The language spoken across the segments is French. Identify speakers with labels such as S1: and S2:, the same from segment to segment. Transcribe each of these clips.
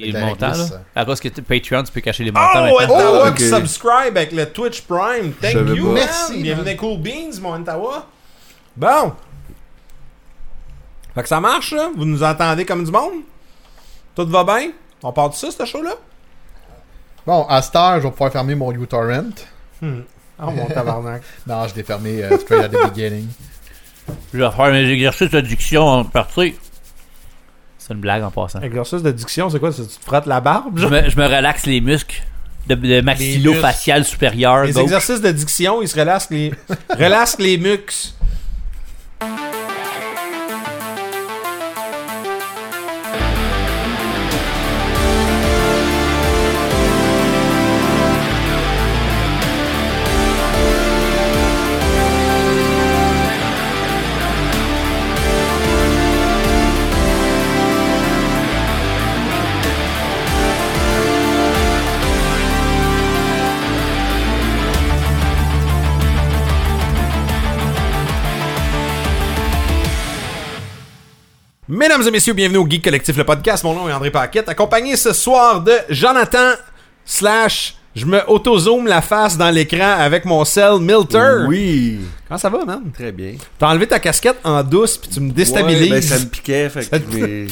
S1: les
S2: la
S1: montants,
S2: glisse.
S1: là. À cause que t- Patreon, tu peux cacher les montants
S3: Oh,
S1: maintenant.
S3: Ottawa
S2: Oh, ok.
S3: qui subscribe avec le Twitch Prime. Thank
S2: savais
S3: you,
S2: pas.
S3: man.
S2: Merci, man.
S3: Bienvenue à Cool Beans, mon Ottawa. Bon. Fait que ça marche, là. Vous nous entendez comme du monde? Tout va bien? On part de ça, ce show-là?
S2: Bon, à cette heure, je vais pouvoir fermer mon uTorrent.
S3: Oh, mon tabarnak.
S2: Non, je l'ai fermé euh, straight at the beginning.
S1: Je vais faire mes exercices de diction en partie. C'est une blague en passant.
S3: Exercice de diction, c'est quoi? C'est tu te frottes la barbe?
S1: Je
S3: genre?
S1: me, je me relaxe les muscles de, de maxillofacial supérieur.
S3: Les
S1: gauche.
S3: exercices de diction, ils se relaxent les... relaxent les mux. Mesdames et messieurs, bienvenue au Geek Collectif, le podcast. Mon nom est André Paquette, accompagné ce soir de Jonathan slash je me auto-zoom la face dans l'écran avec mon sel Milter.
S4: Oui,
S3: Comment ça va, man?
S4: très bien.
S3: T'as enlevé ta casquette en douce puis tu me
S4: Ouais,
S3: déstabilises.
S4: ben, ça me piquait, fait que
S3: Ça te-
S4: mais-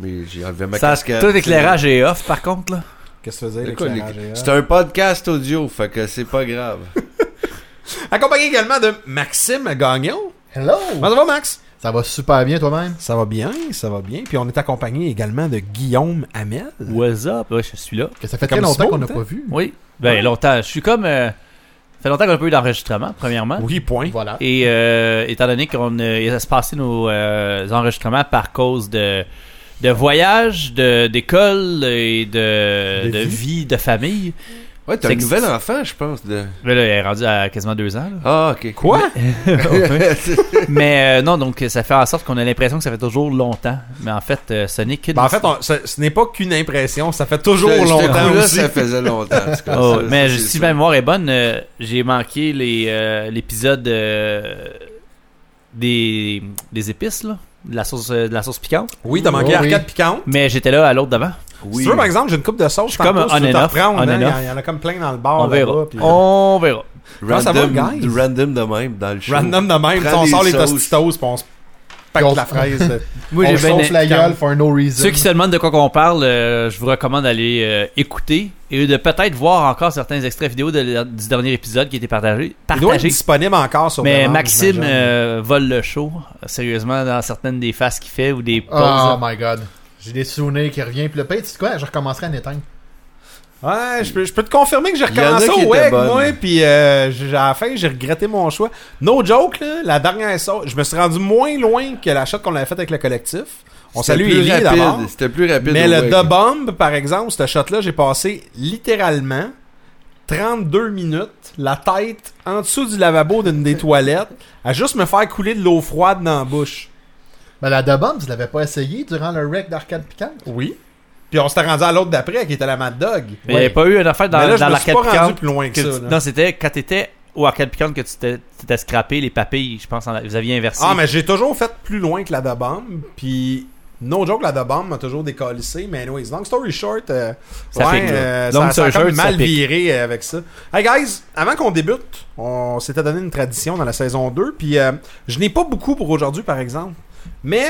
S4: mais j'ai enlevé ma
S1: Ça,
S4: casquette.
S1: tout l'éclairage est off, par contre, là.
S3: Qu'est-ce que tu faisais,
S4: C'est quoi,
S3: l'éclairage,
S4: les-
S3: là?
S4: C'est un podcast audio, fait que c'est pas grave.
S3: Accompagné également de Maxime Gagnon.
S2: Hello!
S3: Comment ça va, Max?
S2: Ça va super bien toi-même?
S3: Ça va bien, ça va bien. Puis on est accompagné également de Guillaume Hamel.
S1: What's up? Ouais, je suis là.
S2: Que ça fait
S3: Comme
S2: très longtemps
S3: Smoke,
S2: qu'on n'a
S3: hein?
S2: pas vu.
S1: Oui. Ben, longtemps. Je suis comme. euh, fait longtemps qu'on n'a pas eu d'enregistrement, premièrement.
S3: Oui, point.
S2: Voilà.
S1: Et euh, étant donné qu'on euh, il se passait nos euh, enregistrements par cause de de voyages, de d'école et de,
S3: De
S1: de vie. de famille.
S4: Ouais, t'as
S1: C'est
S4: un
S1: que-
S4: nouvel enfant, je pense. De...
S1: Mais là, elle est rendue à quasiment deux ans. là.
S4: Ah, ok.
S3: Quoi?
S1: Mais euh, non, donc ça fait en sorte qu'on a l'impression que ça fait toujours longtemps. Mais en fait, euh, ce n'est qu'une.
S3: Ben, en fait, on- ce, ce n'est pas qu'une impression, ça fait toujours
S4: Ce- ce
S3: longtemps
S4: coup-là,
S3: aussi.
S4: ça faisait longtemps. en tout cas.
S3: Ah,
S1: Oh,
S4: Ça,
S1: mais
S4: ça,
S1: je-
S4: c'est
S1: si
S4: sûr.
S1: ma mémoire est bonne, euh, j'ai manqué les euh, l'épisode euh, des des épices là, de la sauce euh, de la sauce piquante.
S3: Oui, t'as manqué
S2: Oh, oui.
S3: Arcade Piquante.
S1: Mais j'étais là à l'autre d'avant.
S4: Oui.
S3: Si tu veux, par exemple, j'ai une coupe de sauce.
S1: Je suis comme
S3: tantôt, si
S1: on
S3: tu veux
S1: and
S3: t'en
S1: off,
S3: reprendre,
S1: on
S3: hein,
S1: and
S3: Il y,
S1: off.
S3: en- il y en a comme plein dans le bar.
S1: On verra.
S3: là-bas, puis- euh,
S1: On verra.
S3: Comment ça va,
S4: Random,
S3: guys?
S4: random de même dans le show.
S3: Random de même.
S4: Prends
S3: on
S4: des
S3: sort les
S4: sauces.
S3: tostitos, puis on se
S2: Puis on-
S3: pack la fraise. de-
S1: Moi, j'ai
S2: on
S1: bien-
S2: chauffe la gueule for no reason.
S1: Ceux qui se demandent de quoi qu'on parle, euh, je vous recommande d'aller euh, écouter et de peut-être voir encore certains extraits vidéo de- du dernier épisode qui a été partagé.
S3: Il doit être
S1: partagé.
S3: disponible encore sur
S1: Mais
S3: demande,
S1: Maxime
S3: j'imagine.
S1: euh, vole le show, euh, sérieusement, dans certaines des faces qu'il fait ou des pauses.
S3: Ah,
S2: Oh my god. J'ai des souvenirs qui reviennent. Puis le pire, tu sais quoi? Je recommencerai à l'éteindre.
S3: Ouais, je peux, je peux te confirmer que j'ai
S4: Il y en a
S3: recommencé
S4: qui
S3: au
S4: étaient
S3: WEG,
S4: bonnes.
S3: moi, puis euh, j'ai- à la fin, j'ai regretté mon choix. No joke, là, la dernière sauce, je me suis rendu moins loin que la shot qu'on avait faite avec le collectif. On
S4: C'était
S3: salue
S4: plus
S3: Élie
S4: rapide,
S3: d'abord.
S4: C'était plus rapide.
S3: Mais
S4: au
S3: le
S4: web.
S3: The Bomb, par exemple, ce shot-là, j'ai passé littéralement 32 minutes, la tête en dessous du lavabo d'une des toilettes, à juste me faire couler de l'eau froide dans la bouche.
S2: Mais Ben, la The Bomb, tu l'avais pas essayé durant le wreck d'Arcade Piquant?
S3: Oui. Puis on s'était rendu à l'autre d'après, qui était la Mad Dog.
S1: Mais il n'y avait pas eu une affaire dans,
S3: Mais là,
S1: dans
S3: je me suis
S1: l'arcade
S3: pas rendu
S1: piquante.
S3: plus loin que,
S1: que
S3: ça.
S1: tu-
S3: là.
S1: non, c'était quand t'étais au arcade piquante que tu t'es- t'étais scrappé les papilles, je pense, en- vous aviez inversé.
S3: Ah, mais j'ai toujours fait plus loin que la Da Bomb, puis... No joke, la Da Bomb m'a toujours décalissé, mais anyways, long story short, euh,
S1: Ça
S3: ouais,
S1: pique, là.
S3: euh,
S1: Long
S3: ça, ça a
S1: story
S3: comme
S1: short, ça
S3: mal
S1: pique.
S3: viré euh, avec ça. Hey guys, avant qu'on débute, on s'était donné une tradition dans la saison 2, puis euh, je n'ai pas beaucoup pour aujourd'hui, par exemple, mais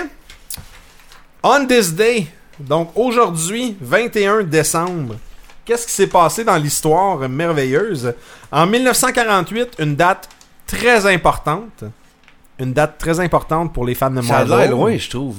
S3: on this day, donc aujourd'hui, 21 décembre, qu'est-ce qui s'est passé dans l'histoire merveilleuse? En 1948, une date très importante. Une date très importante pour les fans de
S4: Ça a
S3: Marvel.
S4: l'air loin, je trouve.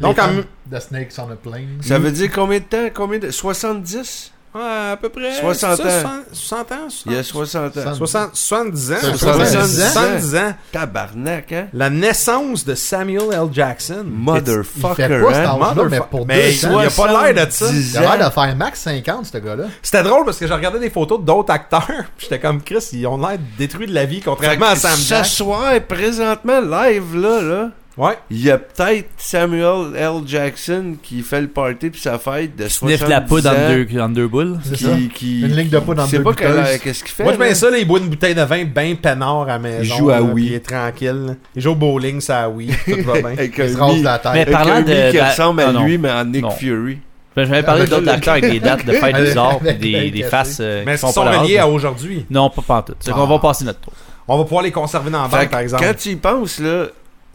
S3: Donc,
S2: Les
S3: en-
S2: femmes de Snakes on a plane.
S3: Hmm.
S4: Ça veut dire combien de temps? Combien de... 70?
S3: Ouais, à peu près.
S4: 60
S3: c'est ça,
S4: ans.
S3: 60 ans. 60
S4: Il y a 60 ans.
S3: 60 70 ans.
S2: 70
S3: 70
S4: ans.
S3: 70 ans.
S4: Tabarnak, hein?
S3: La naissance de Samuel L. Jackson.
S2: Il fait
S4: Motherfucker,
S2: pas cet
S4: hein?
S2: âge-là, mais
S3: Motherfucker.
S2: pour
S3: Mais
S2: deux
S3: il
S2: ans.
S3: a pas l'air de ça.
S4: 70
S2: Il a l'air de faire max 50, ce gars-là.
S3: C'était drôle parce que je regardais des photos d'autres acteurs. puis J'étais comme Chris, ils ont l'air détruits de la vie, contrairement à
S4: Fait que
S3: Sam
S4: Ce
S3: Jackson.
S4: soir, présentement, live, là, là,
S3: Ouais.
S4: il y a peut-être Samuel L. Jackson qui fait le party puis sa fête de 70
S1: Sniff la poudre
S4: ans,
S1: en deux, en deux boules.
S2: C'est ça.
S4: Qui, qui,
S2: Une ligne de poudre en
S4: Je sais
S2: deux
S4: pas
S2: gouteuses.
S4: quel- qu'est-ce qu'il fait.
S3: Moi, je mets
S4: là.
S3: ça, là, il boit une bouteille de vin ben peinard à la maison.
S4: joue à
S3: là,
S4: Wii.
S3: puis Il est tranquille. là. Il joue au bowling, ça à Wii. Tout va bien.
S4: Avec
S2: Il se
S4: un
S2: rase
S4: mi-
S2: la
S1: Mais-
S2: tête.
S4: avec
S1: Parlant
S4: un
S1: de-
S4: mi qui
S1: de-
S4: ressemble
S1: Ah,
S4: à
S1: non.
S4: lui, mais en Nick
S1: Non.
S4: Fury.
S1: Ben, j'avais parlé
S2: Avec
S1: d'autres
S2: le-
S1: acteurs avec des dates de fêtes
S2: Avec-
S1: bizarres, puis
S2: avec
S1: des,
S2: le
S1: des
S2: café.
S1: faces euh,
S3: Mais
S1: qui
S3: est-ce qu'ils
S1: sont
S3: sont
S1: pas leur
S3: reliés
S1: âge.
S3: à aujourd'hui?
S1: Non, pas pantoute. C'est
S3: Ah.
S1: qu'on va passer notre tour.
S3: On va pouvoir les conserver dans la
S4: Fait
S3: banque,
S4: que
S3: par exemple.
S4: Quand tu y penses, là,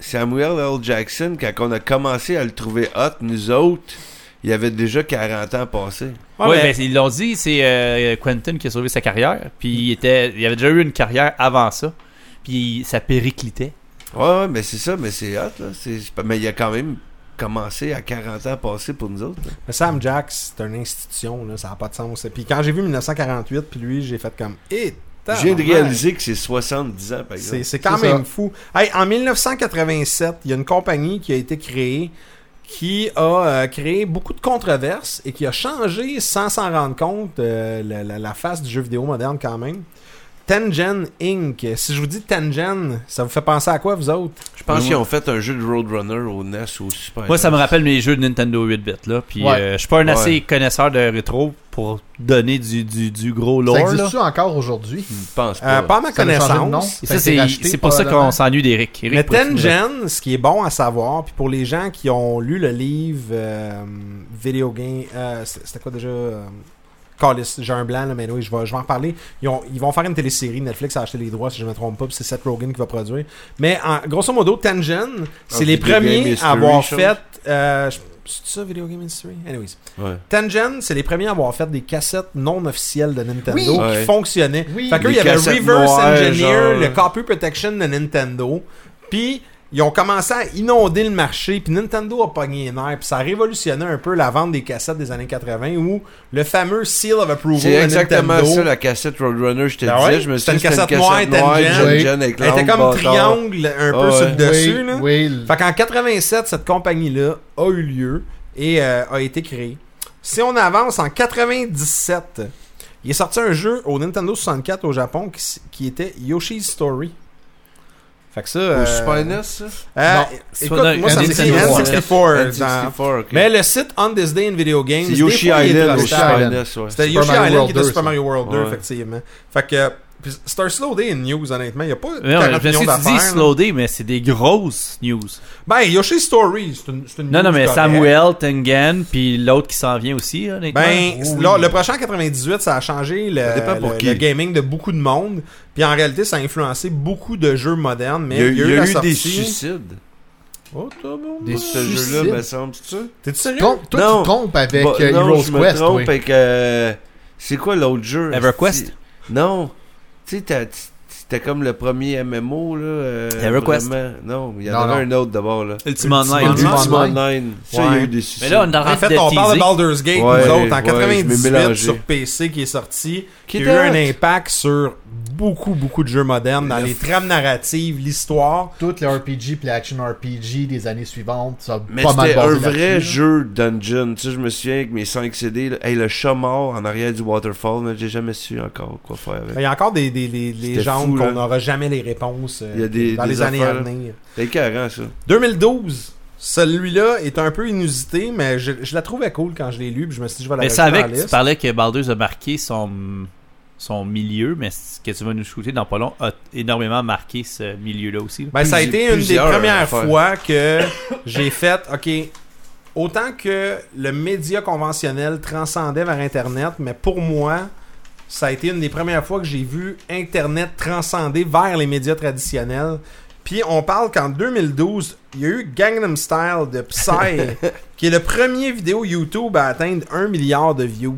S4: Samuel L. Jackson, quand on a commencé à le trouver hot, nous autres, il y avait déjà 40 ans passés.
S1: Oui,
S3: Ouais, mais-
S1: ben, ils l'ont dit, c'est euh, Quentin qui a sauvé sa carrière. Puis il, était, il avait déjà eu une carrière avant ça. Puis ça périclitait.
S4: Ouais, ouais, mais c'est ça, mais c'est hot, là. C'est- c'est pas- Mais il a quand même commencé à 40 ans passés pour nous autres. là.
S3: Mais Sam Jax, c'est une institution, là, ça n'a pas de sens. Puis quand j'ai vu 1948, puis lui, j'ai fait comme. Eh,
S4: Je viens de
S3: tabarnak.
S4: réaliser que c'est 70 ans, par
S3: C'est
S4: exemple.
S3: c'est quand
S2: C'est
S3: même fou. Hey, en 1987, il y a une compagnie qui a été créée qui a euh, créé beaucoup de controverses et qui a changé sans s'en rendre compte euh, la, la- la face du jeu vidéo moderne quand même. Tengen Inc. Si je vous dis Tengen, ça vous fait penser à quoi vous autres
S4: Je pense
S1: Oui,
S4: qu'ils ont fait un jeu de Roadrunner au NES ou au Super E
S1: Moi, ça
S4: NES.
S1: me rappelle mes jeux de Nintendo 8-bit. là. Puis
S2: Ouais.
S1: euh, je suis pas un
S4: Ouais.
S1: assez connaisseur de rétro pour donner du, du, du gros
S2: Ça
S1: lore. là.
S2: existe-tu encore aujourd'hui?
S4: Je pense
S3: Euh,
S4: pas.
S3: Pas à ma
S2: Ça a changé de nom?
S3: connaissance.
S1: Et
S2: Ça a
S1: ça,
S2: été
S1: c'est
S2: racheté,
S1: c'est pour ça qu'on
S2: probablement.
S1: s'ennuie d'Eric. Eric
S3: Mais
S1: pourrait nous le-
S3: Tengen, ce qui est bon à savoir, puis pour les gens qui ont lu le livre euh, Video Game, euh, c'est- c'était quoi déjà euh, Callis, j'ai un blanc là, mais oui, je vais, je vais en parler. Ils, ont- ils vont faire une télésérie, Netflix a acheté les droits, si je ne me trompe pas, puis c'est Seth Rogen qui va produire. Mais en- grosso modo, Tengen, c'est
S4: Un
S3: les
S4: Ah, video game
S3: premiers
S4: history,
S3: à avoir
S4: je
S3: fait. euh, je- c'est ça, Video Game History? Anyways.
S4: Ouais.
S3: Tengen, c'est les premiers à avoir fait des cassettes non officielles de Nintendo
S2: Oui.
S3: qui
S4: Ouais.
S3: fonctionnaient.
S2: Oui.
S3: Fait qu'eux,
S4: Des
S3: il y avait
S4: cassettes
S3: Reverse
S4: noires,
S3: Engineer,
S4: genre.
S3: le Copy Protection de Nintendo. Puis, ils ont commencé à inonder le marché. Puis Nintendo a pogné un air. Puis ça a révolutionné un peu la vente des cassettes des années 80 où le fameux Seal of Approval
S4: C'est
S3: de
S4: exactement
S3: Nintendo...
S4: ça la cassette Roadrunner, je te
S3: Ben
S4: disais.
S3: ouais,
S4: Je me suis
S3: c'était
S4: dit
S3: une
S4: c'était une
S3: cassette noire,
S4: cassette noire,
S3: Tengen.
S4: Tengen,
S2: Oui.
S4: avec
S3: Elle était
S4: l'angle
S3: comme
S4: bâtard.
S3: triangle un peu
S4: Ah
S3: sur
S4: ouais.
S3: le dessus.
S2: oui,
S3: là.
S2: oui, le-
S3: Fait qu'en 87, cette compagnie-là a eu lieu et euh, a été créée. Si on avance en 97, il est sorti un jeu au Nintendo 64 au Japon qui, s- qui était Yoshi's Story. Fait que ça.
S4: Au
S3: euh,
S4: Super E NES, ça?
S3: euh,
S2: Non.
S3: écoute,
S1: Soit dans-
S3: moi ça me dit
S2: Nintendo
S3: N64. dans-
S4: N64, ok.
S3: Mais le site On This Day in Video Games.
S4: C'est Yoshi
S3: des fois, il est
S4: Island au
S3: trash.
S2: Super
S4: Super
S2: Island.
S4: NES, ouais.
S3: C'était
S2: Super
S3: Yoshi
S2: Mario
S3: Island
S2: World
S3: qui était
S2: 2,
S3: Super
S2: ça.
S3: Mario World 2,
S4: Ouais.
S3: effectivement. Fait que. puis C'est un slow day in news, honnêtement. Il n'y a pas.
S1: Non,
S3: 40
S1: je sais
S3: millions
S1: que tu dis
S3: d'affaires, là.
S1: slow day, mais c'est des grosses news.
S3: Ben, Yoshi's Story, c'est une, c'est une
S1: Non, non,
S3: news
S1: mais
S3: correcte.
S1: Samuel, Tengen, puis l'autre qui s'en vient aussi, honnêtement.
S3: Ben,
S2: Oui.
S3: là, le prochain 98, ça a changé le,
S4: Ça dépend pour
S3: le-
S4: qui.
S3: le gaming de beaucoup de monde. Puis en réalité, ça a influencé beaucoup de jeux modernes. Mais
S4: Il y a, il y a
S3: la
S4: eu des
S3: sortie-
S4: suicides.
S3: Oh, t'as bon.
S2: Des
S4: Pour ce
S2: suicides.
S4: jeu-là, me semble, c'est ça?
S3: T'es
S2: Tu
S3: sérieux?
S2: trompes- toi,
S4: Non.
S2: tu te trompes avec
S4: Bah,
S2: euh,
S4: non,
S2: Heroes
S4: je me
S2: Quest,
S4: trompe
S2: oui.
S4: avec, euh, c'est quoi l'autre jeu?
S1: EverQuest?
S4: Asti? Non. Tu sais, t'as- c'était comme le premier MMO, là. euh,
S1: EverQuest?
S4: vraiment. Non, il y en
S2: Non,
S4: avait un autre d'abord, là.
S1: Ultima
S3: Ultima
S1: Online.
S3: Online.
S4: Ultima
S2: Ultima
S4: Online. Ça, il y a
S3: Ouais.
S4: eu des suicides.
S1: Mais là, on
S3: En
S1: arrête
S3: fait,
S1: de
S3: on parle de
S1: teaser.
S3: Baldur's Gate,
S4: Ouais,
S3: nous autres, en
S4: ouais, je m'ai
S3: 98
S4: mélangé.
S3: sur PC qui est sorti, qui
S4: Qui
S3: a eu
S4: était
S3: un
S4: hot.
S3: impact sur beaucoup, beaucoup de jeux modernes, dans
S4: Le
S3: les
S4: f-
S3: trames narratives, l'histoire.
S2: Toutes les RPG puis l'action RPG des années suivantes, ça a
S4: Mais
S2: pas mal
S4: c'était un
S2: basé
S4: vrai
S2: là-dessus.
S4: jeu dungeon. Tu sais, je me souviens avec mes 5 CD, là, hey, le chat mort en arrière du waterfall, là, j'ai jamais su encore quoi faire avec.
S3: Il y a encore des, des, des, des
S4: C'était
S3: genres
S4: fou, là.
S3: qu'on n'aura jamais les réponses euh,
S4: Il y a des-
S3: dans
S4: des
S3: les années à
S4: affaires, là.
S3: venir.
S4: C'était écœurant, ça.
S3: 2012. Celui-là est un peu inusité, mais je, je la trouvais cool quand je l'ai lu, puis je me suis dit, je vais la
S1: Mais c'est
S3: rajouter dans
S1: avec
S3: la
S1: que tu
S3: liste.
S1: parlais que Baldur's a marqué son, son milieu, mais ce que tu vas nous shooter dans pas long a énormément marqué ce milieu-là aussi. là.
S3: Ben, ça a été une des
S4: Plusieurs
S3: premières
S4: affaires.
S3: fois que j'ai fait, OK, autant que le média conventionnel transcendait vers Internet, mais pour moi, ça a été une des premières fois que j'ai vu Internet transcender vers les médias traditionnels. Puis on parle qu'en 2012, il y a eu Gangnam Style de Psy, qui est le premier vidéo YouTube à atteindre 1 milliard de views.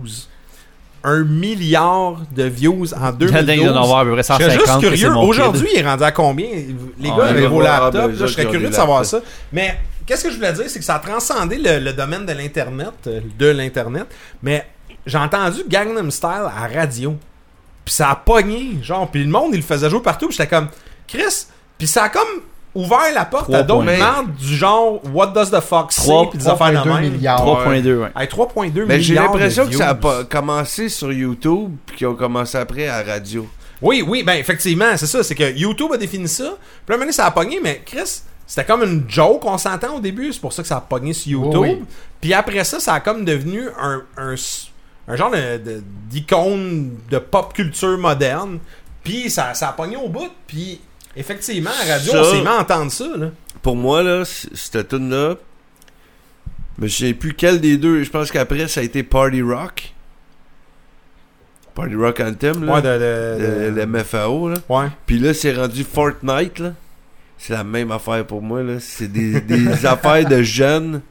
S3: Un milliard de views en
S1: La dingue
S3: 2012.
S1: d'en avoir à peu près
S3: Je
S1: 150.
S3: serais juste
S1: que c'est
S3: curieux.
S1: mon kid.
S3: Aujourd'hui, il est rendu à combien Les
S1: Ah,
S3: gars, avec
S4: il
S3: vos
S4: va voir, ah, ben,
S3: laptops,
S4: les
S3: là, je
S4: autres,
S3: serais
S4: ils ont
S3: curieux
S4: des
S3: de savoir ça.
S4: laptops.
S3: Mais qu'est-ce que je voulais dire C'est que ça a transcendé le, le domaine de l'Internet, euh, de l'Internet. Mais j'ai entendu Gangnam Style à radio. Puis ça a pogné. Genre, puis le monde, il le faisait jouer partout. Puis j'étais comme, Chris. Puis ça a comme ouvert la porte à d'autres
S1: Trois points.
S3: demandes du genre, What does the fuck say
S1: Trois-
S3: Puis des affaires de
S2: 3,2
S3: même.
S2: milliards.
S1: 3.2, ouais.
S3: Hey, 3,2
S4: Mais Ben, j'ai
S3: milliards de
S4: l'impression que ça a
S3: views.
S4: pas- commencé sur YouTube, puis qu'ils ont commencé après à la radio.
S3: Oui, oui, ben effectivement, c'est ça. C'est que YouTube a défini ça. Puis là, maintenant, ça a pogné, mais Chris, c'était comme une joke, on s'entend au début. C'est pour ça que ça a pogné sur YouTube.
S2: Oui, oui.
S3: Puis après ça, ça a comme devenu un, un, s- un genre de- de- d'icône de, pop culture moderne. Puis ça, ça a pogné au bout. Puis effectivement, à la radio,
S4: Ça-
S3: on s'est mis à entendre ça. Là.
S4: Pour moi, là, c- cette tune là Mais je sais plus quel des deux. Je pense qu'après, ça a été Party Rock. Party Rock Anthem, là. Euh,
S5: Ouais, de, de-
S4: le,
S5: de-
S4: le MFAO, là.
S5: ouais.
S4: Puis là, c'est rendu Fortnite, là. C'est la même affaire pour moi, là. C'est des, des affaires de jeunes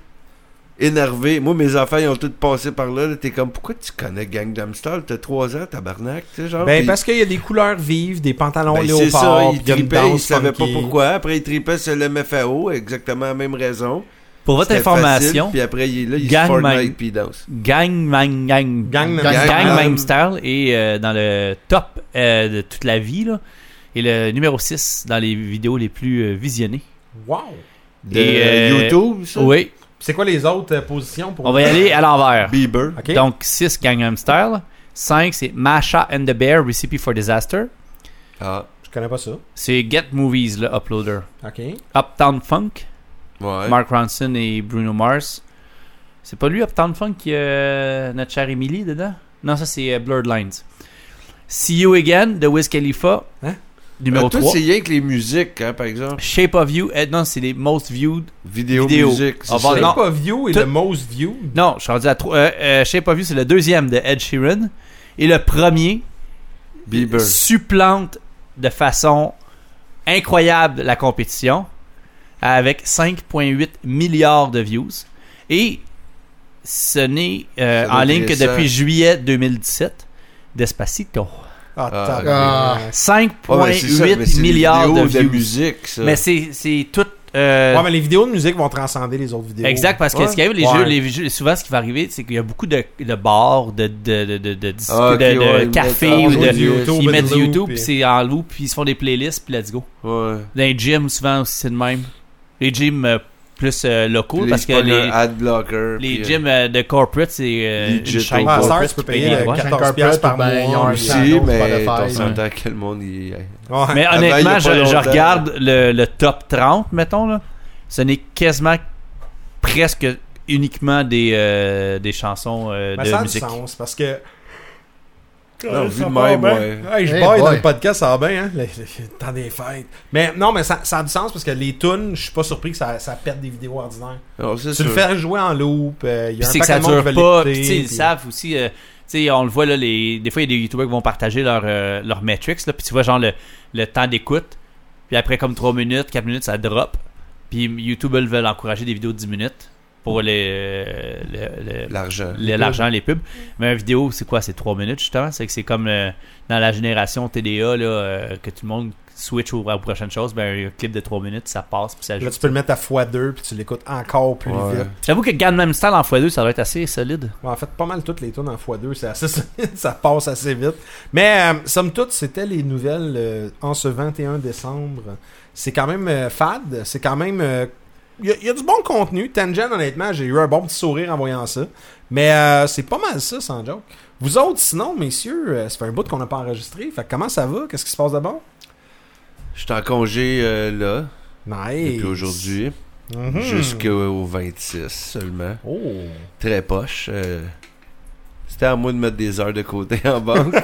S4: énervés. Moi, mes affaires, ils ont toutes passé par là. là. T'es comme, pourquoi tu connais Gangnam Style? T'as 3 ans, tabarnak, tu sais, genre.
S5: Ben,
S4: Ah, Puis-
S5: parce qu'il y a des couleurs vives, des pantalons
S4: ben, c'est ça,
S5: léopard,
S4: ils
S5: puis une
S4: tripaient, ils
S5: danse
S4: savaient pas
S5: funky.
S4: pourquoi. Après, ils tripaient sur le MFAO, exactement la même raison.
S1: Pour votre
S4: C'était
S1: information,
S4: facile, puis après, il, là, il
S1: Gang
S4: se
S1: Man-
S4: Fortnite, puis il danse.
S1: Gang Gang Gang
S3: Gangnam
S1: Gang,
S4: Style.
S1: Gangnam Style est euh, dans le top euh, de toute la vie là. Et le numéro 6 dans les vidéos les plus euh, visionnées.
S3: Wow!
S4: De
S1: Et, euh,
S4: YouTube, ça?
S1: Oui,
S3: C'est quoi les autres euh, positions pour
S1: on va y aller à l'envers.
S4: Bieber.
S3: Ok.
S1: Donc 6 Gangnam Style, 5 c'est Masha and the Bear Recipe for Disaster,
S4: Ah,
S3: Je connais pas ça.
S1: c'est Get Movies le uploader,
S3: Ok.
S1: Ah, Uptown Funk,
S4: ouais.
S1: Mark Ronson et Bruno Mars. C'est pas lui, Uptown Funk, qui a notre chère Emily dedans? Non, ça c'est euh, Blurred Lines. See You Again de Wiz Khalifa,
S3: Hein?
S1: numéro
S4: Ben, toi,
S1: 3.
S4: c'est rien que les musiques, hein, par exemple.
S1: Shape of You, eh, non, c'est les most viewed.
S4: Vidéo,
S1: Vidéo.
S4: musique, c'est
S1: Ah,
S4: ça.
S1: bon, non.
S3: pas View et
S1: Tout-
S3: le Most View.
S1: Non, je suis rendu à 3. Shape of You, c'est le deuxième de Ed Sheeran. Et le premier
S4: Bieber.
S1: supplante de façon incroyable la compétition avec 5,8 milliards de views. Et ce n'est euh,
S4: Ça doit
S1: en
S4: être
S1: ligne que
S4: récent.
S1: depuis juillet 2017. Despacito.
S3: Ah,
S4: Ah,
S3: tabarnak.
S4: Ah, ben, c'est ça, mais
S1: 5,8
S4: c'est des
S1: milliards de
S4: vidéos
S1: views.
S4: musique, ça.
S1: mais c'est c'est tout. euh,
S3: Ouais, mais les vidéos de musique vont transcender les autres vidéos.
S1: Exact, parce que
S4: Ouais.
S1: ce qui arrive, les
S3: Ouais.
S1: jeux, les jeux- souvent ce qui va arriver, c'est qu'il y a beaucoup de, de bars, de, de, de, de, de, discos,
S4: Ah, ok,
S1: de- de
S4: ouais, ils mettent
S1: cafés,
S4: en
S1: ou
S4: loop,
S1: de,
S4: ils
S3: YouTube,
S1: ils
S3: de
S1: mettent
S3: loop,
S1: YouTube,
S3: puis-
S1: puis c'est en loop, puis ils se font des playlists, puis let's go.
S4: Ouais.
S1: Dans les gyms, souvent aussi, c'est de même. Les gyms euh, plus euh, locaux,
S4: Puis
S1: parce que
S4: les, spoilers,
S1: les,
S4: ad blocker.
S1: les
S4: puis,
S1: gyms euh, de corporate, c'est euh, une
S4: Legit,
S1: chaîne
S4: ouais.
S3: Ah,
S1: corporate
S3: ça,
S1: qui
S3: tu peux
S1: paye
S3: payer
S1: les droits.
S3: euh, 14 piastres par
S2: Ben, ils ont
S3: mois.
S2: un
S4: euh,
S3: ça,
S4: aussi,
S3: d'autres
S4: mais
S3: pas
S4: on
S3: de faire.
S4: s'entend que le monde y est.
S3: Ouais.
S1: Mais
S4: Avant, il y a
S1: honnêtement,
S4: pas
S1: je, je
S4: longtemps.
S1: regarde le, le top 30, mettons, là. Ce n'est quasiment presque uniquement des, euh, des chansons euh,
S3: Mais
S1: de
S3: Ben, ça a du
S1: musique.
S3: sens parce que.
S4: Non, vu
S3: Ça
S4: de
S3: va
S4: même,
S3: bien.
S4: ouais.
S3: Hey, je Hey, baille dans boy. le podcast, ça va bien, hein? Le, le- le temps des fêtes. Mais non, mais ça, ça a du sens parce que les tunes, je suis pas surpris que ça, ça pète des vidéos ordinaires.
S4: Non, c'est
S3: Tu le
S4: sûr.
S3: fais jouer en loop, euh, il y
S1: Puis
S3: a un
S1: c'est que ça
S3: paquet de monde
S1: dure
S3: qui veut
S1: pas.
S3: l'écouter,
S1: Puis tu sais, ils
S3: puis-
S1: savent aussi. euh, tu sais, on le voit là, les... des fois il y a des youtubeurs qui vont partager leur, euh, leur metrics là, puis tu vois genre le, le temps d'écoute, puis après comme 3 minutes, 4 minutes ça drop, puis YouTube eux, veulent encourager des vidéos de 10 minutes pour les euh, le- le-
S4: L'argent.
S1: le- l'argent, les pubs. Mais une vidéo, c'est quoi? C'est 3 minutes justement? C'est que c'est comme euh, dans la génération TDA là, euh, que tout le monde switch aux, aux prochaines choses, ben un clip de 3 minutes, ça passe puis ça joue.
S3: Là, tu peux le mettre à x2 puis tu l'écoutes encore plus
S4: Ouais.
S3: vite.
S1: J'avoue que Gangnam Style en x2, ça doit être assez solide.
S3: Bon, en fait, pas mal toutes les tunes en x2, c'est assez solide, ça passe assez vite. Mais euh, somme toute, c'était les nouvelles euh, en ce 21 décembre. C'est quand même euh, fade, c'est quand même... Il y, a du bon contenu. Tangen, honnêtement, j'ai eu un bon petit sourire en voyant ça. Mais euh, c'est pas mal ça, sans joke. Vous autres, sinon, messieurs, euh, ça fait un bout qu'on n'a pas enregistré. Fait que comment ça va? Qu'est-ce qui se passe d'abord?
S4: Je suis en congé euh, là,
S3: Nice.
S4: depuis aujourd'hui,
S3: Mhm.
S4: jusqu'au 26 seulement.
S3: Oh.
S4: Très poche. euh, C'était à moi de mettre des heures de côté en banque.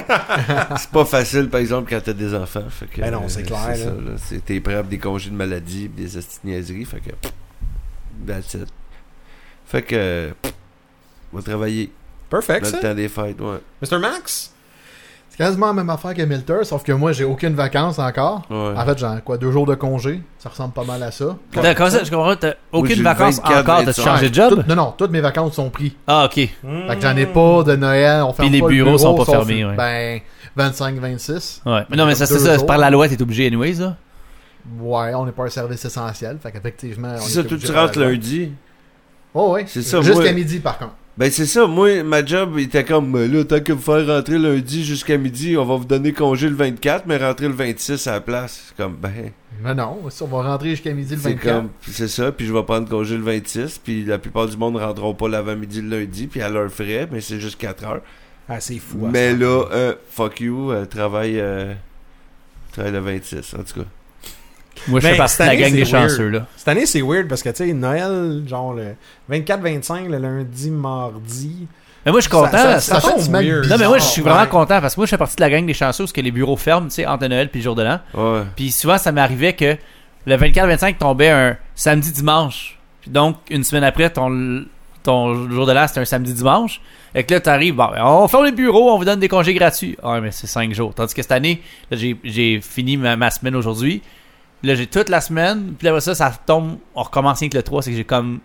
S4: c'est pas facile, par exemple, quand t'as des enfants. Fait que,
S3: Ben non, c'est
S4: euh,
S3: clair,
S4: c'est
S3: là.
S4: ça, là. C'est- T'es prêt à des congés de maladie, pis des astiniaiseries. Fait que. pff, That's it. Fait que. pff, On va travailler.
S3: Perfect,
S4: Dans
S3: ça.
S4: le temps des fêtes, ouais.
S3: Mr. Max?
S2: C'est quasiment la même affaire que Milter, sauf que moi, j'ai aucune vacances encore.
S4: ouais.
S2: En fait, j'ai quoi, deux jours de congé. Ça ressemble pas mal à ça.
S1: Attends, comment ça, je comprends, t'as
S4: Moi, j'ai
S1: aucune
S4: le
S1: vacances
S4: 24,
S1: encore de te
S4: 25.
S1: changer de job?
S2: Tout- non, non, toutes mes vacances sont prises.
S1: Ah, ok.
S3: Hmm.
S2: Fait que j'en ai pas de Noël. On ferme
S1: les
S2: pas le
S1: bureaux
S2: bureau,
S1: sont pas
S2: sauf,
S1: fermés, ouais.
S2: Ben, 25-26.
S1: Ouais. Mais non, mais ça, c'est
S2: Deux
S1: ça.
S2: jours.
S1: Par la loi, t'es obligé, anyways, là.
S2: Ouais, on n'est pas un service essentiel. Fait qu'effectivement.
S3: Ah,
S2: on
S4: C'est
S2: est
S4: ça, toi,
S2: obligé
S4: tu
S2: de-
S4: rentres lundi.
S2: Oh, ouais.
S4: C'est ça,
S2: Jusqu'à
S4: moi-
S2: midi, par contre.
S4: Ben c'est ça, moi, ma job il était comme Ben là, tant que vous faire rentrer lundi jusqu'à midi, on va vous donner congé le 24, mais rentrer le 26 à la place. C'est comme ben
S2: Mais non, si on va rentrer jusqu'à midi le
S4: c'est
S2: 24.
S4: comme c'est ça, puis je vais prendre congé le 26, puis la plupart du monde rentreront pas l'avant-midi le lundi, puis à l'heure frais, mais c'est juste 4 heures.
S3: Ah, c'est fou. hein,
S4: mais
S3: ça.
S4: là, euh, fuck you, euh, travaille euh, travaille le 26, en tout cas.
S1: Moi, je
S3: Ben,
S1: fais partie de la
S3: cette
S1: gang
S3: année,
S1: des
S3: c'est weird.
S1: chanceux, là.
S3: Cette année, c'est weird parce que, tu sais, Noël, genre le 24-25, le lundi, mardi.
S1: Mais moi, je suis content.
S3: Ça, ça,
S1: parce-
S3: ça
S2: Ça fait
S3: tombe
S2: du mal
S3: weird.
S1: non, mais moi, je
S2: bizarre,
S1: suis vraiment
S3: Ouais.
S1: content parce que moi, je fais partie de la gang des chanceux parce que les bureaux ferment, tu sais, entre Noël puis le jour de l'an.
S4: Ouais.
S1: Puis souvent, ça m'arrivait que le 24-25 tombait un samedi-dimanche. Puis donc, une semaine après, ton, ton jour de l'an, c'est un samedi-dimanche. Et que là, t'arrives, bon, ben, on ferme les bureaux, on vous donne des congés gratuits. Ah, mais c'est 5 jours. Tandis que cette année, là, j'ai- j'ai fini ma, ma semaine aujourd'hui. Là, j'ai toute la semaine. Puis après ça, ça tombe, on recommence rien que le 3, c'est que j'ai comme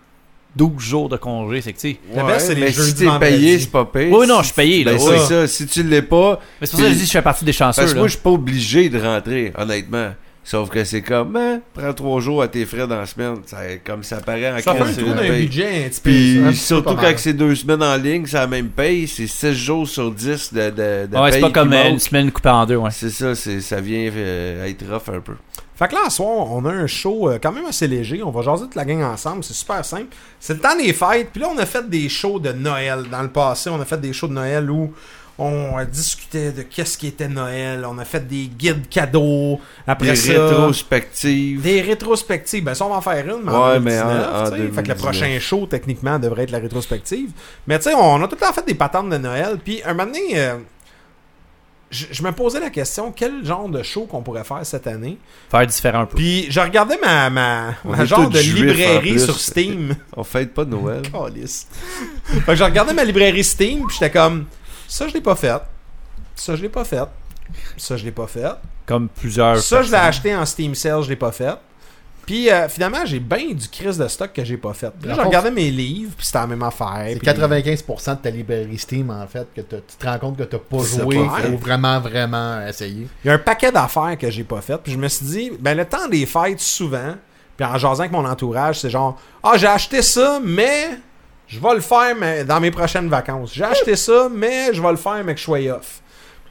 S1: 12 jours de congés. C'est que, tu sais,
S3: La baisse, c'est les
S4: mais
S3: jeux
S4: si
S3: du
S4: t'es payé,
S3: vendredi.
S4: c'est pas payé.
S1: Oui, non, je suis payé, là,
S4: Ben,
S1: oui.
S4: c'est ça. Si tu l'es pas,
S1: Mais c'est pour ça que je dis, je fais partie des chanceux.
S4: parce que
S1: là.
S4: moi, je suis pas obligé de rentrer, honnêtement. Sauf que c'est comme, hein, prends trois jours à tes frais dans la semaine. Ça, comme ça paraît en
S3: Ça fait un
S4: crise,
S3: trou
S4: c'est
S3: d'un
S4: la paye.
S3: budget un petit peu.
S4: Puis
S3: ça.
S4: surtout
S2: pas mal.
S4: quand c'est deux semaines en ligne, c'est la même paye, c'est 6 jours sur 10 de, de, de
S1: Ouais, c'est
S4: paye
S1: pas
S4: qui
S1: comme euh, une
S4: manque.
S1: semaine coupée en deux, ouais.
S4: C'est ça, c'est- ça vient euh, être rough un peu.
S3: Fait que là, ce soir, on a un show euh, quand même assez léger. On va jaser toute la gang ensemble. C'est super simple. C'est le temps des fêtes. Puis là, on a fait des shows de Noël. Dans le passé, on a fait des shows de Noël où on euh, discutait de qu'est-ce qui était Noël. On a fait des guides cadeaux. Après
S4: Des
S3: ça,
S4: rétrospectives.
S3: des rétrospectives. Ben, ça, on va en faire une, mais en
S4: Ouais, mais en-
S3: 2019,
S4: en
S3: tu sais. Fait que le
S4: 2019.
S3: prochain show, techniquement, devrait être la rétrospective. Mais tu sais, on a tout le temps fait des patentes de Noël. Puis un moment donné, euh, je je me posais la question, quel genre de show qu'on pourrait faire cette année?
S1: Faire différent un peu.
S3: Puis je regardais ma, ma,
S4: On
S3: ma
S4: est
S3: genre
S4: tous
S3: de
S4: juifs, en
S3: librairie
S4: plus.
S3: sur Steam.
S4: On fête pas Noël.
S3: Calisse. fait que je regardais ma librairie Steam, puis j'étais comme, ça je l'ai pas fait. Ça je l'ai pas fait. Ça je l'ai pas fait.
S1: Comme plusieurs.
S3: Ça je l'ai
S1: personnes.
S3: acheté en Steam Sale, je l'ai pas fait. Puis euh, finalement, j'ai bien du crise de stock que j'ai pas fait. Puis Là,
S2: La
S3: je
S2: pauvre-
S3: regardais mes livres, puis c'était la même affaire.
S2: C'est
S3: puis-
S2: 95% de ta librairie Steam, en fait, que t'as- tu te rends compte que t'as pas
S4: C'est
S2: joué
S4: pas
S3: vrai.
S2: ou vraiment, vraiment essayé.
S3: Il y a un paquet d'affaires que j'ai pas faites. Puis je me suis dit, ben le temps des fêtes, souvent, puis en jasant avec mon entourage, c'est genre Ah, j'ai acheté ça, mais je vais le faire mais dans mes prochaines vacances. J'ai acheté ça, mais je vais le faire, mais que je sois off.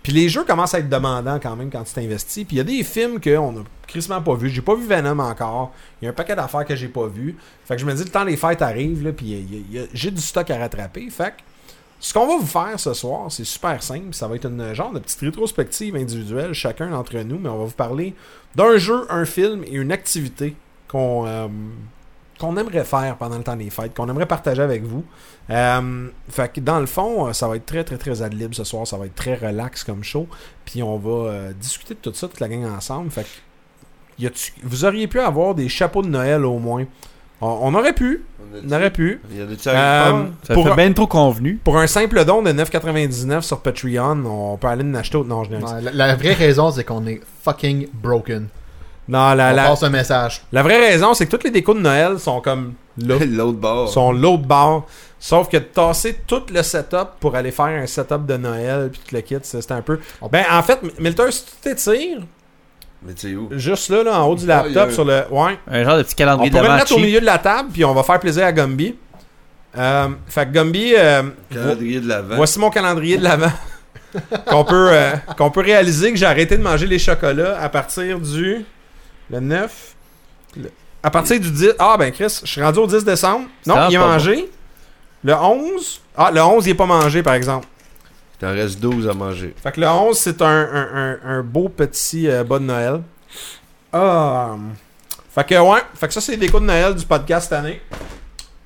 S3: Puis les jeux commencent à être demandants quand même quand tu t'investis. Puis il y a des films qu'on a crissement pas vu. J'ai pas vu Venom encore. Il y a un paquet d'affaires que j'ai pas vu. Fait que je me dis, le temps des fêtes arrive, là, puis il y a- il y a- j'ai du stock à rattraper. Fait que ce qu'on va vous faire ce soir, c'est super simple. Ça va être une genre de petite rétrospective individuelle, chacun d'entre nous, mais on va vous parler d'un jeu, un film et une activité qu'on euh, qu'on aimerait faire pendant le temps des fêtes, qu'on aimerait partager avec vous. Euh, fait que dans le fond, euh, ça va être très, très, très ad lib ce soir. Ça va être très relax comme show. Puis on va euh, discuter de tout ça, toute la gang ensemble. Fait que y a-tu- vous auriez pu avoir des chapeaux de Noël au moins. On, on aurait pu. On aurait pu.
S4: Il y a de ça.
S3: Euh,
S1: Ça
S3: pour
S1: fait
S3: un-
S1: bien trop convenu.
S3: pour un simple don de 9,99 sur Patreon, on peut aller en acheter autre. Non, je n'ai rien dit.
S2: Ouais, la, la vraie raison, c'est qu'on est fucking broken.
S3: Non, la,
S2: On
S3: la,
S2: passe un message.
S3: la vraie raison, c'est que toutes les décos de Noël sont comme là.
S4: L'autre bord.
S3: sont l'autre bord. Sauf que de tasser tout le setup pour aller faire un setup de Noël puis tout le kit, c'est c'est un peu.
S2: On-
S3: Ben, en fait, Milter, si tu t'étires,
S4: Mais tu sais où?
S3: juste là, là, en haut du
S4: Ah, il y a
S3: laptop,
S4: un-
S3: sur le. Ouais.
S1: Un genre de petit
S3: On
S1: calendrier
S3: pourrait le
S1: d'avant
S3: mettre au
S1: cheap.
S3: milieu de la table, puis on va faire plaisir à Gumby. Euh, fait que Gumby, euh, vo-
S4: Calendrier de l'avant.
S3: Voici mon calendrier de l'avant qu'on peut, euh, qu'on peut réaliser que j'ai arrêté de manger les chocolats à partir du le 9. le- à partir du 10. Ah ben Chris, je suis rendu au 10 décembre. Non,
S1: Ça
S3: il est
S1: va pas
S3: mangé. Le 11. Ah, le 11, il est pas mangé par exemple.
S4: Il t'en reste 12 à manger.
S3: Fait que le 11, c'est un, un- un- un beau petit euh, bas de Noël. Ah. Fait que ouais, fait que ça c'est les décos de Noël du podcast cette année.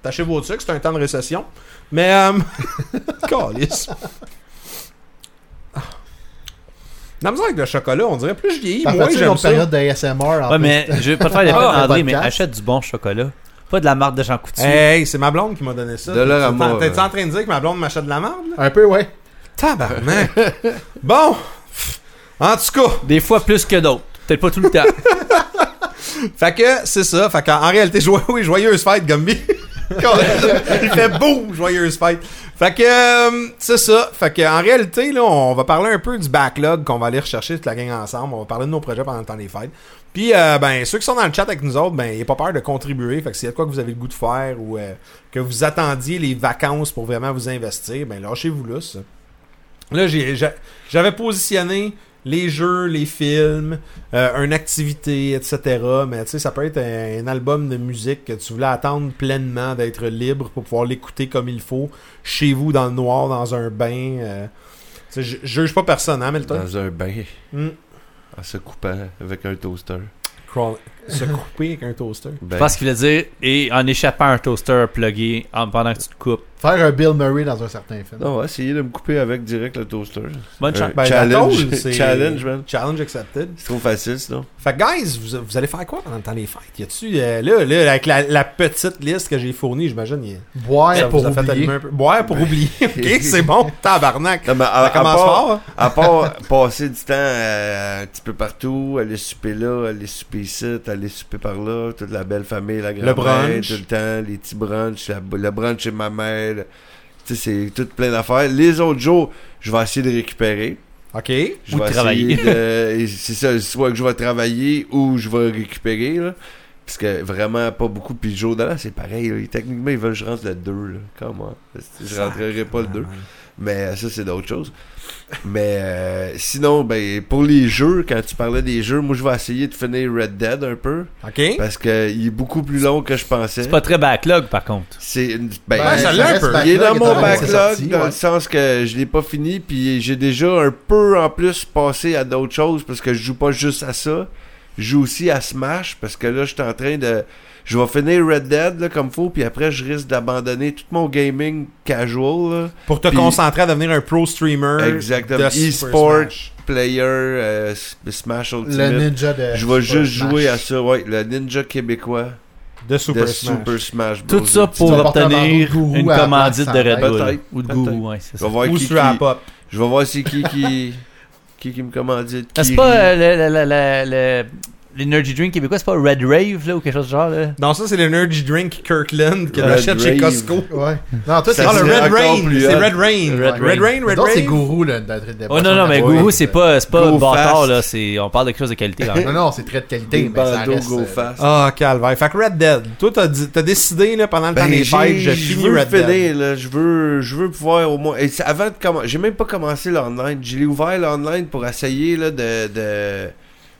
S3: Tâchez vos trucs, c'est un temps de récession. Mais euh... calisse. Ah. La misère avec le chocolat, on dirait plus je vieillis,
S2: T'as
S3: moins
S2: fait
S3: j'aime
S2: une
S3: ça.
S2: période d'ASMR en
S1: Ouais,
S2: plus?
S1: mais je vais pas te faire des
S2: Ah,
S1: peines,
S2: un
S1: André, mais
S2: podcast.
S1: achète du bon chocolat. Pas de la marque de Jean Coutu.
S3: Hey, c'est ma blonde qui m'a donné ça.
S4: De l'heure à
S3: T'es-
S4: moi,
S3: T'es-tu
S4: ouais.
S2: hein.
S3: en train de dire que ma blonde m'achète de la merde? là?
S2: Un peu, ouais.
S3: Tabarnak! bon! En tout cas,
S1: Des fois plus que d'autres. Peut-être pas tout le temps.
S3: Fait que c'est ça. Fait qu'en en réalité, joyeux, oui, joyeuse fête, Gumby. Il fait beau, joyeuse fête. Fait que euh, c'est ça. Fait que en réalité, là, on va parler un peu du backlog qu'on va aller rechercher toute la gang ensemble. On va parler de nos projets pendant le temps des fêtes. Puis euh, ben ceux qui sont dans le chat avec nous autres, ben n'ayez pas peur de contribuer. Fait que s'il y a de quoi que vous avez le goût de faire ou euh, que vous attendiez les vacances pour vraiment vous investir, ben lâchez-vous là. ça. Là, j'ai- j'a- j'avais positionné les jeux, les films, euh, une activité, etc. Mais tu sais, ça peut être un, un album de musique que tu voulais attendre pleinement d'être libre pour pouvoir l'écouter comme il faut, chez vous, dans le noir, dans un bain. euh. Tu sais, je je juge pas personne, hein, Milton?
S4: Dans un bain.
S3: Hmm.
S4: En se coupant avec un toaster.
S3: Crawl- Se couper avec un toaster.
S1: Je
S4: Ben,
S1: pense qu'il voulait dire, et en échappant à un toaster plugué en- pendant que tu te coupes.
S2: Faire un Bill Murray dans un certain film.
S4: Non, on va essayer de me couper avec direct le toaster.
S1: Bonne
S2: Euh.
S1: chance.
S4: Un
S3: Ben,
S4: challenge.
S3: la tôle, c'est-
S4: challenge, man.
S3: Challenge accepted.
S4: C'est trop facile, sinon.
S3: Fait que, guys, vous, vous allez faire quoi pendant le temps des fêtes? Y a-tu, euh, là, là, avec la, la petite liste que j'ai fournie, j'imagine, y-
S2: Boire
S3: ça
S2: pour
S3: vous a fait
S2: oublier.
S3: allumer un peu. Boire pour oublier. ok, c'est bon. Tabarnak.
S4: Non, mais à,
S3: Ça
S4: à
S3: commence
S4: part,
S3: fort. hein?
S4: à part passer du temps euh, un petit peu partout, aller souper là, aller souper ici, aller souper par là, toute la belle famille, la grand-mère,
S3: brunch.
S4: tout le temps, les petits brunchs, la- le brunch chez ma mère. Tu sais, c'est tout plein d'affaires. Les autres jours, je vais essayer de récupérer.
S3: Ok.
S4: Je
S1: Ou
S4: vais
S1: de travailler.
S4: essayer de- et C'est ça, soit que je vais travailler ou je vais récupérer, là. Parce que vraiment pas beaucoup. Puis le jour de l'an, c'est pareil. là. Techniquement, ils veulent que je rentre le 2. Là. Comment? Je rentrerai pas le 2. Mais euh, ça, c'est d'autres choses. Mais euh, sinon, ben pour les jeux, quand tu parlais des jeux, moi je vais essayer de finir Red Dead un peu.
S3: Ok.
S4: Parce que il est beaucoup plus long que je
S1: C'est
S4: pensais.
S1: pas très backlog, par contre.
S4: C'est une- ben,
S2: Ben,
S3: ça l'a un
S2: reste
S3: peu.
S4: il est dans
S2: backlog,
S4: mon
S2: étant donné que c'est
S4: backlog
S2: sorti,
S4: dans
S2: ouais.
S4: le sens que je l'ai pas fini puis j'ai déjà un peu en plus passé à d'autres choses parce que je joue pas juste à ça. Je joue aussi à Smash parce que là je suis en train de je vais finir Red Dead là, comme faut puis après je risque d'abandonner tout mon gaming casual là.
S3: Pour te
S4: Puis-
S3: concentrer à devenir un pro streamer.
S4: Exactement.
S3: de Super
S4: E-sport.
S3: Smash.
S4: player euh, S- Smash
S2: Le
S4: Ultimate.
S2: ninja de.
S4: Je vais juste
S2: Smash.
S4: jouer à ça, ouais, le ninja québécois
S3: De Super
S4: de
S3: Smash.
S4: Super Smash Bros.
S1: Tout ça
S2: Tu
S1: pour
S2: vas porter un
S1: obtenir
S2: bandeau de gourou
S1: une
S2: à la
S1: commandite
S2: place,
S1: de Red
S2: peut-être.
S1: Bull. Ou de
S4: Peut-être.
S1: gourou, ouais, c'est
S4: Je vais
S1: ça.
S4: voir
S3: Ou
S4: qui,
S3: sur la
S4: qui-
S3: pop.
S4: Je vais voir c'est qui qui, qui qui me commandite.
S1: Ah, C'est
S4: qui
S1: pas
S4: rit.
S1: euh, le- le- le- le- le- l'energy drink québécois, c'est pas Red Rave, là, ou quelque chose du genre, là?
S3: Non, ça, c'est l'Energy Drink Kirkland que
S4: Red
S3: achète chez
S4: Rave.
S3: Costco.
S2: Ouais. Non, toi, c'est.
S4: Ça
S3: Ah,
S2: Non,
S3: le
S4: serait
S3: Red
S4: encore
S3: Rain.
S4: plus
S3: C'est
S4: hot.
S3: Red Rain.
S1: Red Rain.
S3: Red Rain, Red
S2: c'est
S3: Rain.
S2: gourou, là, d'être de
S1: Oh non, non, mais gourou, c'est pas, c'est pas
S4: Go
S1: bâtard,
S4: fast.
S1: là. c'est- On parle de quelque chose de qualité, quand même.
S2: Non, non, c'est très de
S4: Des
S2: qualité, mais ça
S4: bandeaux
S2: reste.
S4: go
S2: euh,
S4: fast.
S3: Ah, calvaire. Fait que Red Dead. Toi, t'as dit- t'as décidé, là, pendant le temps
S4: Ben,
S3: des fêtes,
S4: j'ai-
S3: j'ai
S4: je
S3: fini
S4: veux
S3: Red Dead.
S4: finir, là. Je veux, je veux pouvoir au moins. Et c'est avant de commencer, j'ai même pas commencé l'online. J'ai ouvert l'online pour essayer là, de, de,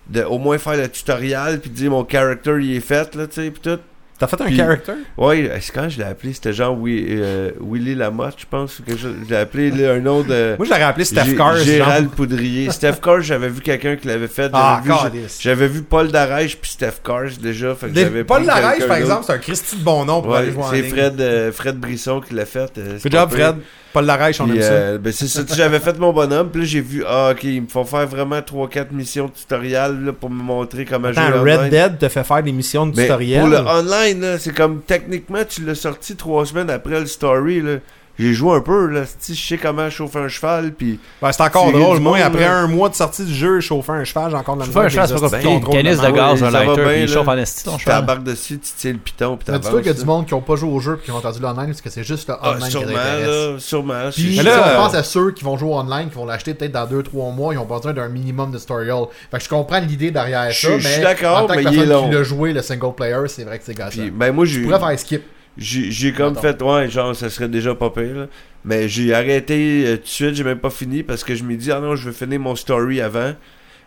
S4: de au moins faire le tutoriel puis dire mon character il est fait là, tu sais, puis tout.
S3: T'as fait un
S4: Puis-
S3: character?
S4: Ouais, c'est quand je l'ai appelé, c'était genre Wi- euh, Willy Lamotte, je pense, ou quelque chose. Je l'ai appelé là, un nom de.
S3: Moi, je l'aurais appelé Steph
S4: Gé-
S3: Cars.
S4: Gérald Poudrier. Steph Cars, j'avais vu quelqu'un qui l'avait fait. J'avais
S3: Ah,
S4: vu-
S3: encore.
S4: J'avais vu Paul Darèche puis Steph Cars déjà. Fait que j'avais
S3: Paul
S4: pris
S3: Larèche,
S4: quelqu'un
S3: par
S4: d'autre.
S3: exemple, c'est un Christy de bon nom pour aller
S4: Ouais,
S3: jouer en
S4: c'est
S3: ligne.
S4: Fred, euh, Fred Brisson qui l'a fait. euh, c'est
S3: Good
S4: pas
S3: job,
S4: pire.
S3: Fred. Paul Larèche, on
S4: Puis,
S3: aime ça.
S4: euh, ben, c'est ça, tu sais, j'avais fait mon bonhomme, puis là j'ai vu, ah ok, ils me font faire vraiment 3-4 missions tutorielles là, pour me montrer comment jouer.
S3: Attends,
S4: online.
S3: Red Dead te fait faire des missions de
S4: Mais Pour le
S3: tutoriel.
S4: online, là, c'est comme techniquement, tu l'as sorti 3 semaines après le story. là. J'ai joué un peu, là, si je sais comment chauffer un cheval, puis
S3: Ben, c'est encore
S4: C'est
S3: drôle.
S4: du
S3: Moi,
S4: monde, hein.
S3: après
S4: là.
S3: un mois de sortie du jeu, chauffer un cheval, j'ai encore de la
S1: Chauffer un cheval, c'est pas
S3: avec les
S1: compliqué.
S3: hosties de
S1: Une canisse
S3: contrôle
S1: Ben, de
S3: de la main.
S1: gaz,
S4: ouais,
S1: un
S4: ça va
S1: lighter,
S4: bien,
S1: puis il
S4: là.
S1: chauffe en esti, ton
S4: tu
S1: cheval.
S4: t'embarques dessus, tu tires le piton, puis
S2: Mais Dis-toi
S4: t'avances.
S2: qu'il y a du
S4: là.
S2: monde qui n'ont pas joué au jeu et qui ont entendu l'online parce que c'est juste le
S4: Ah,
S2: online qui
S4: sûrement,
S2: les intéresse.
S4: là, sûrement. c'est-
S2: Puis
S3: Mais
S2: si
S3: là, euh,
S2: on pense à ceux qui vont jouer online, qui vont l'acheter peut-être dans 2-3 mois, ils ont besoin d'un minimum de tutorial. Fait que je comprends l'idée derrière
S4: Je
S2: ça,
S4: suis-
S2: mais
S4: je suis d'accord,
S2: en tant que
S4: mais il
S2: personne
S4: est long.
S2: qui l'a joué, le single player, c'est vrai que c'est gâché.
S4: Puis, ben moi, j'ai,
S2: Tu pourrais faire skip.
S4: j'ai, j'ai comme
S2: Mettons.
S4: fait, ouais, genre, ça serait déjà pas pire, là. Mais j'ai arrêté euh, tout de suite, j'ai même pas fini parce que je me dis, ah non, je veux finir mon story avant.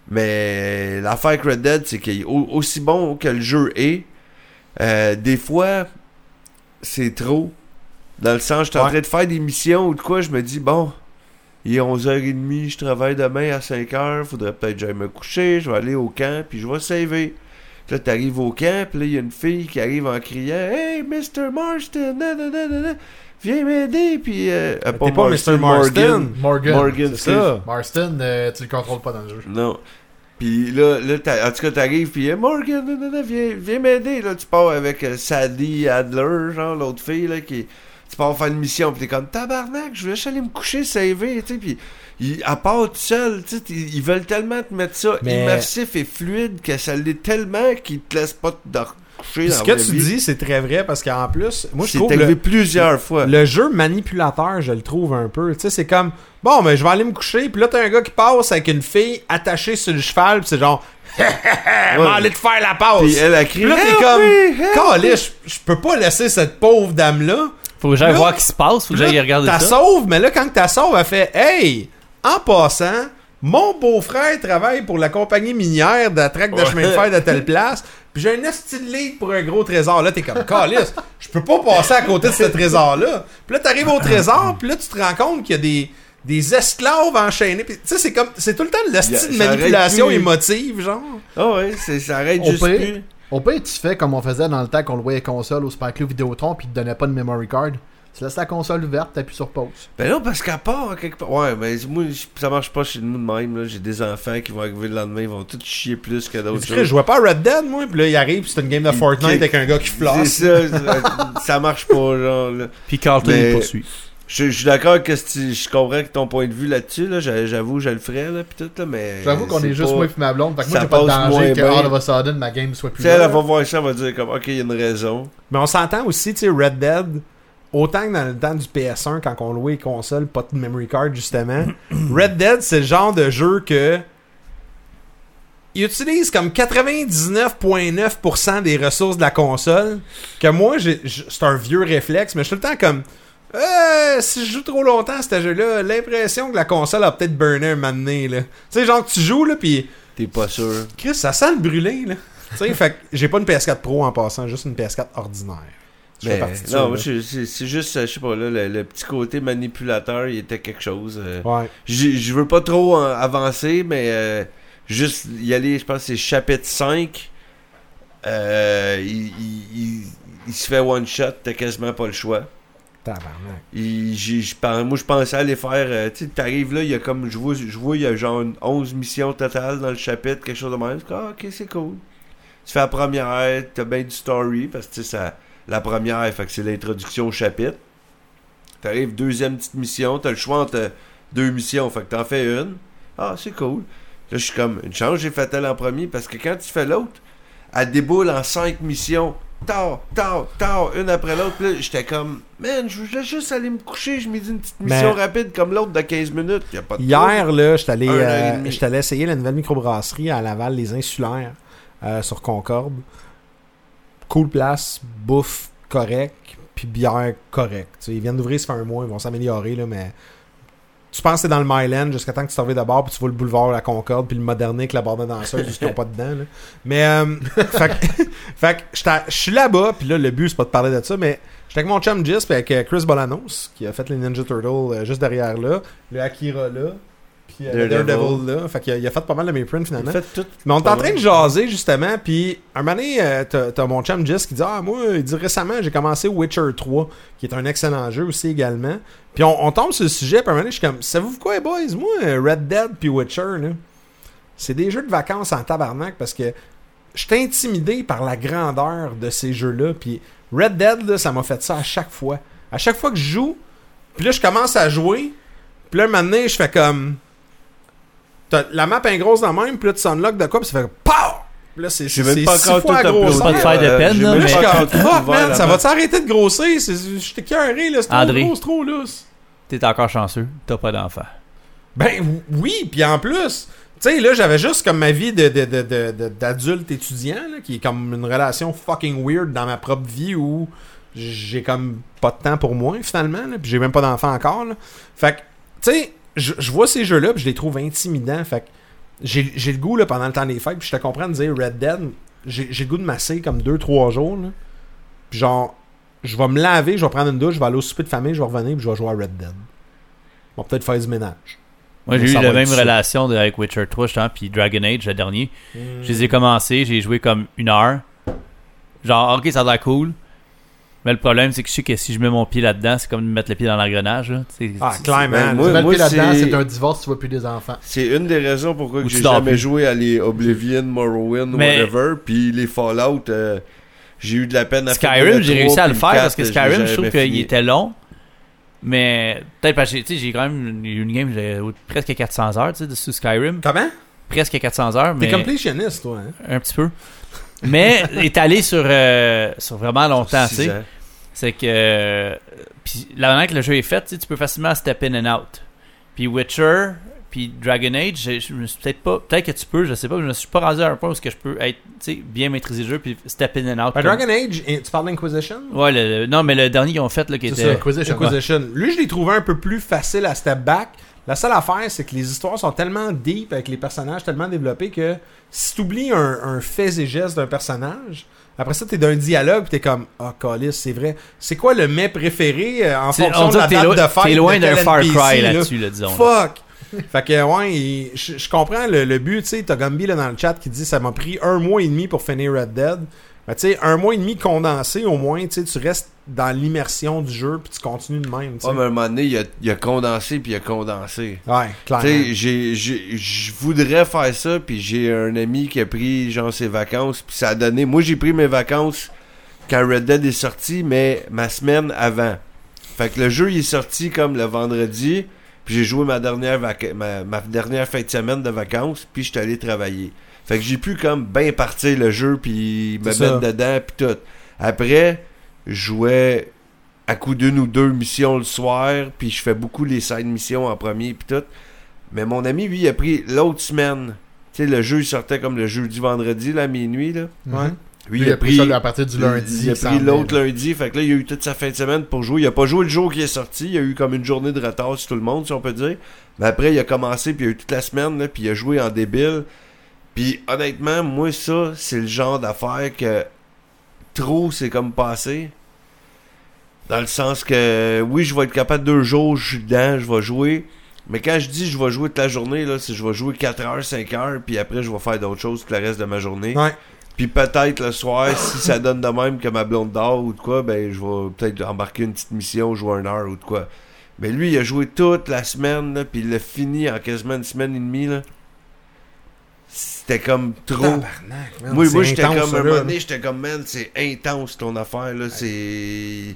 S4: Mais l'affaire avec Red Dead, c'est qu'il au- aussi bon que le jeu est, euh, des fois, c'est trop. Dans le sens, je suis en
S3: Ouais.
S4: train de faire des missions ou de quoi, je me dis, bon, il est 11h30, je travaille demain à 5h, faudrait peut-être que j'aille me coucher, je vais aller au camp, puis je vais saver. Puis Là, t'arrives au camp, puis là, il y a une fille qui arrive en criant Hey, Mr. Marston, nanana, nanana, viens m'aider, puis. Euh, euh,
S3: T'es pas Mr. Marston.
S2: Morgan.
S4: Morgan,
S3: C'est ça.
S2: Marston, euh, tu le contrôles pas dans le jeu.
S4: Non. Puis là, là t'as- en tout cas, t'arrives, puis hey, Morgan, nanana, viens, viens m'aider. Là, tu pars avec euh, Sadie Adler, genre l'autre fille, là, qui. Tu pars faire une mission, puis t'es comme tabarnak, je voulais juste aller me coucher, saver, tu sais, puis. ils- à part tout seul, tu sais, t- ils veulent tellement te mettre ça
S3: Mais-
S4: immersif et fluide que ça l'est tellement qu'ils te laissent pas te dor- coucher
S3: Puis
S4: dans
S3: ce
S4: la
S3: que
S4: vraie
S3: tu
S4: vie.
S3: dis, c'est très vrai parce qu'en plus, moi, je
S4: C'est
S3: trouve
S4: arrivé
S3: le,
S4: plusieurs fois.
S3: le jeu manipulateur, je le trouve un peu. Tu sais, c'est comme, bon, mais je vais aller me coucher, puis là, t'as un gars qui passe avec une fille attachée sur le cheval, puis c'est genre, elle m'a allé te faire la passe.
S4: Puis
S3: Puis
S4: elle a crié.
S3: là, t'es
S4: Help me, help
S3: comme, calice, je je peux pas laisser cette pauvre dame-là.
S1: Faut que j'aille
S3: Là,
S1: voir ce qui se passe, faut que j'aille
S3: Là,
S1: regarder
S3: t'as
S1: ça.
S3: sauve, mais là, quand t'as sauve, elle fait Hey, en passant, mon beau-frère travaille pour la compagnie minière de la traque de chemin de fer de telle place, puis j'ai un esti de ligue pour un gros trésor. Là, t'es comme Calice, je peux pas passer à côté de ce trésor-là. Puis là, t'arrives au trésor, puis là, tu te rends compte qu'il y a des. Des esclaves enchaînés. Puis, Tu sais, c'est comme. C'est tout le temps de l'esti de
S4: Ça aurait
S3: manipulation
S4: pu-
S3: émotive, genre.
S4: Ah ouais, c'est- ça arrête
S2: Au
S4: juste
S2: pire-
S4: plus.
S2: Au pire, tu fais comme on faisait dans le temps qu'on louait les consoles au Spike Vidéotron puis ils te donnaient pas de memory card. Tu laisses la console ouverte, t'appuies sur pause.
S4: Ben non, parce qu'à part, quelque part. Ouais, mais moi, je- ça marche pas chez nous de même. là. J'ai des enfants qui vont arriver le lendemain, ils vont tous chier plus que d'autres
S3: Je
S4: choses.
S3: jouais pas à Red Dead, moi, puis là, il arrive, puis c'est une game de Fortnite avec un gars qui
S4: C'est
S3: flosse.
S4: ça, ça, ça marche pas, genre. là.
S1: Puis Carlton
S4: Mais-
S1: il poursuit.
S4: Je, je suis d'accord que si- je comprends que ton point de vue là-dessus, là, j'a- j'avoue, je le ferais, là, pis tout, là, mais.
S2: J'avoue qu'on
S4: c'est
S2: est juste
S4: pas-
S2: moi et ma blonde, fait que moi
S4: ça
S2: j'ai pas de
S4: passe moins
S2: danger que
S4: bien.
S2: all of a sudden ma game soit plus
S4: Tu sais, elle
S2: là.
S4: elle va voir ça, elle va dire comme, ok, il y a une raison.
S3: Mais on s'entend aussi, tu sais, Red Dead, autant que dans le temps du PS1, quand on louait les consoles, pas de memory card, justement, Red Dead, c'est le genre de jeu que. Il utilise comme 99,9% des ressources de la console. Que moi, j'ai- j- c'est un vieux réflexe, mais je suis tout le temps comme. Euh, si je joue trop longtemps à ce jeu-là, l'impression que la console a peut-être burné un moment donné, là. Tu sais, genre, que tu joues, là, pis.
S4: T'es pas sûr.
S3: Chris, ça sent le brûlé, là. tu sais, fait que j'ai pas une PS4 Pro en passant, juste une PS4 ordinaire. Je fais
S4: Mais,
S3: partie de ça,
S4: Ben, non, moi,
S3: là.
S4: je- c'est c'est juste, euh, je sais pas, là, le, le petit côté manipulateur, il était quelque chose. euh,
S3: Ouais.
S4: J'ai- Je veux pas trop euh, avancer, mais euh, juste y aller, je pense que c'est chapitre 5. Euh, il, il- il- il se fait one shot, t'as quasiment pas le choix.
S3: Tabarnak.
S4: Il- j'ai- je pen- moi je pensais aller faire. euh, tu sais, t'arrives là, il y a comme. Je vois, je vois, il y a genre une 11 missions totales dans le chapitre, quelque chose de même. Ah, ok, c'est cool. Tu fais la première, t'as bien du story, parce que tu sais, ça- la première, fait que c'est l'introduction au chapitre. T'arrives, deuxième petite mission, t'as le choix entre deux missions, fait que t'en fais une. Ah, c'est cool. Là, je suis comme, une chance, j'ai fait elle en premier, parce que quand tu fais l'autre, elle déboule en cinq missions. Tard, tard, tard, une après l'autre. Puis Là, j'étais comme, man, je voulais juste aller me coucher, je me dis une petite mission
S3: Mais-
S4: rapide comme l'autre de 15 minutes. Y a pas de trouble.
S3: Hier, là, j'étais allé,
S4: Un an et
S3: euh,
S4: demi.
S3: j'étais allé essayer la nouvelle microbrasserie à Laval, les Insulaires, euh, sur Concorde. Cool place, bouffe correcte, puis bière correcte. Tu sais, ils viennent d'ouvrir, ça fait un mois, ils vont s'améliorer, là, mais. Tu penses que c'est dans le Myland jusqu'à temps que tu t'en vas d'abord, puis tu vois le boulevard, la Concorde, puis le Modernique, la barre de danseuse, ils sont pas dedans, là. Mais, euh, fait que- fait que j'étais à- je suis là-bas, puis là, le but, c'est pas de parler de ça, mais j'étais avec mon chum Jis, puis avec euh, Chris Bolanos, qui a fait les Ninja Turtles euh, juste derrière là, le Akira là, puis euh, le
S4: Daredevil.
S3: Daredevil là. Fait qu'il a, il a fait pas mal de mes prints, finalement.
S4: Faites tout
S3: Mais on est en
S4: Ouais.
S3: train de jaser, justement, puis un moment donné, euh, t'as t'as mon chum Jess qui dit « Ah, moi, il dit récemment, j'ai commencé Witcher 3, qui est un excellent jeu aussi, également. » Puis on, on tombe sur le sujet, puis un moment donné, je suis comme « Savez-vous quoi, les boys? Moi, euh, Red Dead puis Witcher, là, c'est des jeux de vacances en tabarnak, parce que je suis intimidé par la grandeur de ces jeux-là, puis Red Dead, là, ça m'a fait ça à chaque fois. À chaque fois que je joue, puis là, je commence à jouer, puis là, un moment donné, je fais comme... T'as la map est grosse dans la même, puis là, tu unlocks de quoi, puis ça fait POW! Puis là, c'est
S4: J'ai
S3: c'est
S4: même pas
S3: six
S4: encore tout
S3: fois la
S4: applaudi.
S3: grosseur.
S1: Pas de faire de
S4: Euh,
S1: peine,
S4: j'ai
S1: là,
S3: Puis là,
S4: même
S3: je suis
S4: pas
S3: comme,
S4: encore tout
S3: fuck,
S4: ouvert,
S3: man,
S4: la
S3: ça
S4: main.
S3: va s'arrêter de grossir? C'est- J'étais carré, là, c'est trop
S1: André.
S3: gros, c'est trop lousse.
S1: T'es encore chanceux, t'as pas d'enfant.
S3: Ben oui, puis en plus, tu sais, là, j'avais juste comme ma vie de, de, de, de- de- d'adulte étudiant, là, qui est comme une relation fucking weird dans ma propre vie où j'ai comme pas de temps pour moi, finalement, là, puis j'ai même pas d'enfant encore. là. Fait que, tu sais, je je vois ces jeux-là, puis je les trouve intimidants. Fait que j'ai j'ai le goût, là, pendant le temps des fêtes, puis je te comprends de dire Red Dead, j'ai j'ai le goût de masser comme 2-3 jours, là. Puis genre, je vais me laver, je vais prendre une douche, je vais aller au souper de famille, je vais revenir, puis je vais jouer à Red Dead. On va peut-être faire du ménage.
S1: Moi,
S3: Mais
S1: j'ai eu
S3: ça
S1: la
S3: va
S1: même
S3: être ça.
S1: relation de- avec Witcher 3, justement, puis Dragon Age, le dernier.
S3: Hmm.
S1: Je les ai commencé, j'ai joué comme une heure. Genre, ok, ça a l'air cool. Mais le problème, c'est que je sais que si je mets mon pied là-dedans, c'est comme de mettre le pied dans l'engrenage. là. C'est-
S3: Ah,
S1: c'est-
S3: clairement.
S4: Ben,
S3: là.
S2: Tu mets le
S4: Moi,
S2: pied là-dedans,
S4: c'est-
S2: c'est un divorce, tu vois plus des enfants.
S4: C'est une des raisons pourquoi
S1: Ou
S4: que
S1: tu
S4: j'ai
S1: dors
S4: jamais
S1: plus.
S4: joué à les Oblivion, Morrowind,
S1: Mais-
S4: whatever, puis les Fallout, euh, j'ai eu de la peine à finir
S1: Skyrim,
S4: le
S1: j'ai
S4: trois,
S1: réussi à
S4: puis
S1: le faire parce que
S4: quatre, l'ai
S1: Skyrim, je
S4: jamais
S1: trouve
S4: fini.
S1: qu'il était long. Mais peut-être parce que tu sais, j'ai quand même eu une game, j'ai presque 400 heures tu sais, dessus Skyrim.
S3: Comment?
S1: Presque 400 heures, mais
S3: T'es complétionniste, toi. Hein?
S1: un petit peu. Mais étalé sur, euh, sur vraiment longtemps. tu
S4: Six
S1: sais.
S4: ans.
S1: C'est que. euh, Puis la manière que le jeu est fait, tu sais, tu peux facilement step in and out. Puis Witcher, puis Dragon Age, je, je me suis peut-être pas. Peut-être que tu peux, je sais pas, mais je me suis pas rendu à un point où ce que je peux être, tu sais, bien maîtriser le jeu, puis step in and out. comme-
S3: Ben, Dragon Age, et- tu parles d'Inquisition?
S1: Ouais, le- le- non, mais le dernier qu'ils ont fait, là, qui
S2: C'est
S1: était.
S2: ça, Acquisition.
S3: Inquisition. Lui, je l'ai trouvé un peu plus facile à step back. La seule affaire, c'est que les histoires sont tellement deep avec les personnages tellement développés que si t'oublies un, un fait et geste d'un personnage, après ça, t'es d'un dialogue pis t'es comme Ah, calice, c'est vrai. C'est quoi le mets préféré euh, en
S1: C'est-
S3: fonction de
S1: dirait
S3: la
S1: que t'es
S3: date
S1: lo-
S3: de fête?
S1: T'es loin
S3: de
S1: d'un
S3: quel
S1: Far
S3: NPC,
S1: Cry
S3: là?
S1: là-dessus, là, disons. là.
S3: Fuck! fait que, ouais, il- je je comprends le, le but, tu sais, t'as Gumby là, dans le chat qui dit ça m'a pris un mois et demi pour finir Red Dead. Mais tu sais, un mois et demi condensé, au moins, tu sais, tu restes dans l'immersion du jeu, puis tu continues de même. tu sais.
S4: Ouais, mais à un moment donné, il a, il a condensé, puis il a condensé.
S3: Ouais,
S4: Tu sais,
S3: clairement.
S4: j'ai- j'ai- je voudrais faire ça, puis j'ai un ami qui a pris, genre, ses vacances, puis ça a donné... Moi, j'ai pris mes vacances quand Red Dead est sorti, mais ma semaine avant. Fait que le jeu, il est sorti comme le vendredi, puis j'ai joué ma dernière, vaca- ma, ma dernière fin de semaine de vacances, puis j'étais allé travailler. Fait que j'ai pu, comme, bien partir le jeu, puis me
S3: C'est ça.
S4: mettre dedans, puis tout. Après, je jouais à coup d'une ou deux missions le soir, puis je fais beaucoup les side missions en premier, puis tout. Mais mon ami, lui, il a pris l'autre semaine. Tu sais, le jeu, il sortait comme le jeudi, vendredi, là, à minuit, là.
S2: Ouais. Mhm. Lui,
S4: Lui,
S2: il a pris ça à partir du lundi.
S4: Il a
S2: il semble.
S4: pris l'autre lundi, fait que là, il a eu toute sa fin de semaine pour jouer. Il a pas joué le jour qui est sorti, il a eu comme une journée de retard sur tout le monde, si on peut dire. Mais après, il a commencé, puis il a eu toute la semaine, là, puis il a joué en débile. Puis honnêtement, moi, ça, c'est le genre d'affaire que trop, c'est comme passé. Dans le sens que, oui, je vais être capable deux jours, je suis dedans, je vais jouer. Mais quand je dis je vais jouer toute la journée, là, c'est je vais jouer 4 heures, 5 heures, puis après, je vais faire d'autres choses tout le reste de ma journée.
S3: Ouais.
S4: Puis peut-être le soir, si ça donne de même que ma blonde dort ou de quoi, ben je vais peut-être embarquer une petite mission, jouer une heure ou de quoi. Mais lui, il a joué toute la semaine, là, puis il l'a fini en quasiment une semaine et demie. là. C'était comme trop.
S3: Tabarnak, man,
S4: Moi,
S3: c'est
S4: moi j'étais
S3: intense,
S4: comme,
S3: ça,
S4: un
S3: là.
S4: moment donné, j'étais comme, man, c'est intense ton affaire, là, c'est...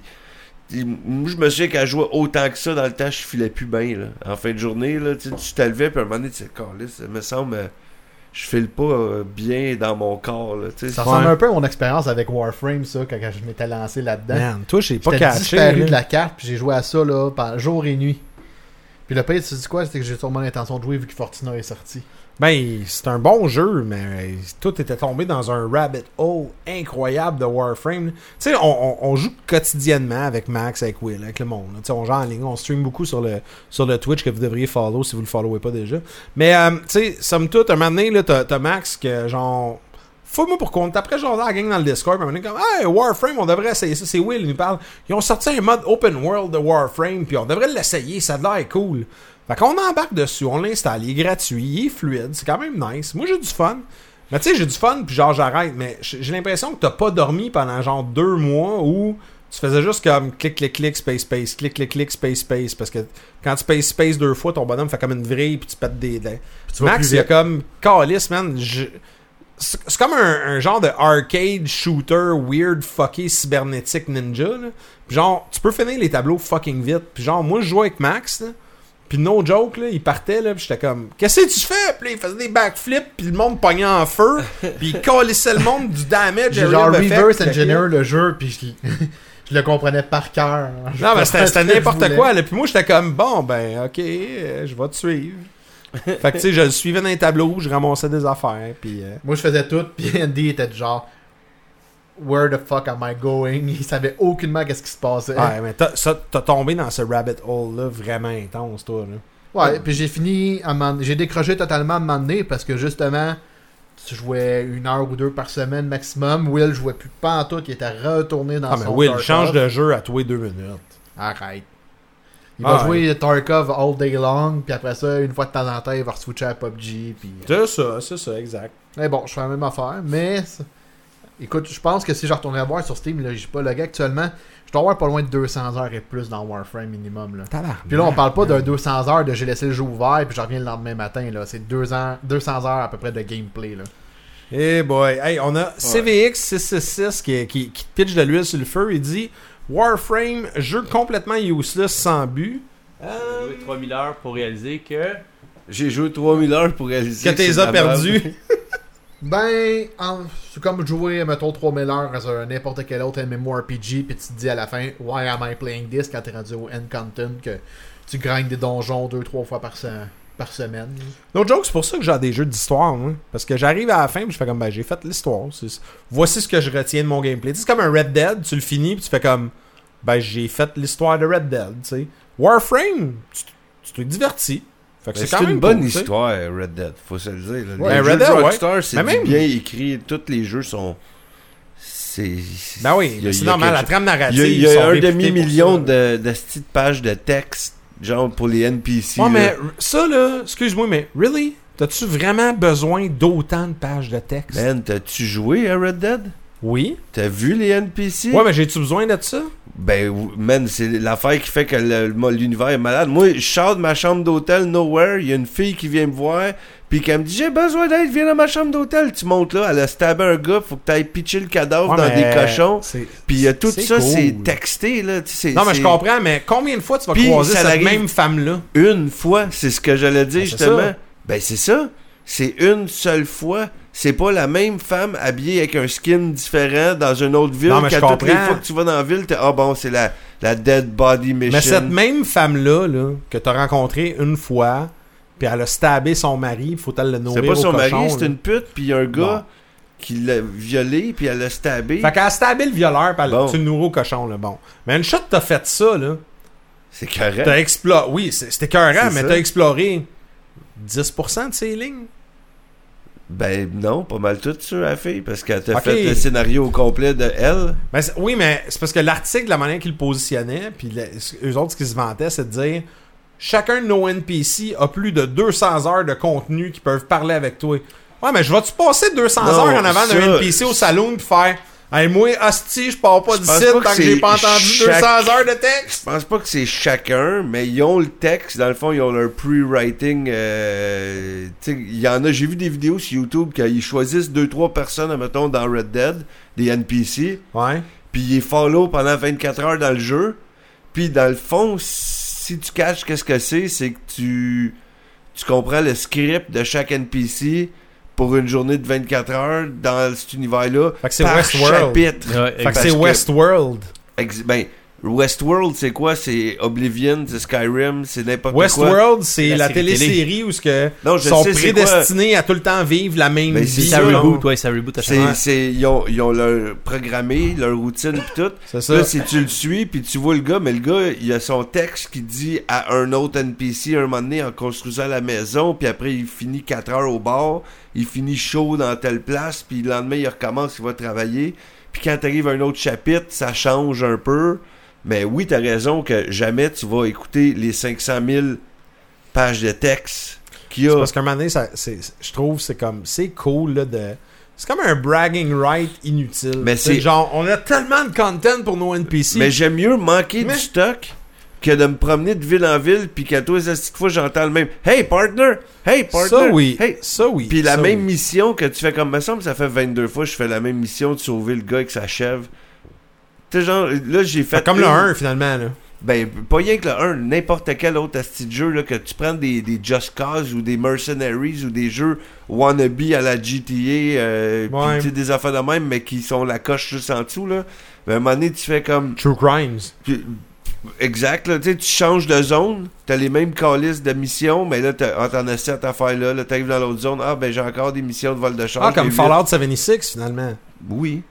S4: Il- Moi, je me souviens qu'à jouer autant que ça dans le temps, je filais plus bien, là. En fin de journée, là, tu sais, tu t'élevais, puis à un moment donné, tu sais, calisse, ça me semble, euh, je file pas euh, bien dans mon corps, là, tu sais.
S2: Ça ressemble
S3: Ouais.
S2: un peu à mon expérience avec Warframe, ça, quand quand je m'étais lancé là-dedans.
S3: Man, toi, j'ai pas
S2: J'étais
S3: caché.
S2: disparu
S3: là.
S2: de la carte, puis j'ai joué à ça, là, pendant jour et nuit. Puis le pire, tu dis quoi, c'était que j'ai sûrement l'intention de jouer vu que Fortina est sorti.
S3: Ben, c'est un bon jeu, mais tout était tombé dans un rabbit hole incroyable de Warframe. Tu sais, on, on- on joue quotidiennement avec Max, avec Will, avec le monde. là. Tu sais, on joue en ligne, on stream beaucoup sur le, sur le Twitch que vous devriez follow si vous le followez pas déjà. Mais, euh, tu sais, somme toute, un moment donné, là, t'as, t'as Max que, genre... Fous-moi pour compte. Après, j'en ai la gang dans le Discord. puis un moment donné, comme, hey, Warframe, on devrait essayer ça. C'est Will, il nous parle. Ils ont sorti un mode open world de Warframe, puis on devrait l'essayer. Ça a l'air cool. Fait qu'on embarque dessus, on l'installe, il est gratuit, il est fluide, c'est quand même nice. Moi j'ai du fun. Mais tu sais, j'ai du fun, puis genre j'arrête, mais j- j'ai l'impression que t'as pas dormi pendant genre deux mois où tu faisais juste comme clic, clic, clic, space, space, clic, clic, clic, space, space. Parce que quand tu space, space deux fois, ton bonhomme fait comme une vrille, puis tu pètes des dents.
S2: Puis tu vas
S3: Max,
S2: plus
S3: il a
S2: vite.
S3: comme Calis, man. je- C'est c'est comme un, un genre de arcade shooter weird fucké cybernétique ninja. Là. Puis genre, tu peux finir les tableaux fucking vite. Puis genre, moi, je jouais avec Max. Là, puis no joke, là, il partait, là, puis j'étais comme, qu'est-ce que tu fais? Puis là, il faisait des backflips, puis le monde pognait en feu, puis il collissait le monde du damage.
S2: J'ai
S3: area
S2: genre
S3: of effect,
S2: reverse
S3: puis-
S2: engineer le jeu, puis je, je le comprenais par cœur. Je
S3: Non, mais
S2: comprenais
S3: c'était c'était
S2: ce que je
S3: n'importe
S2: voulais.
S3: quoi. Là. Puis moi, j'étais comme, bon, ben, ok, euh, je vais te suivre. fait que, tu sais, je le suivais dans les tableaux, je ramassais des affaires, puis... euh,
S2: Moi, je faisais tout, puis Andy était du genre Where the fuck am I going? Il savait aucunement qu'est-ce qui se passait.
S3: Ouais, mais t'as ça, t'as tombé dans ce rabbit hole-là vraiment intense, toi. Là.
S2: Ouais, puis j'ai fini, à m'en- j'ai décroché totalement à un moment donné parce que justement, tu jouais une heure ou deux par semaine maximum. Will jouait plus pas en tout, il était retourné dans
S3: Ah, mais
S2: son
S3: Will,
S2: Tarkov.
S3: change de jeu à tous les deux minutes.
S2: Arrête. Il
S3: Ah,
S2: va jouer Tarkov all day long, puis après ça, une fois de temps en temps, il va switcher à PUBG. Puis...
S3: C'est ça, c'est ça, exact.
S2: Mais bon, je fais la même affaire, mais... c'est- Écoute, je pense que si je retournerais voir sur Steam, là, j'ai pas le gars actuellement, je dois avoir pas loin de 200 heures et plus dans Warframe minimum, là. Puis là, on parle pas d'un 200 heures de j'ai laissé le jeu ouvert puis je reviens le lendemain matin. là. C'est deux ans- 200 heures à peu près de gameplay. Là.
S3: Eh boy, hey, on a CVX666 qui, qui, qui te pitch de l'huile sur le feu. Il dit Warframe, jeu complètement useless sans but.
S1: J'ai joué 3000 heures pour réaliser que.
S4: J'ai joué 3000 heures pour réaliser
S3: Que t'es
S4: c'est
S3: as
S4: de la merde.
S3: perdu.
S2: Ben, en- c'est comme jouer, mettons, 3000 heures dans un n'importe quel autre MMORPG puis tu te dis à la fin, why am I playing this quand t'es rendu au end content que tu grindes des donjons deux, trois fois par, se- par semaine.
S3: L'autre joke, c'est pour ça que j'ai des jeux d'histoire. moi. Parce que j'arrive à la fin, puis je fais comme, ben, j'ai fait l'histoire. C'est- Voici ce que je retiens de mon gameplay. Tu sais, C'est comme un Red Dead, tu le finis, puis tu fais comme, ben, j'ai fait l'histoire de Red Dead. tu sais. Warframe, tu, tu te divertis. Fait que
S4: Mais
S3: quand
S4: Ben, C'est
S3: même
S4: une bonne
S3: cool, tu sais.
S4: histoire, Red Dead, faut se le dire. là.
S3: Ouais,
S4: les
S3: Red
S4: jeux
S3: Dead,
S4: de
S3: ouais.
S4: Rockstar, c'est
S3: Mais
S4: du
S3: même-
S4: bien écrit, tous les jeux sont... C'est...
S3: Ben oui,
S4: il y a-
S3: mais
S4: il
S3: c'est
S4: y a
S3: normal,
S4: quelque
S3: la trame
S4: Il y
S3: narrative.
S4: a, il y a
S3: Ah, ils sont
S4: un
S3: réputés pour
S4: demi-million
S3: ça.
S4: de, de petites pages de texte, genre pour les NPC.
S3: Ouais,
S4: là.
S3: mais ça, là, excuse-moi, mais
S4: Ben,
S3: really? T'as-tu vraiment besoin d'autant de pages de texte?
S4: Man, t'as-tu joué à Red Dead?
S3: Oui.
S4: T'as vu les NPC?
S3: Ouais, mais j'ai-tu besoin de ça?
S4: Ben, ou- man, c'est l'affaire qui fait que le- le- l'univers est malade. Moi, je sors de ma chambre d'hôtel, nowhere, il y a une fille qui vient me voir, puis qui me dit « J'ai besoin d'aide, viens dans ma chambre d'hôtel. » Tu montes là, elle a stabé un gars, faut que t'ailles pitcher le cadavre
S3: Ouais,
S4: dans
S3: mais
S4: des cochons.
S3: c'est-
S4: Puis euh, tout
S3: c'est
S4: ça, c'est
S3: cool.
S4: texté, là. tu sais,
S3: Non, mais je
S4: c'est-
S3: comprends, mais combien de fois tu vas
S4: Puis,
S3: croiser
S4: ça
S3: cette
S4: l'arrive.
S3: même femme-là?
S4: Une fois, c'est ce que j'allais dire,
S3: Ben, c'est
S4: justement.
S3: ça.
S4: Ben, c'est ça. C'est une seule fois. C'est pas la même femme habillée avec un skin différent dans une autre ville
S3: Non, mais
S4: qu'à
S3: je
S4: toutes les
S3: comprends.
S4: fois que tu vas dans la ville, t'es « Ah bon, c'est la, la dead body mission.
S3: Mais » cette même femme-là, là, que t'as rencontrée une fois, puis elle a stabé son mari, faut elle le
S4: C'est
S3: nourrir
S4: pas
S3: au
S4: son
S3: cochon,
S4: mari, c'est
S3: là.
S4: une pute, puis il y a un gars
S3: Non.
S4: qui l'a violé, puis elle l'a stabé.
S3: Fait qu'elle a stabé le violeur, puis elle-
S4: Bon.
S3: tu le nourris au cochon, là, bon. Mais une shot, t'as fait ça, là.
S4: C'est correct.
S3: T'as exploré... Oui, c'est- c'était écœurant,
S4: C'est
S3: mais
S4: ça.
S3: t'as exploré 10% de ces lignes.
S4: Ben non, pas mal tout ça, la fille, parce qu'elle t'a
S3: Ok.
S4: fait le scénario au complet de elle.
S3: Ben, c'est- oui, mais c'est parce que l'article, la manière qu'ils le positionnaient, puis le- ce- eux autres, ce qu'ils se vantaient, c'est de dire chacun de nos NPC a plus de 200 heures de contenu qui peuvent parler avec toi. Ouais, mais je vais-tu passer 200
S4: Non,
S3: heures en avant
S4: ça,
S3: d'un NPC au
S4: je-
S3: salon puis faire Hey, moi, hostie, je pars pas
S4: Je
S3: du
S4: pense
S3: site
S4: pas que
S3: tant que j'ai
S4: c'est
S3: pas entendu
S4: chaque-
S3: 200 heures de texte.
S4: Je pense pas que c'est chacun, mais ils ont le texte. Dans le fond, ils ont leur pre-writing. euh, tu sais, il y en a, j'ai vu des vidéos sur YouTube qu'ils choisissent deux, trois personnes, mettons, dans Red Dead, des NPC,
S3: Ouais.
S4: puis ils les follow pendant 24 heures dans le jeu. Puis dans le fond, si tu caches qu'est-ce que c'est, c'est que tu tu comprends le script de chaque NPC pour une journée de 24 heures dans cet univers-là.
S3: Fait que c'est
S4: par
S3: Westworld.
S4: chapitre.
S3: Fait que
S4: parce
S3: c'est
S4: que-
S3: Westworld.
S4: Ex- ben, Westworld, c'est quoi? C'est Oblivion, c'est Skyrim, c'est n'importe quoi.
S3: Westworld, c'est
S1: La
S3: la,
S1: série télé.
S3: télésérie où ce que
S4: Non, je
S3: sont
S4: sais, c'est
S3: prédestinés à tout le temps vivre la même
S4: Mais c'est
S3: vie.
S1: Ça
S4: sûr,
S1: reboot, ouais, ça reboot à chaque
S4: C'est,
S1: fois.
S4: c'est, ils, ont, ils ont leur programmé, leur routine pis tout.
S3: C'est ça.
S4: Là, si tu le suis puis tu vois le gars, mais le gars, il a son texte qui dit à un autre NPC un moment donné en construisant la maison, puis après il finit 4 heures au bar, il finit chaud dans telle place, puis le lendemain il recommence, il va travailler. Puis quand t'arrives à un autre chapitre, ça change un peu. Mais oui, t'as raison que jamais tu vas écouter les 500 000 pages de texte qu'il y
S3: C'est
S4: a.
S3: parce qu'à un moment donné, ça- c'est- je trouve c'est comme c'est cool là, de. C'est comme un bragging right inutile.
S4: Mais
S3: Tu sais,
S4: c'est-
S3: genre on a tellement de content pour nos NPC.
S4: Mais j'aime mieux manquer
S3: Mais-
S4: du stock que de me promener de ville en ville puis qu'à tous les astis de fois j'entends le même Hey partner! Hey partner!
S3: ça oui,
S4: Hey!
S3: ça oui.
S4: Puis la
S3: ça,
S4: même
S3: oui.
S4: mission que tu fais comme me semble, ça fait 22 fois que je fais la même mission de sauver le gars avec sa chèvre. Tu sais, genre, là j'ai
S3: Fait
S4: fait.
S3: comme
S4: une-
S3: le 1 finalement là.
S4: Ben, pas rien que le 1, n'importe quel autre asti de jeu, là, que tu prends des, des Just Cause ou des Mercenaries ou des jeux wannabe à la GTA, euh, pis,
S3: Ouais.
S4: tu sais, des affaires de même, mais qui sont la coche juste en dessous, là. Ben, à un moment donné, tu fais comme.
S3: True Crimes.
S4: Tu- Exact, là, tu sais, tu changes de zone, t'as les mêmes calices de missions, mais là, t'as- ah, t'en as cette affaire-là, là, t'arrives dans l'autre zone, ah, ben j'ai encore des missions de vol de charge.
S3: Ah comme
S4: les
S3: Fallout 76 finalement.
S4: huit. Oui.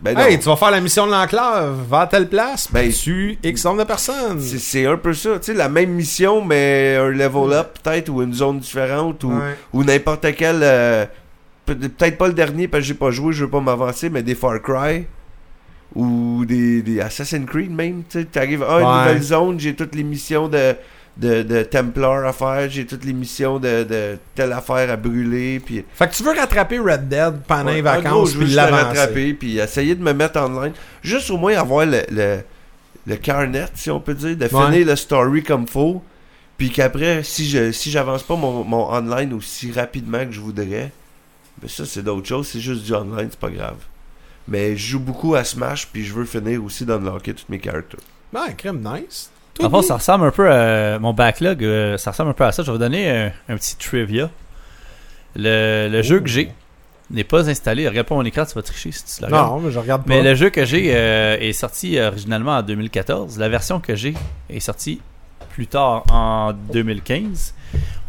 S4: Ben non.
S3: Hey, tu vas faire la mission de l'enclave, va à telle place,
S4: Ben,
S3: puis tu X nombre de personnes.
S4: C'est- C'est un peu ça, tu sais, la même mission, mais un level up peut-être, ou une zone différente, ou,
S3: Ouais.
S4: ou n'importe quel... euh, peut- peut-être pas le dernier, parce que j'ai pas joué, je veux pas m'avancer, mais des Far Cry, ou des, des Assassin's Creed même, tu sais, t'arrives, ah, une
S3: Ouais.
S4: nouvelle zone, j'ai toutes les missions de, de, de Templar à faire, j'ai toutes les missions de, de telle affaire à brûler, puis...
S3: Fait que tu veux rattraper Red Dead pendant les
S4: Ouais, en gros,
S3: vacances
S4: je veux
S3: puis
S4: juste le
S3: l'avancer.
S4: rattraper, puis essayer de me mettre en ligne, juste au moins avoir le, le, le cœur net, si on peut dire, de
S3: Ouais.
S4: finir le story comme faut, puis qu'après, si je si j'avance pas mon, mon online aussi rapidement que je voudrais, mais ça c'est d'autres choses, c'est juste du online, c'est pas grave. Mais je joue beaucoup à Smash, puis je veux finir aussi d'unlocker tous mes characters.
S3: Ben, crème nice.
S1: En fond, ça ressemble un peu à mon backlog, euh, ça ressemble un peu à ça. Je vais vous donner un, un petit trivia. Le, le jeu que j'ai n'est pas installé. Regarde pas mon écran, tu vas tricher si tu le regardes.
S3: Non, mais je regarde pas.
S1: Mais le jeu que j'ai euh, est sorti originalement en 2014. La version que j'ai est sortie plus tard en 2015.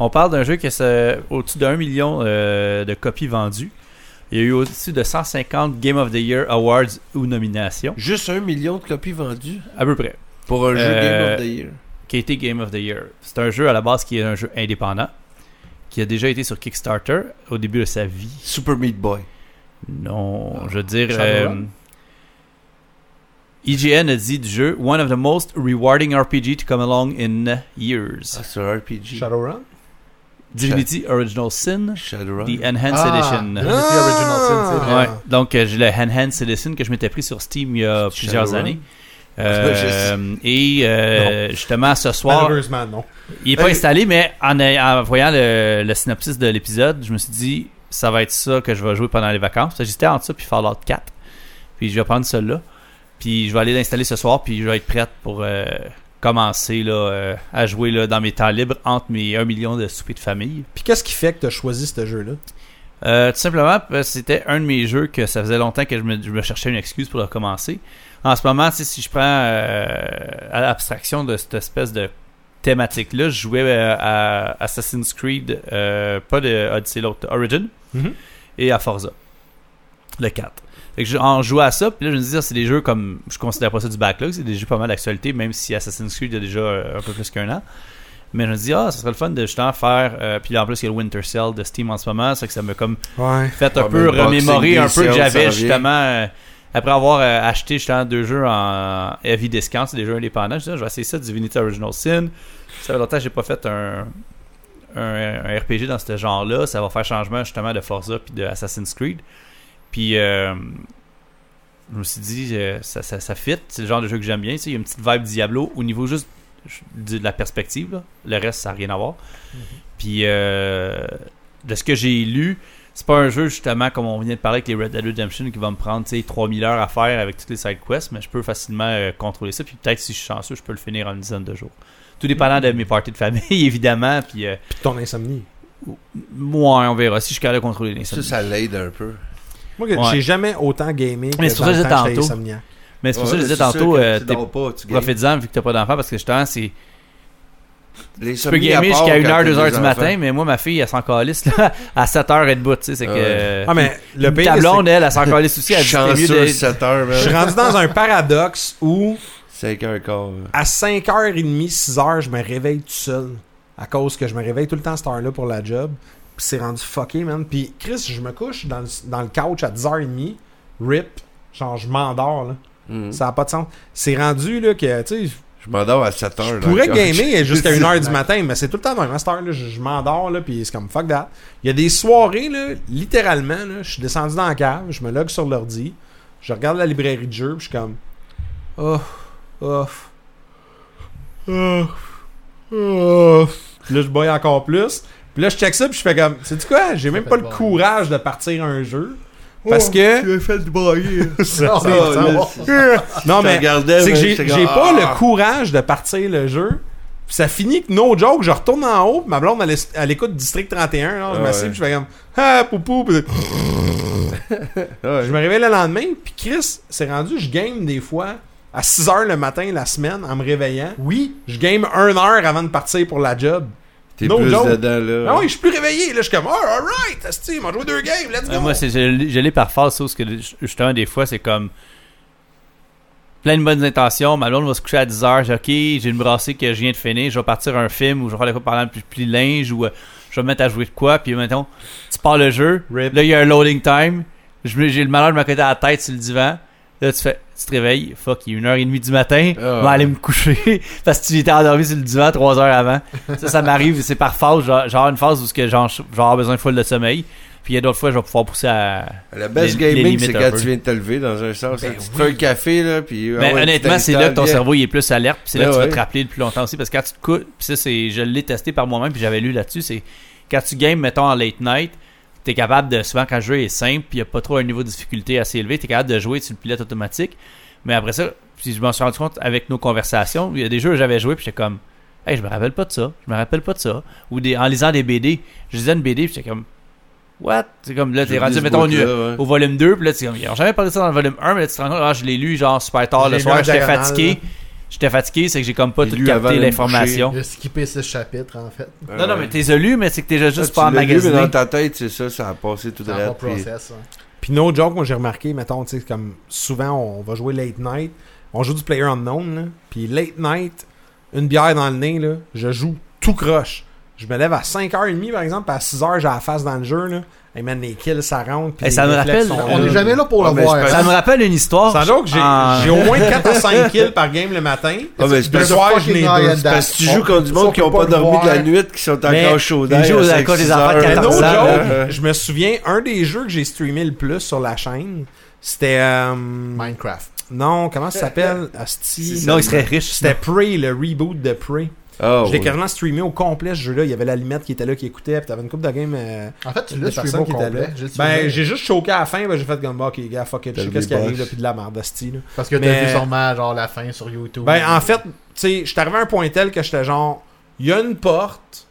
S1: On parle d'un jeu qui est euh, au-dessus d'un million euh, de copies vendues. Il y a eu au-dessus de 150 Game of the Year Awards ou nominations,
S4: Juste un million de copies vendues
S1: à peu près,
S4: pour un jeu
S1: Euh,
S4: Game of the Year.
S1: qui a été Game of the Year. C'est un jeu à la base qui est un jeu indépendant, qui a déjà été sur Kickstarter au début de sa vie.
S4: Super Meat Boy.
S1: Non, je veux dire.
S3: Shadowrun?
S1: euh, IGN a dit du jeu One of the most rewarding RPG to come along in years.
S4: Ah, c'est un RPG.
S3: Shadowrun.
S1: Divinity Original Sin,
S4: Shadowrun.
S1: The Enhanced
S2: Ah,
S1: Edition.
S2: Divinity Original Sin, c'est vrai.
S1: Ouais. Donc, euh, j'ai le Enhanced Edition que je m'étais pris sur Steam il y a plusieurs
S4: Shadowrun.
S1: années. Euh, et euh, justement, ce soir,
S3: Malheureusement, non.
S1: il est pas installé, mais en, en voyant le, le synopsis de l'épisode, je me suis dit, ça va être ça que je vais jouer pendant les vacances. Parce que J'étais entre ça puis Fallout 4. Puis je vais prendre celui-là. Puis je vais aller l'installer ce soir, puis je vais être prête pour euh, commencer là, euh, à jouer là, dans mes temps libres entre mes 1 million de soupers de famille.
S3: Puis qu'est-ce qui fait que tu as choisi ce jeu-là
S1: Euh, tout simplement parce que c'était un de mes jeux que ça faisait longtemps que je me, je me cherchais une excuse pour le recommencer. En ce moment, tu sais, si je prends euh, à l'abstraction de cette espèce de thématique-là, je jouais euh, à Assassin's Creed, euh, pas de Odyssey, l'autre, Origin,
S3: Mhm.
S1: et à Forza, le 4. Fait que je- en jouant à ça, puis là je me disais, c'est des jeux comme, je considère pas ça du backlog, c'est des jeux pas mal d'actualité, même si Assassin's Creed a déjà euh, un peu plus qu'un an. Mais je me dis, ah, ça serait le fun de justement faire. euh, puis là, en plus, il y a le Winter Cell de Steam en ce moment. C'est que ça m'a comme
S3: Ouais.
S1: fait un
S4: Ouais,
S1: peu
S4: Ah, mais le
S1: remémorer
S4: Boxing
S1: un
S4: Day
S1: peu que
S4: Sale, ça
S1: j'avais
S4: revient.
S1: justement. euh, après avoir euh, acheté justement deux jeux en heavy discount, c'est des jeux indépendants. Je me dis, ah, je vais essayer ça, Divinity Original Sin. Ça fait longtemps que j'ai pas fait un, un, un RPG dans ce genre-là. Ça va faire changement justement de Forza puis de Assassin's Creed. Puis euh, je me suis dit, euh, ça, ça, ça fit. C'est le genre de jeu que j'aime bien. tu sais. Il y a une petite vibe Diablo au niveau juste de la perspective. là. Le reste, ça n'a rien à voir.
S4: Mhm.
S1: Puis euh, de ce que j'ai lu, c'est pas un jeu justement comme on vient de parler avec les Red Dead Redemption qui va me prendre tu sais, 3000 heures à faire avec toutes les side quests, mais je peux facilement euh, contrôler ça. Puis peut-être si je suis chanceux, je peux le finir en une dizaine de jours. Tout dépendant de
S4: Mm-hmm.
S1: mes parties de famille, évidemment. Puis euh,
S3: Puis ton insomnie.
S1: moi, on verra si je suis capable de contrôler les
S4: Ça, ça l'aide un peu.
S3: Moi, que
S1: Ouais.
S3: j'ai jamais autant gamé que
S1: Mais c'est pour
S3: dans
S1: ça que
S3: le temps
S1: j'étais
S3: j'étais
S1: tantôt.
S3: insomniaque.
S1: Mais c'est pour ça
S4: Ouais,
S1: que je disais
S4: sûr
S1: tantôt,
S4: que
S1: euh,
S4: tu
S1: t'es-
S4: dors pas, tu gagnes.
S1: profites-en vu que t'as pas d'enfant parce que justement, c'est
S4: Les
S1: Tu peux
S4: sommeils à
S1: gamer
S4: part
S1: jusqu'à
S4: quand
S1: 1h,
S4: t'as
S1: 2h
S4: des
S1: du matin, mais moi, ma fille, elle s'en calisse là, à 7h et debout, tu sais, c'est
S4: Ah
S1: que...
S4: ouais.
S3: Ah, mais le
S1: le
S3: pire,
S1: ta
S3: c'est
S1: blonde, elle, elle s'en calisse aussi, elle dit
S4: enfants.
S1: c'est mieux
S4: Chanceux,
S1: de...
S4: 7 heures,
S3: que je suis
S4: man.
S3: rendu dans un paradoxe où
S4: 5h15.
S3: à 5h30, 6h, je me réveille tout seul. À cause que je me réveille tout le temps à cette heure-là pour la job. Puis c'est rendu fucké, man. Puis Chris, je me couche dans le, dans le couch à 10h30. Rip. Genre, je m'endors, là.
S4: Hmm.
S3: Ça n'a pas de sens. C'est rendu, là, que, tu sais,
S4: Je m'endors à 7 heures.
S3: je
S4: dans
S3: pourrais
S4: le
S3: gamer jusqu'à 1h du
S2: Ouais.
S3: matin, mais c'est tout le temps dans la heure, là. Je, je m'endors, là, puis c'est comme fuck that. Il y a des soirées, là, littéralement, là, je suis descendu dans la cave, je me log sur l'ordi, je regarde la librairie de jeu, puis je suis comme. Oh, oh, oh, oh. Puis là, je bois encore plus. Puis là, je check ça, puis je fais comme. Sais-tu quoi? J'ai même
S2: fait
S3: pas le
S2: bon.
S3: courage de partir à un jeu. Parce que.
S2: Tu as fait du bailler.
S4: Oh,
S3: Ça- ça-
S4: là,
S3: non,
S4: Je
S3: mais.
S4: regardais,
S3: C'est que
S4: mais
S3: j'ai
S4: j'étais
S3: j'ai
S4: comme,
S3: pas
S4: ah.
S3: le courage de partir le jeu. Puis ça finit que no joke, je retourne en haut, puis ma blonde elle est- elle écoute District 31, là, je
S4: Ah
S3: m'assieds,
S4: ouais.
S3: puis je fais comme ah poupou. puis-
S4: Ouais.
S3: Je me réveille le lendemain, puis Chris s'est rendu, je game des fois à 6 h le matin la semaine en me réveillant.
S2: Oui.
S3: Je game 1 heure avant de partir pour la job.
S4: T'es
S3: No
S4: plus
S3: joke.
S4: dedans, là.
S3: Ah oui, je suis plus réveillé, là je suis comme oh, alright, asti, on va jouer deux games, let's go.
S1: Ouais, moi, c'est- je l'ai- je l'ai par phase, sauf que justement, des fois, c'est comme plein de bonnes intentions. Ma blonde va se coucher à 10h, j'ai OK, j'ai une brassée que je viens de finir, je vais partir un film ou je vais faire de quoi parlant plus, plus linge ou euh, je vais me mettre à jouer de quoi. Puis maintenant, tu pars le jeu,
S3: Rip.
S1: là, il y a un loading time, Je me- j'ai le malheur de me coter à la tête sur le divan. Là, tu fais, tu te réveilles, fuck, il est 1h30 du matin,
S4: Ah.
S1: je vais aller me coucher parce que tu étais endormi sur le divan 3 heures avant. Ça, ça m'arrive, c'est par phase, genre, genre une phase où ce que genre, je vais avoir besoin de foule de sommeil. Puis il y a d'autres fois, je vais pouvoir pousser à.
S4: Le best
S1: Les- les
S4: gaming,
S1: limites
S4: c'est
S1: un
S4: quand
S1: peu.
S4: tu viens de te lever dans un sens.
S3: Ben
S4: tu te fais un café, là, puis. ah
S1: Mais
S4: ouais,
S1: Ben, honnêtement,
S4: tu
S1: c'est là que ton
S4: t'installes
S1: cerveau il est plus alerte, puis c'est là
S4: Ben
S1: que tu vas
S4: ouais.
S1: te rappeler le plus longtemps aussi. Parce que quand tu te couches, puis ça, c'est, je l'ai testé par moi-même, puis j'avais lu là-dessus, c'est quand tu games, mettons, en late night, t'es capable de, souvent quand le jeu est simple, puis il n'y a pas trop un niveau de difficulté assez élevé, t'es capable de jouer sur le pilote automatique. Mais après ça, puis je m'en suis rendu compte avec nos conversations, il y a des jeux que j'avais joué, puis j'étais comme, hey, je me rappelle pas de ça, je me rappelle pas de ça. Ou des, en lisant des BD, je lisais une BD, puis j'étais comme, what? C'est comme là,
S4: bien.
S1: t'es rendu,
S4: J'oublie ce
S1: mettons,
S4: bout-là, ouais.
S1: au volume 2, puis là, tu comme, ils ont jamais parlé de ça dans le volume 1, mais là, tu te rends compte, ah, je l'ai lu genre super tard
S3: Je l'ai
S1: le
S3: lu en
S1: soir, j'étais
S3: diagonale,
S1: fatigué. J'étais fatigué, c'est que j'ai comme pas
S4: J'ai
S1: tout
S4: lu avant
S1: capté
S4: de me
S1: l'information.
S2: J'ai skippé ce chapitre, en fait.
S4: Ah
S1: Non, non,
S4: ouais.
S1: mais t'es lu, mais c'est que t'es
S4: Ça,
S1: juste
S4: Ah,
S1: pas
S4: tu l'as lu, mais
S1: emmagasiné.
S4: dans ta tête, c'est ça, ça a passé tout
S2: Dans
S4: droit,
S2: mon
S4: puis-
S2: process. hein.
S3: Puis no joke, moi j'ai remarqué, mettons, tu sais, comme souvent on va jouer late night, on joue du player unknown, là, puis late night, une bière dans le nez, là, je joue tout croche. Je me lève à 5h30 par exemple, puis à 6h j'ai la face dans le jeu, là. Hey man, les kills, ça rentre. puis
S1: Et
S3: les
S1: ça me
S3: réflexes
S1: rappelle-
S3: sont
S2: On
S3: là.
S2: n'est jamais là pour
S4: Ah,
S2: le
S4: mais
S2: voir. hein.
S4: c'est
S1: Ça me rappelle une histoire.
S3: Sans joke, j'ai
S1: En-
S3: j'ai au moins 4 à 5 kills par game le matin.
S4: Ah, mais c'est
S3: Le
S4: parce-
S3: soir, je
S2: fucking
S3: n'ai
S2: Ryan
S3: deux.
S2: Dunn.
S4: Parce que tu
S2: On-
S4: joues contre du
S2: ça, on
S4: monde qui
S2: peut
S4: ont
S2: pas
S4: pas
S2: le
S4: dormi de la
S2: voir.
S4: nuit, qui sont
S3: Mais
S4: encore chauds
S1: ils
S4: d'air.
S1: jouent
S4: à
S1: aux
S4: 5,
S1: alcools des
S4: 6
S1: enfants de
S4: heures.
S3: Mais
S1: 14
S3: no
S1: ans,
S3: joke,
S1: là.
S3: je me souviens, un des jeux que j'ai streamé le plus sur la chaîne, c'était... euh,
S2: Minecraft.
S3: non, comment ça s'appelle? Asti.
S1: Non, il serait riche.
S3: C'était Prey, le reboot de Prey.
S4: Ah,
S3: je l'ai
S4: ouais.
S3: carrément streamé au complet, ce jeu-là. Il y avait l'allumette qui était là, qui écoutait, puis t'avais une coupe de game... euh,
S2: En fait, tu
S3: de
S2: l'as streamé
S3: personnes
S2: au
S3: qui étaient
S2: complet.
S3: là.
S2: Je l'ai streamé.
S3: Ben, j'ai juste choqué à la fin, ben j'ai fait comme, bah, ok, gars, fuck it, je sais
S4: T'as
S3: qu'est-ce qui
S4: des
S3: arrive,
S4: boss.
S3: là, puis de la merde, asti, là.
S2: Parce que
S3: mais-
S2: t'as vu sûrement genre la fin sur YouTube.
S3: Ben, en fait, tu sais, j'étais arrivé à un point tel que j'étais genre, il y a une porte,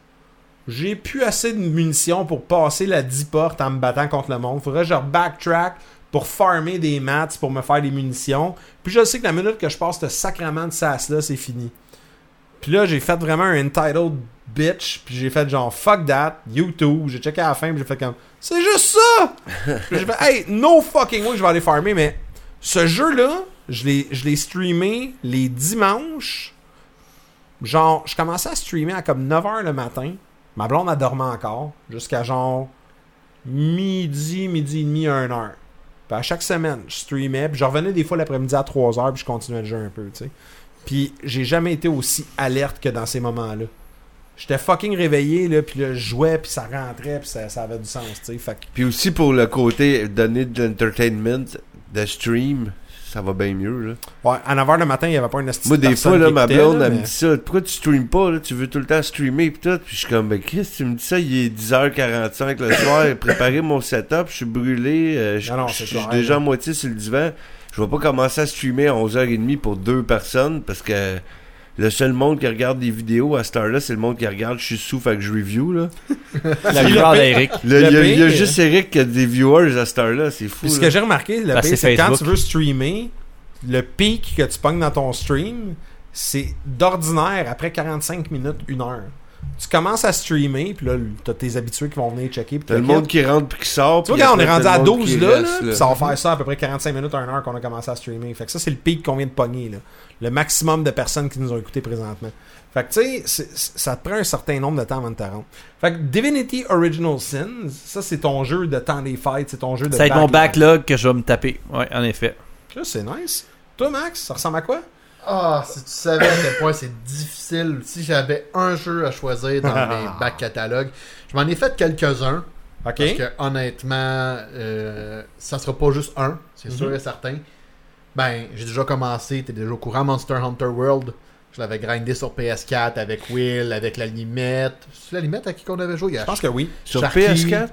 S3: j'ai plus assez de munitions pour passer la 10 portes en me battant contre le monde. Faudrait que je backtrack pour farmer des mats, pour me faire des munitions. Puis je sais que la minute que je passe ce sacrement de sas-là, c'est fini. Puis là, j'ai fait vraiment un entitled bitch, puis j'ai fait genre fuck that, YouTube, j'ai checké à la fin, puis j'ai fait comme c'est juste ça! Puis j'ai fait hey, no fucking way, je vais aller farmer, mais ce jeu-là, je l'ai, je l'ai streamé les dimanches. Genre, je commençais à streamer à comme 9h le matin. Ma blonde, elle dormait encore. Jusqu'à genre midi, midi et demi, 1h. Puis à chaque semaine, je streamais. Puis je revenais des fois l'après-midi à 3h. Puis je continuais le jeu un peu, tu sais. Puis j'ai jamais été aussi alerte que dans ces moments-là. J'étais fucking réveillé, là. Puis là, je jouais, puis ça rentrait, puis ça, ça avait du sens, tu sais. Fait que-
S4: Puis aussi pour le côté donner de l'entertainment, de stream, ça va bien mieux. Là.
S3: ouais, à 9h le matin, il n'y avait pas un
S4: Moi, des fois, là, ma blonde, elle me dit ça. Pourquoi tu streames pas? Là? Tu veux tout le temps streamer pis tout. Puis je suis comme, ben Chris, tu me dis ça, il est 10h45 le soir. J'ai préparé mon setup, je suis brûlé. euh, je
S3: Non, non,
S4: je-
S3: c'est
S4: je suis
S3: clair,
S4: déjà
S3: là.
S4: à moitié sur le divan. Je vais pas commencer à streamer à 11h30 pour deux personnes parce que le seul monde qui regarde des vidéos à cette heure-là, c'est le monde qui regarde. Je suis sous, fait que je review. Là.
S1: La gloire d'Eric.
S4: Le-
S3: Le
S4: il y a- il y a
S3: pire-
S4: juste Eric qui a des viewers à cette heure-là. C'est fou.
S3: Puis ce
S4: là.
S3: que j'ai remarqué, le
S1: Parce
S3: pire,
S1: que
S3: c'est
S1: c'est
S3: quand tu
S1: Facebook.
S3: veux streamer, le pic que tu pognes dans ton stream, c'est d'ordinaire après 45 minutes, 1 heure. Tu commences à streamer, puis là, t'as tes habitués qui vont venir checker. Puis
S4: T'as le
S3: t'inquiète.
S4: monde qui rentre puis qui sort.
S3: Tu vois,
S4: puis
S3: quand on est
S4: après,
S3: rendu
S4: t'as
S3: à
S4: le monde
S3: 12
S4: qui
S3: là,
S4: reste,
S3: là, puis ça va faire ça à peu près 45 minutes, 1 heure qu'on a commencé à streamer. Fait que ça, c'est le pic qu'on vient de pogner. Là. Le maximum de personnes qui nous ont écoutés présentement. Fait que tu sais, c'est- c'est- ça te prend un certain nombre de temps avant de te rendre. Fait que Divinity Original Sins, ça, c'est ton jeu de temps des fêtes, c'est ton jeu de
S1: Ça va être mon
S3: backlog.
S1: backlog que je vais me taper. Ouais, en effet.
S3: Là, c'est nice. Toi, Max, ça ressemble à quoi?
S2: Ah, si tu savais à quel point c'est difficile. Si j'avais un jeu à choisir dans mes back catalogues, je m'en ai fait quelques-uns.
S3: Ok.
S2: Parce que honnêtement, euh, ça sera pas juste un, c'est
S3: Mhm.
S2: sûr et certain. Ben, j'ai déjà commencé, t'es déjà au courant, Monster Hunter World. Je l'avais grindé sur PS4 avec Will, avec la limette. C'est la limette à qui qu'on avait joué? Il y a
S3: Je pense que oui.
S4: Sur
S2: Sharky,
S4: PS4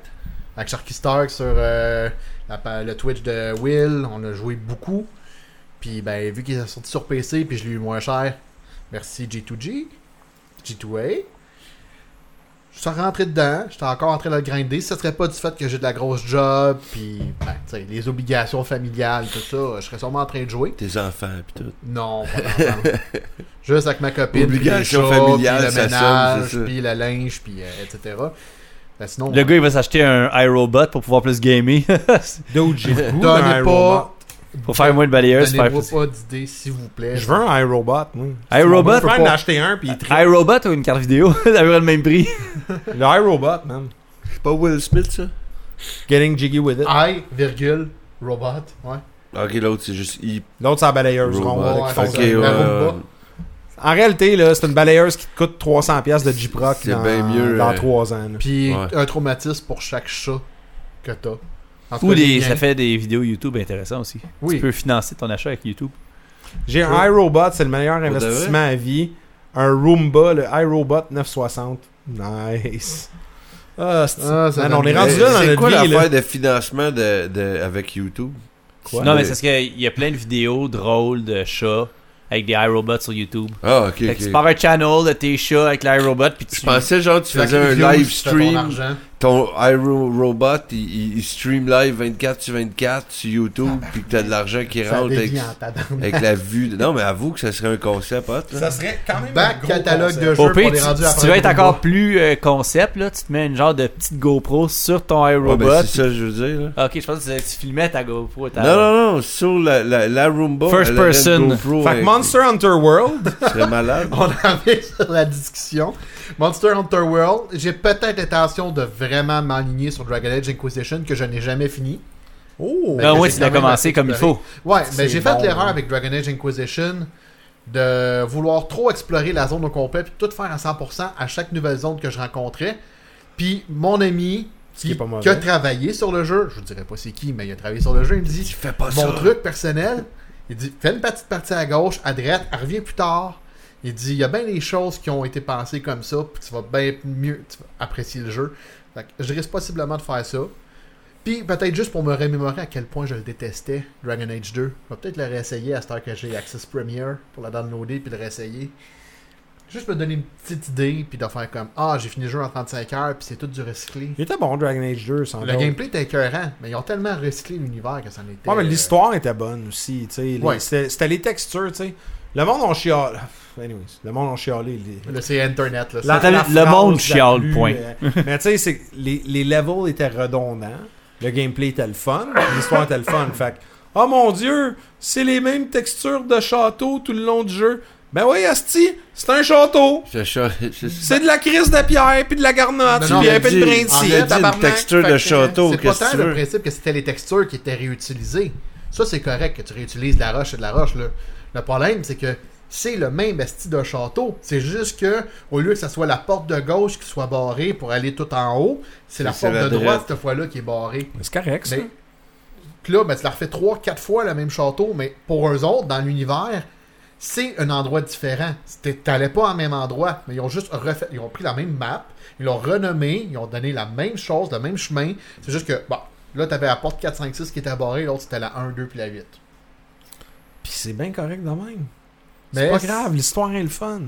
S2: avec Sharky Stark sur euh, la pa- le Twitch de Will. On a joué beaucoup. Puis, ben, vu qu'il est sorti sur PC, puis je l'ai eu moins cher. Merci G2G, G2A. Je suis rentré dedans, j'étais encore en train de le grinder. Si ça serait pas du fait que j'ai de la grosse job, puis ben, tu sais, les obligations familiales, tout ça, je serais sûrement en train de jouer.
S4: Tes enfants pis tout.
S2: Non, pas d'enfant. Juste avec ma copine. puis les
S4: Obligation
S2: chats, puis
S4: familiale,
S2: le
S4: ça somme,
S2: ménage,
S4: c'est ça.
S2: puis le linge, puis euh, etc. Ben, sinon,
S1: Le gars, il va s'acheter un iRobot pour pouvoir plus gamer.
S3: D'autres, j'ai le goût d'un
S2: donnez pas
S3: iRobot.
S1: pour faire moins de balayeurs. faire
S2: Donnez-moi
S1: plus.
S2: pas d'idées, s'il vous plaît.
S3: Je veux un iRobot, moi.
S1: iRobot
S3: Je peux en acheter un, puis il tri-
S1: iRobot ou une carte vidéo Ça aurait le même prix.
S3: Le iRobot, man.
S4: C'est pas Will Smith, ça?
S3: Getting jiggy with it.
S2: I, virgule, robot. Ouais.
S4: Ok, l'autre, c'est juste I.
S3: L'autre, c'est la balayeuse
S4: Robot.
S3: ronde, là, qui
S2: ouais,
S3: font
S4: ok,
S3: ça.
S2: ouais.
S4: euh,
S3: En réalité, là, c'est une balayeuse qui te coûte 300$ piastres de J-Proc
S4: C'est
S3: dans,
S4: bien mieux,
S3: dans
S4: euh,
S3: 3 ans. là.
S2: Puis
S4: Ouais.
S2: un traumatisme pour chaque chat que t'as. En tout
S1: Ou
S2: cas,
S1: des,
S2: les miens.
S1: ça fait des vidéos YouTube intéressantes aussi. Tu
S2: Oui.
S1: peux financer ton achat avec YouTube.
S3: J'ai un iRobot, c'est le meilleur
S4: de
S3: investissement à vie. Un Roomba, le iRobot 960. Nice. Ah, c'est-
S2: Ah, ça
S3: Man,
S2: donne
S3: on est
S2: des-
S3: rendu là dans
S4: C'est
S3: notre
S4: quoi
S3: vie, là.
S4: l'affaire de financement de, de, avec YouTube?
S3: Quoi?
S1: Non, mais c'est parce qu'il y a plein de vidéos drôles de chats avec des iRobots sur YouTube.
S4: Ah, ok,
S1: Fait que tu
S4: ok.
S1: pars un channel de tes chats avec l'iRobot, puis tu.
S4: Je pensais genre tu
S2: Fait que
S4: faisais un
S2: les views,
S4: live
S2: tu fais ton
S4: stream,
S2: argent.
S4: ton Iron Robot, il, il- il stream live 24 sur 24 sur YouTube, puis que t'as de l'argent qui
S2: Ça
S4: rentre avec,
S2: dévie en tabarnak.
S4: avec la vue. de- Non, mais avoue que ça serait un concept, hot, là.
S3: Ça serait quand même un
S2: Back
S3: gros
S2: catalogue
S3: concept.
S2: de jeux
S1: Au pire,
S2: pour les
S1: tu-
S2: rendus
S1: si
S2: après
S1: tu veux être
S2: Google.
S1: encore plus euh, concept, là, tu te mets une genre de petite GoPro sur ton
S4: Ouais,
S1: iRobot.
S4: ben, c'est ça, que je veux dire, là.
S1: ok, je pense que tu filmais ta GoPro. Ta...
S4: Non, non, non, sur la, la, la Roomba,
S1: First
S4: elle aurait
S1: person.
S4: une GoPro,
S3: Fait que
S4: elle-
S3: Monster Hunter World,
S4: elle serait malade.
S2: On avait sur la discussion. Monster Hunter World, j'ai peut-être l'intention de vraiment m'aligner sur Dragon Age Inquisition que je n'ai jamais fini.
S3: Oh!
S2: Ben,
S1: Ah
S2: que
S1: ouais,
S2: j'ai
S1: tu l'as
S2: quand même
S1: commencé
S2: assez
S1: comme il
S2: exploré.
S1: faut.
S2: Ouais,
S3: C'est
S2: mais j'ai fait
S3: bon,
S2: l'erreur
S3: hein.
S2: avec Dragon Age Inquisition de vouloir trop explorer la zone au complet puis tout faire à 100% à chaque nouvelle zone que je rencontrais. Puis mon ami
S3: Ce qui
S2: qui,
S3: est pas mauvais.
S2: qui a travaillé sur le jeu, je vous dirais pas c'est qui, mais il a travaillé sur le jeu, il me dit
S4: Fais pas
S2: mon
S4: ça.
S2: truc personnel, il dit fais une petite partie à gauche, à droite, elle revient plus tard. Il dit il y a bien des choses qui ont été pensées comme ça, puis tu vas bien mieux tu vas apprécier le jeu. Fait que je risque possiblement de faire ça. Puis peut-être juste pour me remémorer à quel point je le détestais, Dragon Age 2. Je vais peut-être le réessayer à cette heure que j'ai Access Premier pour la downloader puis le réessayer. Juste me donner une petite idée puis de faire comme Ah, j'ai fini le jeu en 35 heures puis c'est tout du recyclé.
S3: Il était bon, Dragon Age 2, sans
S2: Le
S3: doute.
S2: gameplay était écœurant, mais ils ont tellement recyclé l'univers que ça en était.
S3: Ouais, mais
S2: euh,
S3: l'histoire était bonne aussi, tu sais. les-
S2: Ouais.
S3: C'était c'était les textures, tu sais. Le monde en chialé. Anyways, le monde en chialé. les-
S2: Là, c'est Internet. Là,
S1: La-
S2: c'est-
S1: le
S3: phrase
S1: monde
S3: la
S1: chiale,
S3: plus,
S1: point.
S3: euh, mais tu sais, c'est que les, les levels étaient redondants. Le gameplay était le fun. L'histoire était le fun. Fait que, oh mon dieu, c'est les mêmes textures de château tout le long du jeu. Ben oui, Asti, c'est un château.
S4: C'est ça, c'est ça.
S3: C'est de la crise de pierre, puis de la garnotte,
S2: Non, non,
S3: puis un
S2: mais
S3: peu de
S4: dis-
S2: en
S3: brin
S2: fait,
S3: de
S2: dis une
S3: tabarnak.
S4: texture
S3: Fait
S4: de
S3: que-
S4: château.
S2: C'est pas
S4: qu'est-ce que
S2: tant
S4: tu
S2: le
S4: veux?
S2: principe que c'était les textures qui étaient réutilisées. Ça, c'est correct que tu réutilises de la roche et de la roche. Là. Le problème, c'est que c'est le même esti d'un château. C'est juste que, au lieu que ça soit la porte de gauche qui soit barrée pour aller tout en haut, c'est la
S4: C'est
S2: porte
S4: la
S2: de droite
S4: droite.
S2: cette fois-là qui est barrée.
S3: C'est correct, ça.
S2: Mais, puis là, ben, tu la refais 3-4 fois le même château, mais pour eux autres, dans l'univers, c'est un endroit différent. C'était- T'allais pas au même endroit, mais ils ont juste refait, ils ont pris la même map, ils l'ont renommée, ils ont donné la même chose, le même chemin. C'est juste que, bon, là, t'avais la porte 4, 5, 6 qui était barrée, l'autre c'était la 1, 2 puis la 8.
S3: Puis c'est bien correct de même.
S2: Mais
S3: C'est pas grave, l'histoire est le fun.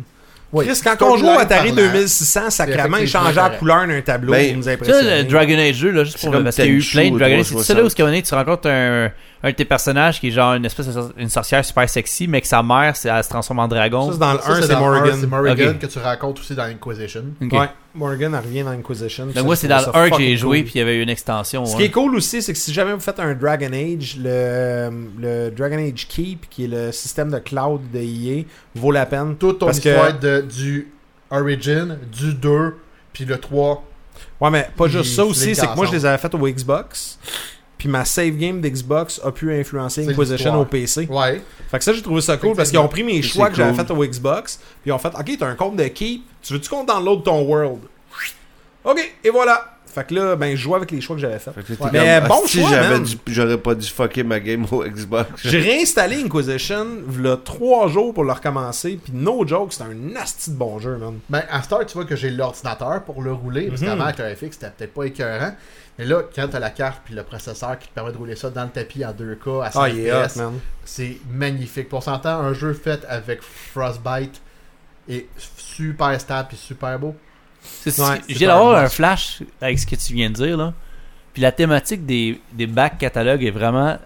S2: Oui.
S3: Chris, quand on joue
S2: Storyline
S3: à Atari
S2: parlant.
S3: 2600, sacrément, il
S2: effectivement
S3: changeait la
S2: correct.
S3: couleur d'un tableau.
S4: Ben,
S3: il nous
S1: Tu sais,
S3: impressionnait.
S1: le Dragon Age 2, là, juste
S4: C'est
S1: pour le.
S4: comme
S1: Parce qu'il y a eu
S4: Tenchu
S1: plein de
S4: ou
S1: Dragon Age. C'est
S4: 360.
S1: là où, ce qu'à un moment donné, tu rencontres un, un de tes personnages qui est genre une espèce de sor- une sorcière super sexy, mais que sa mère, c'est- elle se transforme en dragon.
S3: Ça, c'est dans le
S2: Ça,
S3: 1,
S2: c'est
S3: c'est
S2: dans le un,
S3: Morgan.
S2: C'est Morrigan
S1: Ok.
S2: que tu rencontres aussi dans Inquisition.
S1: Ok.
S3: Ouais, Morgan, elle revient dans Inquisition.
S1: Donc, Ben, moi, c'est dans le 1 que j'ai joué, puis il y avait eu une extension.
S3: Ce
S1: hein.
S3: qui est cool aussi, c'est que si jamais vous faites un Dragon Age, le, le Dragon Age Keep, qui est le système de cloud de EA, vaut la peine.
S2: Toute ton
S3: Parce que-
S2: histoire de- du Origin, du 2, puis le 3.
S3: Ouais, mais pas juste
S2: Ils
S3: ça aussi,
S2: flippent
S3: c'est que moi, je
S2: ensemble.
S3: les avais faites au Xbox. Puis ma save game d'Xbox a pu influencer
S2: C'est
S3: Inquisition
S2: l'histoire.
S3: au PC.
S2: Ouais.
S3: Fait que ça, j'ai trouvé ça cool parce qu'ils
S2: Effectivement.
S3: ont pris mes
S4: c'est
S3: choix que j'avais
S4: cool.
S3: fait au Xbox, puis ils ont fait Ok, t'as un compte de Keep, tu veux-tu qu'on download ton World Ok, et voilà. Fait que là, ben, je jouais avec les choix que j'avais fait.
S4: Fait que t'es
S3: Ouais. Mais
S4: comme,
S3: bon
S4: ah, si
S3: choix,
S4: j'avais
S3: man.
S4: dû- J'aurais pas dû fucker ma game au Xbox.
S3: J'ai réinstallé Inquisition, v'là trois jours pour le recommencer, puis no joke, c'est un nasty de bon jeu, man.
S2: Ben, à Star, tu vois que j'ai l'ordinateur pour le rouler,
S3: Mhm.
S2: parce qu'avant, avec le FX, c'était peut-être pas écœurant. Mais là, quand t'as la carte puis le processeur qui te permet de rouler ça dans le tapis en 2K à 100
S3: Ah, il est hot,
S2: FPS,
S3: man.
S2: c'est magnifique. Pour s'entendre, un jeu fait avec Frostbite est super stable et super beau.
S1: C'est- c'est-
S3: Ouais,
S1: je
S3: c'est
S1: viens
S3: pas
S1: d'avoir
S3: un
S1: un
S3: must.
S1: flash avec ce que tu viens de dire. Là. Puis la thématique des, des bacs catalogues est vraiment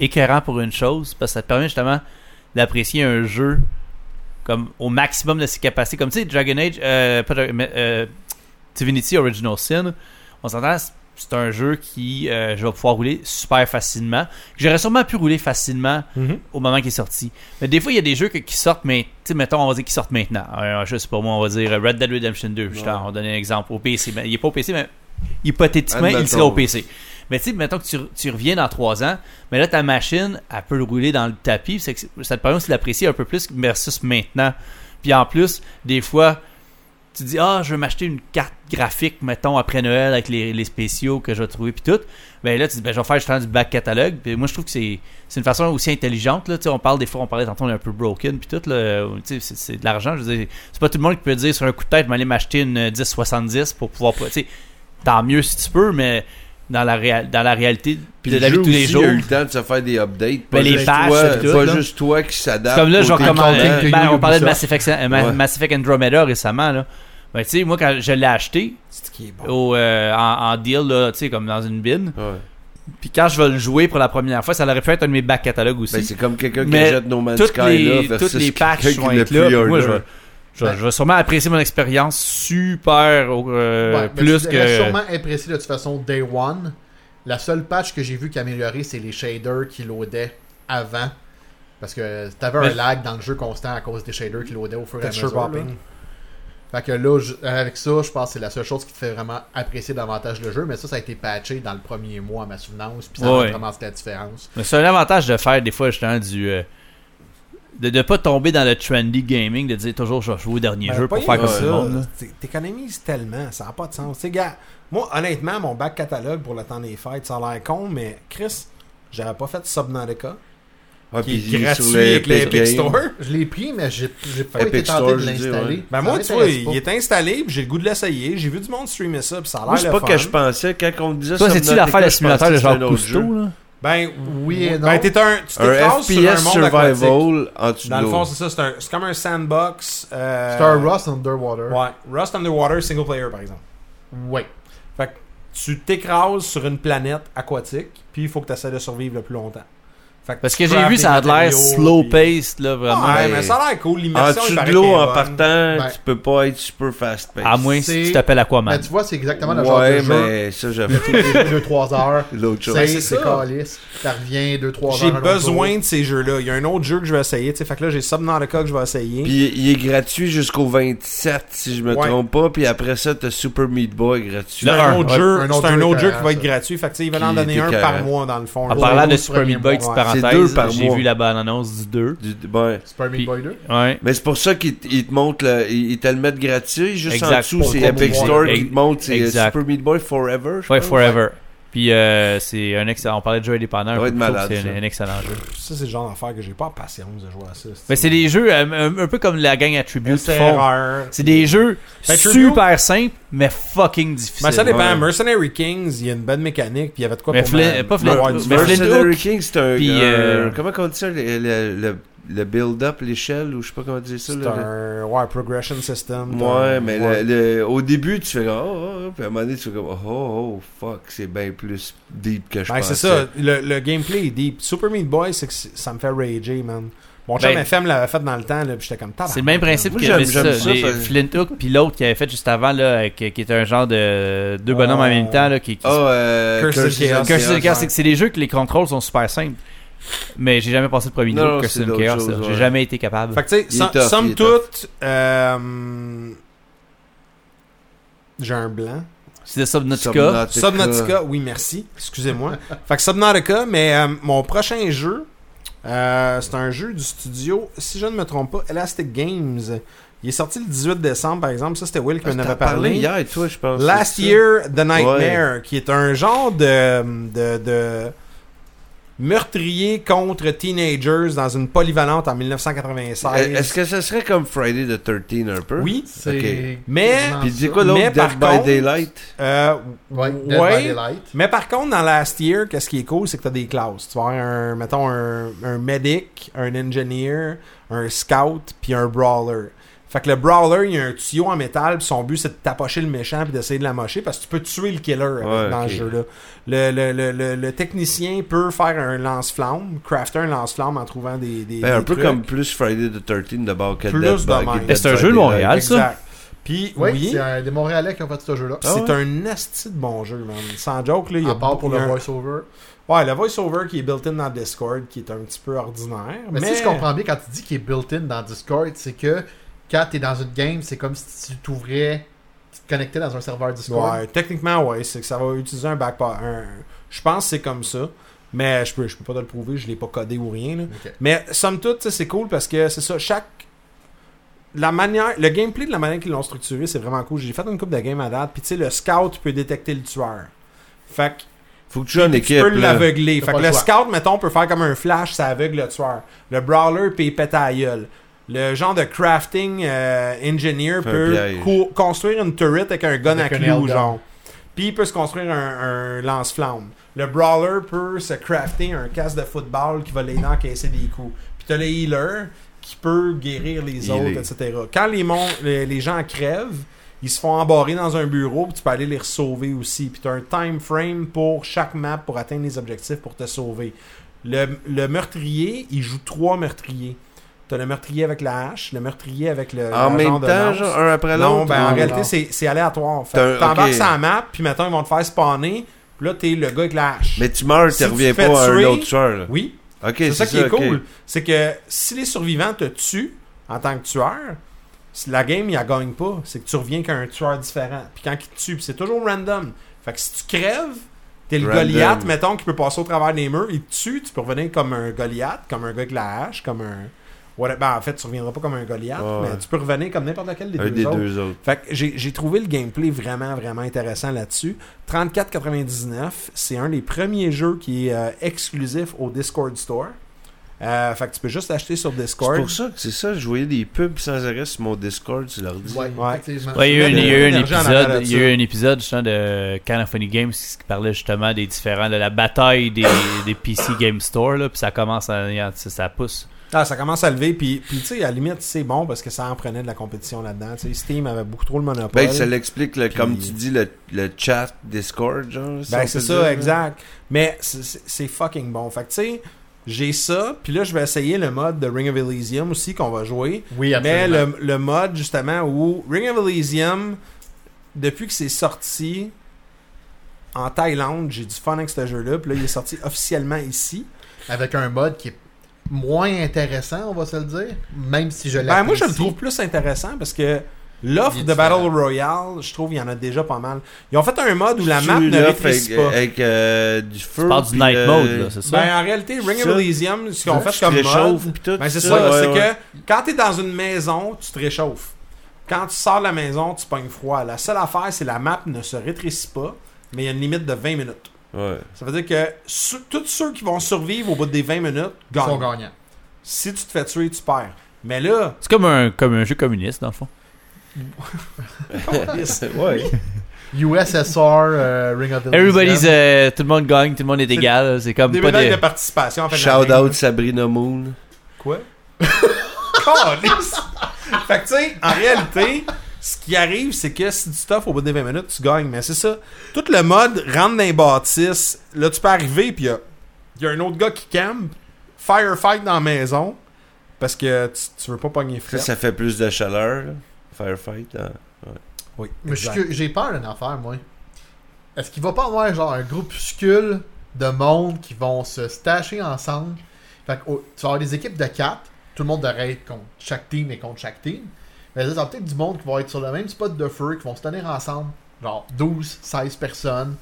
S1: écœurant pour une chose, parce que ça te permet justement d'apprécier un jeu comme au maximum de ses capacités. Comme tu sais, Dragon Age, euh, pas Dra- mais, euh, Divinity Original Sin, on s'entend, c'est- c'est un jeu qui euh, je vais pouvoir rouler super facilement. J'aurais sûrement pu rouler facilement
S3: Mhm.
S1: au moment qu'il est sorti. Mais des fois, il y a des jeux que- qui sortent, mais, tu sais, mettons, on va dire qu'ils sortent maintenant. Euh, je sais pas, moi, on va dire euh, Red Dead Redemption 2. Je t'en- on va donner un exemple. Au PC. Mais il est pas au PC, mais hypothétiquement, il serait au
S4: Admettons.
S1: PC. Mais tu sais, mettons que tu, re- tu reviens dans 3 ans, mais là, ta machine, elle peut le rouler dans le tapis. c'est que ça te permet aussi de l'apprécier un peu plus versus maintenant. Puis en plus, des fois, tu dis Ah, je veux m'acheter une carte graphique, mettons, après Noël avec les, les spéciaux que je vais trouver, puis tout. Ben là, tu dis ben, Je vais faire justement du back catalogue. Puis moi, je trouve que c'est c'est une façon aussi intelligente. Là, Tu sais, on parle des fois, on parlait tantôt on est un peu broken, puis tout. Là, Tu sais, c'est, c'est de l'argent. Je veux dire, c'est pas tout le monde qui peut dire sur un coup de tête, je vais aller m'acheter une 1070 pour pouvoir. pas- Tu sais, tant mieux si tu peux, mais dans la, réa- dans la réalité
S4: Puis
S1: de
S4: le
S1: la vie
S4: jeu
S1: de tous les
S4: aussi,
S1: jours.
S4: Il y a eu le temps de se faire des updates. Pas
S1: les
S4: juste
S1: patchs,
S4: toi,
S1: c'est tout,
S4: pas
S1: là.
S4: juste toi qui s'adadapte.
S1: C'est comme là,
S4: au
S1: genre,
S4: temps
S1: comme
S4: qu'on
S2: content
S1: euh,
S2: que
S1: ben,
S2: Ubisoft.
S1: on parlait de Mass Effect, euh, Ma-
S4: Ouais.
S1: Mass Effect Andromeda récemment. Là. Ben, tu sais, moi, quand je l'ai acheté
S3: C'est qui est bon.
S1: au, euh, en, en deal, là, tu sais, comme dans une bin,
S4: Ouais.
S1: puis quand je vais le jouer pour la première fois, ça aurait pu être un de mes back catalogues aussi.
S4: Ben, c'est comme quelqu'un qui
S1: Mais
S4: jette No Man's
S1: toutes
S4: Sky là,
S1: les,
S4: versus
S1: toutes les
S4: quelqu'un
S1: patchs
S4: qui
S1: vont
S4: l'a
S1: être là.
S4: plus
S1: puis Moi, je
S4: hard.
S1: vais, je,
S2: Ben-
S1: je vais sûrement apprécier mon expérience super euh,
S2: Ouais, mais
S1: plus
S2: tu serais
S1: que.
S2: sûrement apprécié de toute façon Day One. La seule patch que j'ai vu qui améliorait, c'est les shaders qui loadaient avant. Parce que t'avais
S1: Mais-
S2: un lag dans le jeu constant à cause des shaders qui loadaient au fur et à
S3: Texture
S2: mesure. là.
S3: popping.
S2: Fait que là, je- avec ça, je pense que c'est la seule chose qui te fait vraiment apprécier davantage le jeu. Mais ça, ça a été patché dans le premier mois, à ma souvenance. Puis ça
S1: Ouais,
S2: a
S1: ouais.
S2: vraiment fait la différence.
S1: Mais c'est un avantage de faire des fois justement du euh, de ne pas tomber dans le trendy gaming, de dire toujours je vais jouer au dernier
S3: Ben,
S1: jeu
S3: pas
S1: pour faire
S3: rien
S1: comme
S3: que
S1: tout le monde. là.
S3: ça. T'é- T'économises tellement, ça n'a pas de sens. Tu sais, gars, moi, honnêtement, mon bac catalogue pour le temps des fêtes, ça a l'air con, mais Chris, j'aurais pas fait Subnautica,
S4: Ouais,
S3: qui
S4: Ah, puis
S3: est
S4: il est sur
S3: gratuit avec
S4: l'Epic
S3: l'Epic
S4: Game.
S3: Store.
S2: Je l'ai pris, mais j'ai j'ai pas
S4: Epic
S2: été tenté
S4: Store,
S2: de
S4: je dis,
S2: l'installer.
S4: ouais.
S3: Ben
S2: Ça
S3: moi, tu vois,
S2: m'intéresse pas.
S3: il est installé, puis j'ai le goût de l'essayer, j'ai vu du monde streamer ça, puis ça a
S4: Moi,
S3: l'air
S4: c'est
S3: le
S4: pas
S3: fun.
S4: que je pensais quand on me disait
S1: Toi, c'est-tu
S4: Subnautica,
S1: l'affaire de
S4: je
S1: simulateur
S4: pensais que
S1: de
S4: c'était un
S1: genre
S4: autre jeu.
S1: Cousteau, là?
S3: Ben
S2: Oui et non.
S3: Ben, t'es un, tu
S4: Un
S3: t'écrases sur un
S4: FPS
S3: monde aquatique.
S4: survival en dessous de
S3: Dans le
S4: l'eau.
S3: fond, c'est ça, c'est un- c'est comme un sandbox. euh,
S2: Star Rust Underwater.
S3: Ouais, Rust Underwater Single Player, par exemple.
S2: Ouais.
S3: Fait que tu t'écrases sur une planète aquatique, puis il faut que tu essaies de survivre le plus longtemps. Fait
S1: Parce que
S3: tu
S1: j'ai
S3: craft
S1: vu
S3: des
S1: ça a l'air
S3: matériaux,
S1: slow
S3: puis-
S1: paced là vraiment.
S3: Ouais,
S4: mais-
S3: mais ça a l'air cool,
S4: En
S3: l'immersion.
S4: dessous
S3: il
S4: de
S3: paraît
S4: l'eau,
S3: qu'elle est
S4: en
S3: bonne.
S4: partant,
S2: Ouais.
S4: tu peux pas être super fast-paced.
S1: À moins
S2: c'est-
S1: si tu t'appelles
S2: Mais
S1: Aquaman.
S2: Ben, tu vois, c'est exactement le genre de
S4: Ouais,
S2: jeu.
S4: mais ça, j'avoue.
S2: Toutes les 2-3 heures.
S4: L'autre chose.
S2: C'est
S3: c'est
S2: c'est
S3: ça.
S2: calice. Ça revient 2-3 heures.
S3: J'ai
S2: un autre
S3: besoin
S2: jour.
S3: de ces jeux-là. Il y a un autre jeu que je vais essayer. tu sais. Fait que là, j'ai Subnautica que je vais essayer.
S4: Puis il est gratuit jusqu'au 27, si je me
S3: Ouais.
S4: trompe pas. Puis après ça, t'as Super Meat Boy gratuit.
S3: C'est
S1: Le
S3: un
S1: un,
S3: autre
S1: ouais.
S3: jeu,
S2: Un autre
S3: c'est un
S2: jeu
S3: autre jeu qui
S2: écœurant,
S3: va être
S2: ça.
S3: gratuit. Fait que, tu sais, ils veulent en
S4: Qui
S3: donner
S4: est
S3: un
S4: écœurant.
S3: par mois, dans le fond.
S1: En
S3: là.
S1: parlant de
S2: Ouais.
S1: Super Meat Boy, petite
S3: Ouais.
S4: C'est deux
S1: parenthèse,
S4: par
S1: j'ai
S4: mois.
S1: vu la bande annonce du 2.
S4: Du- ben,
S2: Super Meat
S1: Puis-
S2: Boy 2.
S1: Ouais.
S4: Mais c'est pour ça qu'ils t- ils te montrent, le- ils ils te le mettent gratuit. Juste en
S1: Exact.
S4: dessous,
S2: Pour
S4: c'est
S2: le
S4: Epic
S2: promouvoir.
S4: Store
S1: Ex-
S4: qui te montre. C'est euh,
S1: exact.
S4: Super Meat Boy Forever. je
S1: Ouais,
S4: pense.
S1: Forever. Puis euh, c'est un excellent. On parlait de jeu indépendant. un
S4: Ça va
S1: peu
S4: être
S1: plus tôt,
S4: malade,
S1: C'est
S4: ça.
S1: un, un excellent jeu.
S3: Ça, c'est le genre d'affaire que j'ai pas patience de jouer à ça.
S1: Mais c'est des jeux euh, un, un peu comme la gang Attribute
S3: C'est
S1: font.
S3: erreur.
S1: C'est des jeux
S3: Ben, Tribute-
S1: super simples, mais fucking difficiles.
S3: Mais ça dépend.
S4: Ouais.
S3: Mercenary Kings, il y a une bonne mécanique, puis il y avait de quoi
S1: Mais
S3: pour
S1: Flint-
S3: ma-
S1: pas Flint-
S3: m'avoir du
S1: mais
S3: fun.
S1: Flint-
S4: Mercenary
S1: Hook.
S4: King, c'est un.
S1: Puis,
S4: un-
S1: euh,
S4: Comment on dit ça Le, le- le- le build-up, l'échelle, ou je sais pas comment dire ça.
S3: C'est
S4: là, le-
S3: un ouais, progression system.
S4: Ouais, mais le-
S3: Ouais.
S4: le- au début, tu fais comme, oh, oh, oh, puis à un moment donné, tu fais comme, oh, oh, oh, fuck, c'est bien plus deep que je
S3: Ben,
S4: pensais.
S3: c'est ça, le, le gameplay est deep. Super Meat Boy, c'est que c'est- ça me fait rager, man. Mon chum
S1: Ben-
S3: FM l'avait fait dans le temps, là, puis j'étais comme tabarnak,
S1: C'est le même principe
S4: Moi,
S1: que
S4: j'aime-
S1: mais
S4: j'aime
S1: ça,
S4: ça,
S1: les
S4: ça-
S1: Flint Hook, puis l'autre qui avait fait juste avant, là, avec- qui était un genre de deux bonhommes en
S3: Ah.
S1: même temps. Là, qui, qui
S4: Ah, euh,
S3: Curse
S4: Curse
S3: of
S4: of
S3: Chaos.
S1: Curse of
S4: Chaos.
S1: the Chaos, c'est que c'est des jeux que les contrôles sont super simples. Mais j'ai jamais passé le premier
S4: Non,
S1: niveau
S4: non,
S1: de Curse
S4: c'est
S1: of the
S4: d'autres
S1: Chaos.
S4: choses,
S1: là. J'ai
S4: ouais.
S1: jamais été capable.
S3: Fait que tu
S4: Il est
S3: sais, som-
S4: tough, il
S3: somme
S4: est tough.
S3: toute, euh, j'ai un blanc.
S1: C'est de Subnautica.
S4: Subnautica.
S3: Subnautica, oui, merci. Excusez-moi. fait que Subnautica, mais euh, mon prochain jeu, euh, c'est un jeu du studio, si je ne me trompe pas, Elastic Games. Il est sorti le 18 décembre, par exemple. Ça, c'était Will qui
S4: Ah,
S3: en
S4: t'en
S3: avait
S4: parlais
S3: parlé.
S4: hier, toi, je pense.
S3: Last
S4: c'est ça. E,
S3: Year the Nightmare, qui est un genre de, de, de meurtrier contre teenagers dans une polyvalente en 1996.
S4: Euh, Est-ce que ça serait comme Friday the 13 un peu?
S3: Oui.
S2: C'est.
S4: Ok.
S3: Mais-
S2: quasiment
S4: Puis dis
S2: ça.
S4: quoi l'autre,
S3: Mais
S4: Dead
S3: par
S4: by
S3: contre-
S4: Daylight?
S3: Euh,
S2: Ouais, Dead
S3: Ouais.
S2: by Daylight.
S3: Mais par contre, dans Last Year, qu'est-ce qui est cool, c'est que t'as des classes. Tu vas avoir un, mettons, un, un medic, un engineer, un scout, puis un brawler. Fait que le brawler, il y a un tuyau en métal, puis son but, c'est de tapocher le méchant puis d'essayer de l'amocher, parce que tu peux tuer le killer avec-
S4: Ouais,
S3: dans
S4: ok.
S3: ce jeu-là. Le, le, le, le, le technicien peut faire un lance-flamme, crafter un lance-flamme en trouvant des, des,
S4: Ben, un
S3: des
S4: peu
S3: trucs.
S4: comme plus Friday the 13 de bord que
S3: Plus
S4: Dead
S3: de
S4: by-
S3: même.
S4: Dead
S1: Mais c'est un
S4: by
S1: jeu de
S4: Daylight.
S1: Montréal, ça.
S3: Exact. Puis,
S2: Oui,
S3: oui,
S2: c'est un- des Montréalais qui ont fait ce jeu-là.
S4: Ah
S3: c'est
S4: ouais?
S3: un asti de bon jeu, man. Sans joke, là, il y a
S2: à part pour
S3: il y
S2: le
S3: a un-
S2: voice-over.
S3: Ouais, le voice-over qui est built-in dans Discord, qui est un petit peu ordinaire. Mais,
S2: Mais, si je comprends bien, quand tu dis qu'il est built-in dans Discord, c'est que quand t'es dans une game, c'est comme si tu t'ouvrais, tu te connectais dans un serveur Discord.
S3: Ouais, techniquement, ouais, c'est que ça va utiliser un backpack. un- Je pense que c'est comme ça. Mais je peux, je peux pas te le prouver, je l'ai pas codé ou rien. là.
S2: Ok.
S3: Mais somme toute, tu sais, c'est cool parce que c'est ça, chaque. La manière, le gameplay de la manière qu'ils l'ont structuré, c'est vraiment cool. J'ai fait une coupe de game à date, puis tu sais, le scout peut détecter le tueur. Fait que
S4: Faut que tu joues en
S3: tu peux
S4: équipe, là.
S3: l'aveugler.
S2: T'as
S3: Fait
S2: pas
S3: que
S2: le
S3: le
S2: choix.
S3: scout, mettons, peut faire comme un flash, ça aveugle le tueur. Le brawler, puis il pète à la gueule. Le genre de crafting euh, engineer
S4: Fait un
S3: peut
S4: piège.
S3: co- construire une turret avec un gun
S2: Avec
S3: à
S2: un
S3: clou,
S2: nail gun.
S3: genre. Puis il peut se construire un, un lance-flamme. Le brawler peut se crafter un casque de football qui va l'aider à encaisser des coups. Puis t'as le healer qui peut guérir les
S4: Healer.
S3: autres, etc. Quand les, mon- les, les gens crèvent, ils se font embarrer dans un bureau, puis tu peux aller les sauver aussi. Puis tu as un time frame pour chaque map pour atteindre les objectifs pour te sauver. Le, le meurtrier, il joue trois meurtriers. T'as le meurtrier avec la hache, le meurtrier avec le.
S4: En
S3: le
S4: même
S3: euh, genre de
S4: temps,
S3: lance.
S4: genre, un après l'autre?
S3: Non, ben en
S2: non,
S3: réalité,
S2: non.
S3: c'est c'est aléatoire. Fait
S4: T'as
S3: que
S4: un-
S3: T'embarques
S4: ok.
S3: sur la map, puis maintenant, ils vont te faire spawner, puis là, t'es le gars avec la hache.
S4: Mais tu meurs,
S3: Si
S4: tu
S3: tu
S4: reviens
S3: te fais
S4: pas à un
S3: tuer-
S4: autre tueur, là.
S3: Oui,
S4: Ok,
S3: c'est ça qui est
S4: ok.
S3: cool. C'est que si les survivants te tuent en tant que tueur, si la game, il la gagne pas. C'est que tu reviens qu'un tueur différent. Puis quand il te tue, puis c'est toujours random. Fait que si tu crèves, t'es le
S4: Random.
S3: Goliath, mettons, qui peut passer au travers des murs, il te tue, tu peux revenir comme un Goliath, comme un gars avec la hache, comme un. what- ben, en fait, tu reviendras pas comme un Goliath,
S4: Ouais,
S3: mais
S4: ouais.
S3: tu peux revenir comme n'importe lequel des
S4: un
S3: deux
S4: des
S3: autres.
S4: deux autres.
S3: Fait que j'ai j'ai trouvé le gameplay vraiment, vraiment intéressant là-dessus. 34,99, c'est un des premiers jeux qui est euh, exclusif au Discord Store. Euh, fait que tu peux juste l'acheter sur
S4: C'est
S3: Discord.
S4: pour ça que c'est ça, je voyais des pubs sans arrêt sur mon Discord, tu leur dis.
S2: Ouais,
S3: Ouais.
S2: effectivement.
S1: Ouais, il y a eu, une- il y a eu un
S3: L'énergie en arrière
S1: épisode,
S3: Ah, de
S1: il
S3: ça.
S1: y a eu un épisode justement, de Kind of Funny Games qui parlait justement des différents, de la bataille des, des PC Game Store, là, puis ça commence à, ça, ça pousse.
S3: Ah, ça commence à lever, puis, puis tu sais, à la limite, c'est bon parce que ça en prenait de la compétition là-dedans. Tu sais, Steam avait beaucoup trop le monopole.
S4: Ben, ça l'explique, le- comme
S3: Puis-
S4: tu dis, le, le chat Discord, genre. si on
S3: Ben,
S4: peut
S3: c'est
S4: dire,
S3: ça,
S4: là.
S3: exact. Mais c'est- c'est c'est fucking bon. Fait que, tu sais, j'ai ça, puis là, je vais essayer le mode de Ring of Elysium aussi qu'on va jouer.
S2: Oui,
S3: Mais
S2: absolument.
S3: le, le mode, justement, où Ring of Elysium, depuis que c'est sorti en Thaïlande, j'ai du fun avec ce jeu-là, puis là, il est sorti officiellement ici.
S2: Avec un mode qui est moins intéressant, on va se le dire. Même si je l'ai.
S3: Ben, moi, je le trouve plus intéressant parce que
S2: Il est
S3: l'offre de
S2: différent.
S3: Battle Royale, je trouve, il y en a déjà pas mal. Ils ont fait un mode où la
S4: Tu
S3: map ne
S4: l'offres
S3: rétrécit
S4: avec,
S3: pas.
S4: avec, euh, du feu.
S1: Tu parles du
S4: puis
S1: Night
S4: le-
S1: Mode, là, c'est ça?
S3: Ben, en réalité, Ring of
S4: Ça,
S3: Elysium, ce qu'on
S4: tu
S3: fait comme
S4: te
S3: mode,
S4: réchauffes, puis tout,
S3: ben, c'est ça,
S4: ouais,
S3: c'est
S4: ouais.
S3: que quand t'es dans une maison, tu te réchauffes. Quand tu sors de la maison, tu pognes froid. La seule affaire, c'est la map ne se rétrécit pas, mais il y a une limite de 20 minutes.
S4: Ouais.
S3: Ça veut dire que su- tous ceux qui vont survivre au bout des 20 minutes
S2: Ils sont
S3: gagnent.
S2: gagnants.
S3: Si tu te fais tuer, tu perds. Mais là,
S1: C'est comme un, comme un jeu communiste, dans le fond.
S4: ouais.
S2: USSR, euh, Ring of Elysium.
S1: Everybody's, euh, tout le monde gagne, tout le monde est égal, c'est comme
S3: des
S1: pas
S3: médailles de
S1: de...
S3: participation. en fait, la
S4: Shout
S3: game,
S4: out Sabrina Moon.
S3: Quoi? Calisse! fait que tu sais, en réalité, ce qui arrive, c'est que si tu t'offres au bout des 20 minutes, tu gagnes. Mais c'est ça. Tout le mode rentre dans les bâtisses. Là, tu peux arriver, puis il y, a un autre gars qui campe. Firefight dans la maison. Parce que tu, tu veux pas pogner
S4: Ça,
S3: frais.
S4: ça fait plus de chaleur, là. Firefight. hein.
S3: Oui.
S2: Mais je suis
S3: exact.
S2: curieux- j'ai peur d'une affaire, moi. Est-ce qu'il va pas avoir genre un groupuscule de monde qui vont se stacher ensemble? Fait que oh, tu vas avoir des équipes de 4, tout le monde devrait être contre chaque team et contre chaque team. Mais là, ça va peut-être du monde qui va être sur le même spot de feu, qui vont se tenir ensemble, genre 12, 16 personnes,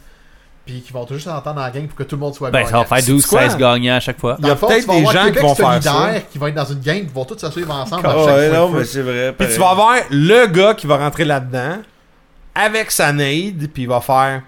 S2: puis qui vont tout juste s'entendre en gang pour que tout le monde soit
S1: Ben, ça va
S2: gagnant.
S1: faire 12,
S3: quoi?
S1: 16 gagnants à chaque fois.
S2: Dans
S3: Il y a
S2: le fond,
S3: peut-être
S2: tu vas
S3: des
S2: avoir
S3: gens qui
S2: Québec
S3: vont faire
S2: solidaire qui vont être dans une gang, qui vont tous se suivre ensemble à
S4: Ah
S2: chaque
S4: ouais,
S2: fois
S4: non,
S2: de feu.
S4: mais c'est vrai.
S3: Puis
S4: pareil.
S3: tu vas avoir le gars qui va rentrer là-dedans. Avec sa nade, puis il va faire.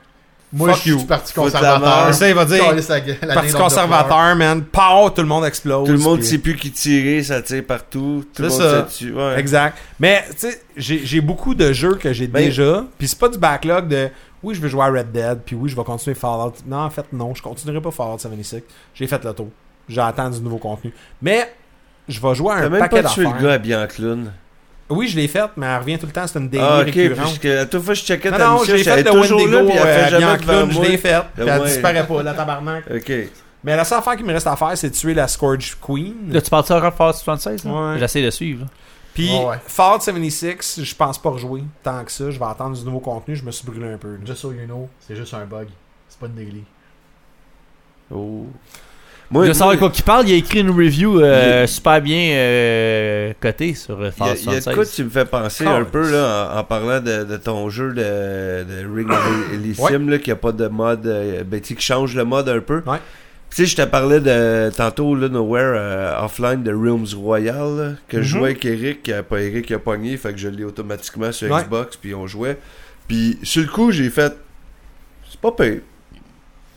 S2: Moi,
S3: fuck
S2: je suis
S3: you.
S2: du Parti
S4: Faut de la
S2: conservateur.
S4: merde.
S3: Ça, il va dire.
S2: Calisse la gueule, la gueule, on
S3: Parti
S2: te pleure.
S3: conservateur, man. Pow, tout le monde explose.
S4: Tout le monde
S3: puis-
S4: sait plus qui tirer, ça tire partout. Tout le
S3: C'est
S4: monde
S3: ça.
S4: se tue. Ouais.
S3: Exact. Mais, tu sais, j'ai j'ai beaucoup de jeux que j'ai
S4: Ben-
S3: déjà. Puis c'est pas du backlog de oui, je veux jouer à Red Dead. Puis oui, je vais continuer Fallout. Non, en fait, non, je continuerai pas Fallout 76. J'ai fait le tour. J'attends du nouveau contenu. Mais, je vais jouer à
S4: T'as
S3: un
S4: même
S3: paquet
S4: pas tué le
S3: d'affaires.
S4: gars bien en clown.
S3: Oui, je l'ai fait, mais elle revient tout le temps. C'est une délire
S4: Ah, ok,
S3: récurrente.
S4: puisque à toute fois je checkais
S3: Non,
S4: ta
S3: non,
S4: mission,
S3: j'ai fait
S4: j'étais
S3: le
S4: toujours là,
S3: Wendigo
S4: puis
S3: euh,
S4: elle fait
S3: bien
S4: jamais devant
S3: clown, je
S4: moi.
S3: l'ai fait.
S4: Ben
S3: puis elle
S4: ouais.
S3: disparaît pas, la tabarnak.
S4: Ok.
S3: Mais la seule affaire qui me reste à faire, c'est de tuer la Scourge Queen.
S1: Là, tu parles de ça encore Fallout 76? là?
S3: Ouais.
S1: J'essaie de suivre.
S3: Puis
S2: Ouais, ouais.
S3: Fallout 76, je pense pas rejouer tant que ça. Je vais attendre du nouveau contenu. Je me suis brûlé un peu. là.
S2: Just so you know, c'est juste un bug. C'est pas une daily.
S4: Oh.
S1: Je
S4: Moi,
S1: veux savoir
S4: moi,
S1: quoi qu'il parle, il a écrit une review euh,
S4: Il-
S1: super bien euh, cotée sur euh,
S4: Il y a-
S1: Fallout
S4: il y a de quoi
S1: 76.
S4: tu me fais penser
S3: Calme.
S4: un peu là, en, en parlant de, de ton jeu de, de Ring of Elysium là, qui a pas de mode euh, ben, tu sais, qui change le mode un peu.
S3: Ouais.
S4: Tu sais, je te parlais de tantôt là, Nowhere euh, offline de Realms Royal là, que je
S3: Mhm.
S4: jouais avec Eric, euh, pas Eric qui a pogné, fait que je l'ai automatiquement sur
S3: Ouais.
S4: Xbox puis on jouait. Puis sur le coup, j'ai fait c'est pas pire.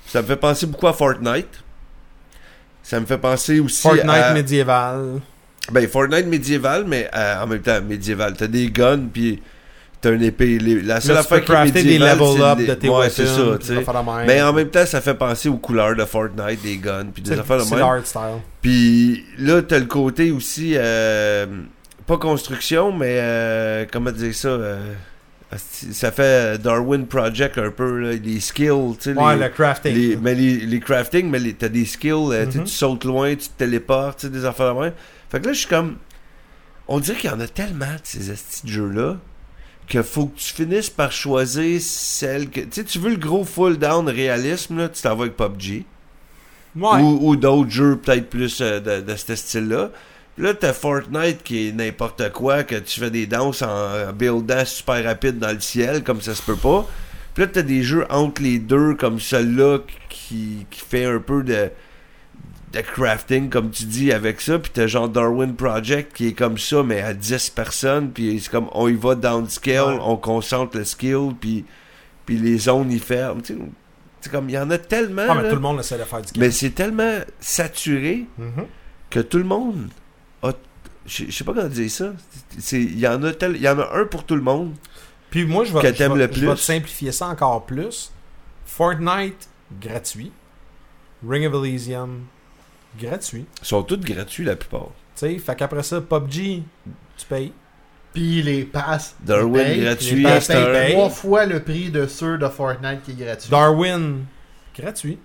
S4: Ça me fait penser beaucoup à Fortnite. Ça me fait penser aussi
S3: Fortnite
S4: à...
S3: médiéval.
S4: Ben, Fortnite médiéval, mais euh, en même temps médiéval. T'as des guns, puis t'as une épée. Les- La seule
S3: Là, tu peux
S4: affaire qui est
S3: crafter des
S4: médiévale,
S3: level
S4: c'est
S3: up
S4: des-
S3: de tes
S4: ouais,
S3: weapons.
S4: c'est ça,
S3: des
S4: tu sais.
S3: affaires de même.
S4: Mais en même temps, ça fait penser aux couleurs de Fortnite, des guns, puis des
S3: C'est-
S4: affaires de
S3: C'est
S4: même.
S3: l'art style.
S4: Puis là, t'as le côté aussi, euh, pas construction, mais euh, comment dire ça euh, asti- ça fait Darwin Project un peu, là, les skills, tu sais.
S3: Ouais,
S4: les-
S3: le crafting.
S4: les, mais les, les crafting, mais les- t'as des skills, euh, tu sais,
S3: Mhm.
S4: tu sautes loin, tu te téléportes, tu sais, des affaires de même. Fait que là, je suis comme. On dirait qu'il y en a tellement de ces astis de jeux-là que faut que tu finisses par choisir celle que. Tu sais, tu veux le gros full down réalisme, là, tu t'en vas avec PUBG.
S3: Ouais.
S4: Ou, ou d'autres jeux peut-être plus euh, de, de ce style-là. Puis là, t'as Fortnite qui est n'importe quoi, que tu fais des danses en buildant super rapide dans le ciel, comme ça se peut pas. Puis là, t'as des jeux entre les deux, comme celui-là, qui, qui fait un peu de, de crafting, comme tu dis, avec ça. Puis t'as genre Darwin Project qui est comme ça, mais à 10 personnes. Puis c'est comme, on y va downscale,
S3: Ouais.
S4: on concentre le skill, puis, puis les zones y ferment. Tu sais, c'est comme, il y en a tellement.
S3: Ah, mais
S4: là.
S3: tout le monde essaie de faire du
S4: Mais c'est tellement saturé
S3: Mhm.
S4: que tout le monde a. Je je sais pas comment dire ça. C'est- Il y, en a tel- il y en a un pour tout le monde.
S3: Puis moi, je
S4: Que
S3: vais, je
S4: t'aimes
S3: vais-
S4: le
S3: je vais
S4: plus.
S3: simplifier ça encore plus. Fortnite, gratuit. Ring of Elysium, gratuit.
S4: Ils sont tous gratuits la plupart.
S3: Tu sais, fait qu'après ça, PUBG, tu payes.
S2: Puis les passes.
S4: Darwin
S2: ils payent-
S4: gratuit,
S2: ils payent
S4: Aster.
S2: trois fois le prix de ceux de Fortnite qui est gratuit.
S3: Darwin, gratuit.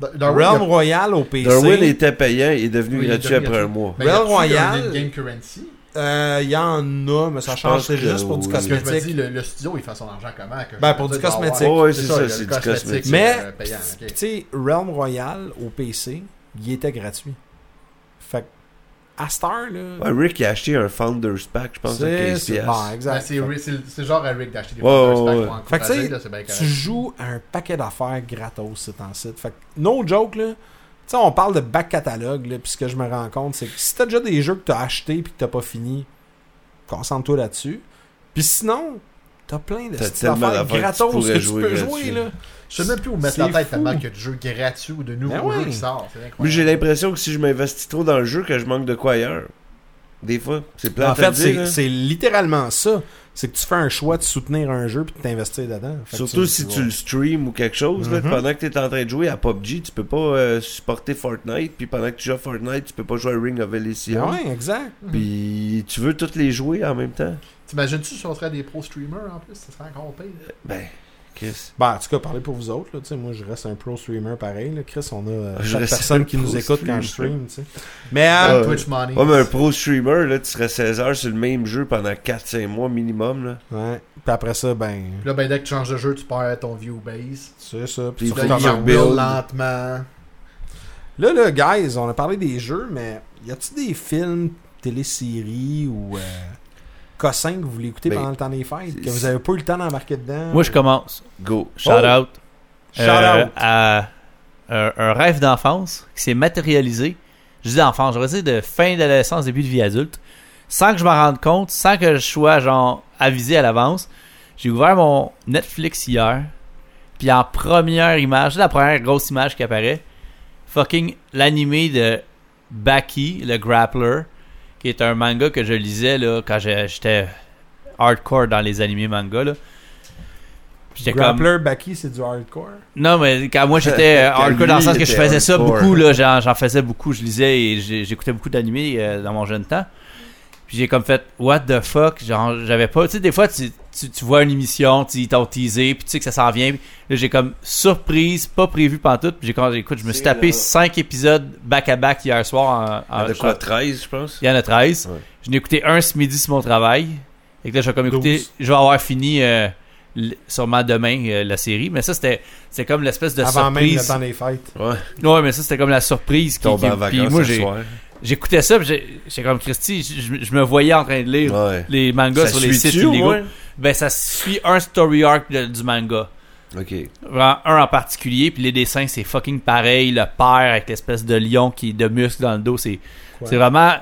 S2: Da- Darwin, il
S3: Realm
S2: a-
S3: Royale au PC.
S4: Darwin était payant et est devenu
S2: Oui, il est
S4: gratuit
S2: devenu
S4: après un
S2: gratuit.
S4: mois.
S2: ben, il a
S3: Realm
S2: plus un
S3: Royale.
S2: in-game currency.
S3: Euh, y en a, mais ça
S4: Je
S3: change.
S4: pense
S3: C'est
S4: que
S3: juste pour du
S4: oui.
S2: Parce que je me dis,
S3: cosmétique.
S2: le, le studio, il fait son argent comment que-
S3: Ben, pour du
S2: il doit avoir-
S3: cosmétique.
S4: Oh, ouais, c'est ça,
S2: le
S4: c'est du
S2: cosmétique,
S4: cosmétique.
S2: c'est,
S3: Mais,
S2: euh, payant, ok.
S3: Puis tu sais, Realm Royale au PC, il était gratuit. Fait que, à cette heure, là.
S4: Ouais, Rick il a acheté un Founders Pack, je pense, à 15$.
S3: c'est
S4: piastres.
S3: bon,
S2: Ben,
S3: exact.
S2: c'est,
S3: Fait
S2: c'est, c'est genre à Rick d'acheter des
S4: Ouais,
S2: Founders Pack
S4: ouais, ouais.
S2: pour
S3: Fait que tu sais,
S2: encourager, là, c'est bien
S3: que tu
S2: correct.
S3: joues à un paquet d'affaires gratos, c'est en site. Fait que, no joke, là. Tu sais, on parle de back catalogue, là, puis ce que je me rends compte, c'est que si t'as déjà des jeux que t'as achetés puis que t'as pas fini, concentre-toi là-dessus. Puis sinon, t'as plein de
S4: T'as
S3: petites
S4: tellement
S3: affaires
S4: d'affaires que tu
S3: gratos que
S4: pourrais
S3: tu
S4: jouer
S3: peux
S4: gratuit.
S3: jouer, là.
S2: Je sais même plus où mettre
S3: C'est
S2: la tête
S3: fou.
S2: tellement qu'il y a de jeux gratuits ou de nouveaux
S3: Ben ouais.
S2: jeux qui sortent. C'est
S4: Moi, j'ai
S2: incroyable.
S4: l'impression que si je m'investis trop dans le jeu, que je manque de quoi ailleurs. Des fois, c'est plat
S3: en fait,
S4: dire,
S3: c'est-
S4: là.
S3: c'est littéralement ça. C'est que tu fais un choix de soutenir un jeu puis de t'investir dedans. Fait que
S4: Surtout si tu le stream ou quelque chose, là,
S3: Mhm.
S4: pendant que tu es en train de jouer à PUBG, tu peux pas euh, supporter Fortnite, puis pendant que tu joues à Fortnite, tu peux pas jouer à Ring of Elysium.
S1: Ah
S3: Ah Ouais, exact.
S4: Puis tu veux toutes les jouer en même temps?
S2: T'imagines-tu si on serait des pro streamers en plus Ça serait encore pire.
S4: Ben, Chris.
S3: Ben, en tout cas, parlez pour vous autres. Là, Tu sais, moi, je reste un pro streamer pareil. Là. Chris, on a euh,
S4: Je
S3: chaque
S4: reste un
S3: personne qui
S4: pro
S3: nous écoute quand je
S4: streamer.
S3: stream. tu sais. Mais euh,
S4: Ah, ouais.
S2: Twitch Money.
S4: Ouais, mais un pro streamer, là, tu serais 16 heures sur le même jeu pendant 4-5 mois minimum, là.
S3: ouais. Puis après ça, ben,
S2: Puis là, ben, dès que tu changes de jeu, tu perds ton view base.
S3: c'est ça. Puis
S4: Puis
S3: tu
S2: Là, il
S4: Comment
S3: recommences.
S2: en
S4: build.
S2: build lentement.
S3: Là, là, guys, on a parlé des jeux, mais y a-tu des films, téléséries ou euh, cossins que vous voulez écouter
S4: Ben,
S3: pendant le temps des fêtes que
S4: c'est-
S3: vous avez pas eu le temps d'embarquer dedans?
S1: Moi, je commence.
S4: Go.
S1: Shout
S3: Oh.
S1: out.
S3: Shout
S1: euh,
S3: out.
S1: à un, un rêve d'enfance qui s'est matérialisé. Je dis d'enfance, j'aurais dit de fin d'adolescence, début de vie adulte. Sans que je m'en rende compte, sans que je sois genre avisé à l'avance, j'ai ouvert mon Netflix hier. Puis en première image, la première grosse image qui apparaît, fucking l'animé de Baki, le grappler, qui est un manga que je lisais là, quand j'ai- j'étais hardcore dans les animés manga. Là. Puis j'étais comme-
S3: Grappler Baki, c'est du hardcore.
S1: non, mais quand moi j'étais euh,
S4: Quand
S1: hardcore dans le
S4: lui
S1: sens que je
S4: était
S1: faisais ça
S4: hardcore.
S1: beaucoup, là, j'en, j'en faisais beaucoup, je lisais et j'ai- j'écoutais beaucoup d'animés euh, dans mon jeune temps. Puis j'ai comme fait, what the fuck, genre, j'avais pas. Tu sais, des fois, tu, tu, tu vois une émission, tu ils t'ont teasé, puis tu sais que ça s'en vient. Puis Là, j'ai comme surprise, pas prévu pantoute. Puis j'ai quand écoute, je me suis
S4: C'est euh,
S1: tapé
S4: là.
S1: 5 épisodes back-à-back hier soir. En, en-
S4: de quoi 13, je pense?
S1: il y en a 13.
S4: Ouais.
S1: Je n'ai écouté un ce midi sur mon travail. Et que là, je vais comme écouter.
S3: 12.
S1: Je vais avoir fini euh, l- sûrement demain euh, la série. Mais ça, c'était c'est comme l'espèce de
S3: Avant même le
S1: surprise.
S3: temps des fêtes.
S4: Ouais.
S1: Ouais, mais ça, c'était comme la surprise qui.
S4: Tombe
S1: qui-
S4: en
S1: puis
S4: vacances
S1: moi,
S4: ce
S1: j'ai-
S4: soir.
S1: j'écoutais ça. puis j'ai- J'étais comme Christy, je, je- je me voyais en train de lire
S4: Ouais.
S1: les mangas
S4: Ça
S1: sur les sites
S4: suit-tu, au
S1: illégaux.
S4: moins?
S1: Ben, ça suit un story arc de- du manga.
S4: Ok.
S1: Vraiment, un en particulier, puis les dessins, c'est fucking pareil. Le père avec l'espèce de lion qui est de muscle dans le dos, c'est
S3: Quoi?
S1: c'est vraiment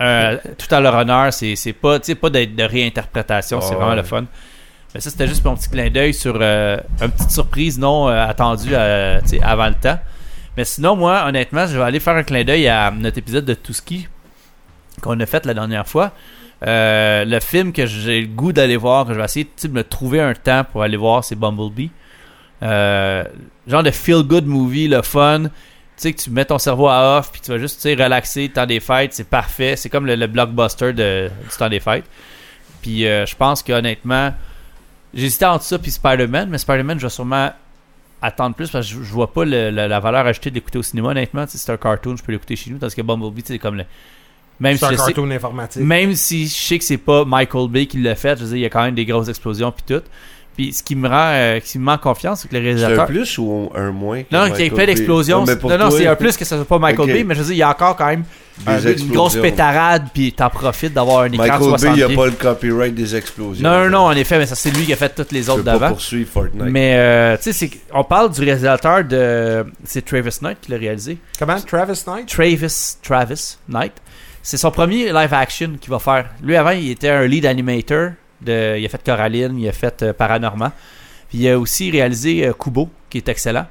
S1: euh, tout à leur honneur. C'est c'est pas, tu sais, pas de, de réinterprétation, c'est
S4: Ah
S1: vraiment
S4: ouais.
S1: le fun. Mais ça, c'était juste mon petit clin d'œil sur euh, une petite surprise non euh, attendue euh, tu sais, avant le temps. Mais sinon, moi, honnêtement, je vais aller faire un clin d'œil à notre épisode de Touski qu'on a fait la dernière fois. Euh, le film que j'ai le goût d'aller voir, que je vais essayer tu sais, de me trouver un temps pour aller voir, c'est Bumblebee. Euh, genre de feel good movie, le fun. Tu sais que tu mets ton cerveau à off, puis tu vas juste tu sais, relaxer le temps des fêtes, c'est parfait. C'est comme le, le blockbuster de, du temps des fêtes. Puis euh, je pense qu'honnêtement, j'hésitais entre ça puis Spider-Man, mais Spider-Man, je vais sûrement attendre plus parce que je, je vois pas le- la, la valeur ajoutée de l'écouter au cinéma, honnêtement. Tu sais, C'est un cartoon, je peux l'écouter chez nous, parce que Bumblebee, tu sais, c'est comme le. Même
S3: C'est
S1: si
S3: un
S1: je sais-
S3: cartoon informatique.
S1: même si je sais que c'est pas Michael Bay qui l'a fait, je veux dire, il y a quand même des grosses explosions puis tout. Puis ce qui me rend, euh, qui me met en confiance, c'est que le
S4: C'est un
S1: réalisateur.
S4: plus ou un moins que
S1: Non, non, qu'il y ait
S4: Michael
S1: plein
S4: Bay?
S1: d'explosions.
S4: Non, Ah, mais
S1: Non,
S4: pour
S1: non,
S4: toi,
S1: c'est un plus que ce soit pas Michael
S4: Ok.
S1: Bay, mais je veux dire, il y a encore quand même
S4: des
S1: un- une
S4: explosions.
S1: grosse pétarade, puis t'en profites d'avoir un écran
S4: Michael Bay,
S1: 60
S4: il a pas le copyright des explosions.
S1: Non, non, non, en effet, mais ça, c'est lui qui a fait toutes les
S4: Tu
S1: autres
S4: peux pas
S1: d'avant.
S4: poursuivre Fortnite.
S1: Mais, euh, tu sais, c'est- on parle du réalisateur de. C'est Travis Knight qui l'a réalisé.
S3: Comment Travis Knight
S1: Travis, Travis Knight. C'est son premier live action qu'il va faire. Lui, avant, il était un lead animator. De, il a fait Coraline, il a fait euh, Paranormal. Puis il a aussi réalisé euh, Kubo, qui est excellent.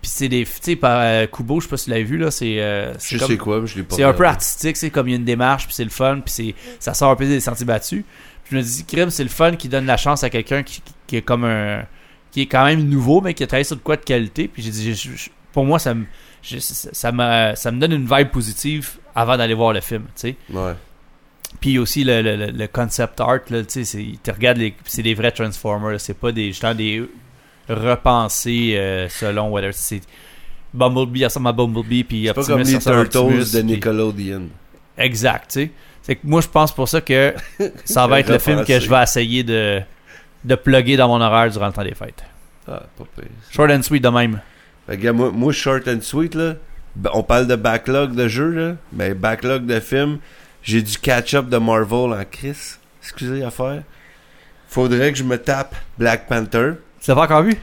S1: Puis c'est des. Tu sais, par- euh, Kubo, je sais pas si vous l'avez vu, là, c'est. euh, c'est
S4: Je
S1: comme-
S4: sais quoi, mais je l'ai pas
S1: c'est un peu
S4: regardé.
S1: artistique, c'est comme il y a une démarche, puis c'est le fun, puis c'est ça sort un peu des sentiers battus. Puis je me dis, crime, c'est le fun qui donne la chance à quelqu'un qui, qui, qui est comme un qui est quand même nouveau, mais qui a travaillé sur de quoi de qualité. Puis j'ai dit, je- je- pour moi, ça me je- ça, ça me ça me donne une vibe positive avant d'aller voir le film, tu sais.
S4: Ouais.
S1: Puis aussi le, le- le- le concept art, là, tu sais, c'est- tu regardes, les- c'est des vrais Transformers, là, c'est pas des, justement des repensés euh, selon whether c'est Bumblebee ressemble à Bumblebee, puis
S4: C'est pas
S1: Optimus
S4: comme les
S1: ressemble à Optimus,
S4: Turtles de
S1: puis-
S4: Nickelodeon.
S1: Exact, tu sais. C'est que moi, je pense pour ça que ça va être le film que je vais essayer de, de plugger dans mon horaire durant le temps des fêtes.
S4: Ah, pas pire.
S1: Short and sweet de même.
S4: Fait que, moi, moi, short and sweet, là, ben, on parle de backlog de jeux, là, mais backlog de films, j'ai du catch-up de Marvel en Chris. Excusez à faire. Faudrait que je me tape Black Panther.
S1: Tu l'as pas encore vu?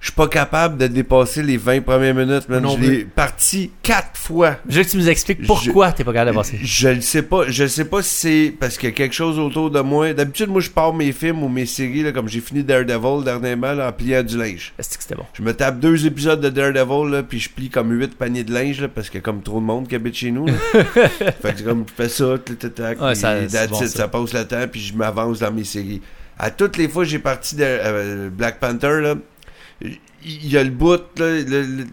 S4: Je suis pas capable de dépasser les 20 premières minutes, man.
S2: Non
S4: Je l'ai parti 4 fois.
S1: Je veux que tu nous expliques pourquoi t'es pas capable de passer.
S4: Je le sais pas. Je sais pas si c'est parce qu'il y a quelque chose autour de moi. D'habitude, moi, je pars mes films ou mes séries, là, comme j'ai fini Daredevil dernièrement, là, en pliant du linge.
S1: Est-ce que c'était bon?
S4: Je me tape deux épisodes de Daredevil, là, puis je plie comme huit paniers de linge, là, parce qu'il y a comme trop de monde qui habite chez nous. là. fait que c'est comme, je fais ça, tout, tout, tout,
S1: Ouais, ça-
S4: puis
S1: c'est
S4: that's
S1: bon,
S4: it,
S1: ça.
S4: ça passe le temps, puis je m'avance dans mes séries. À toutes les fois, j'ai parti de euh, Black Panther, là, il y a le bout, là, le- le-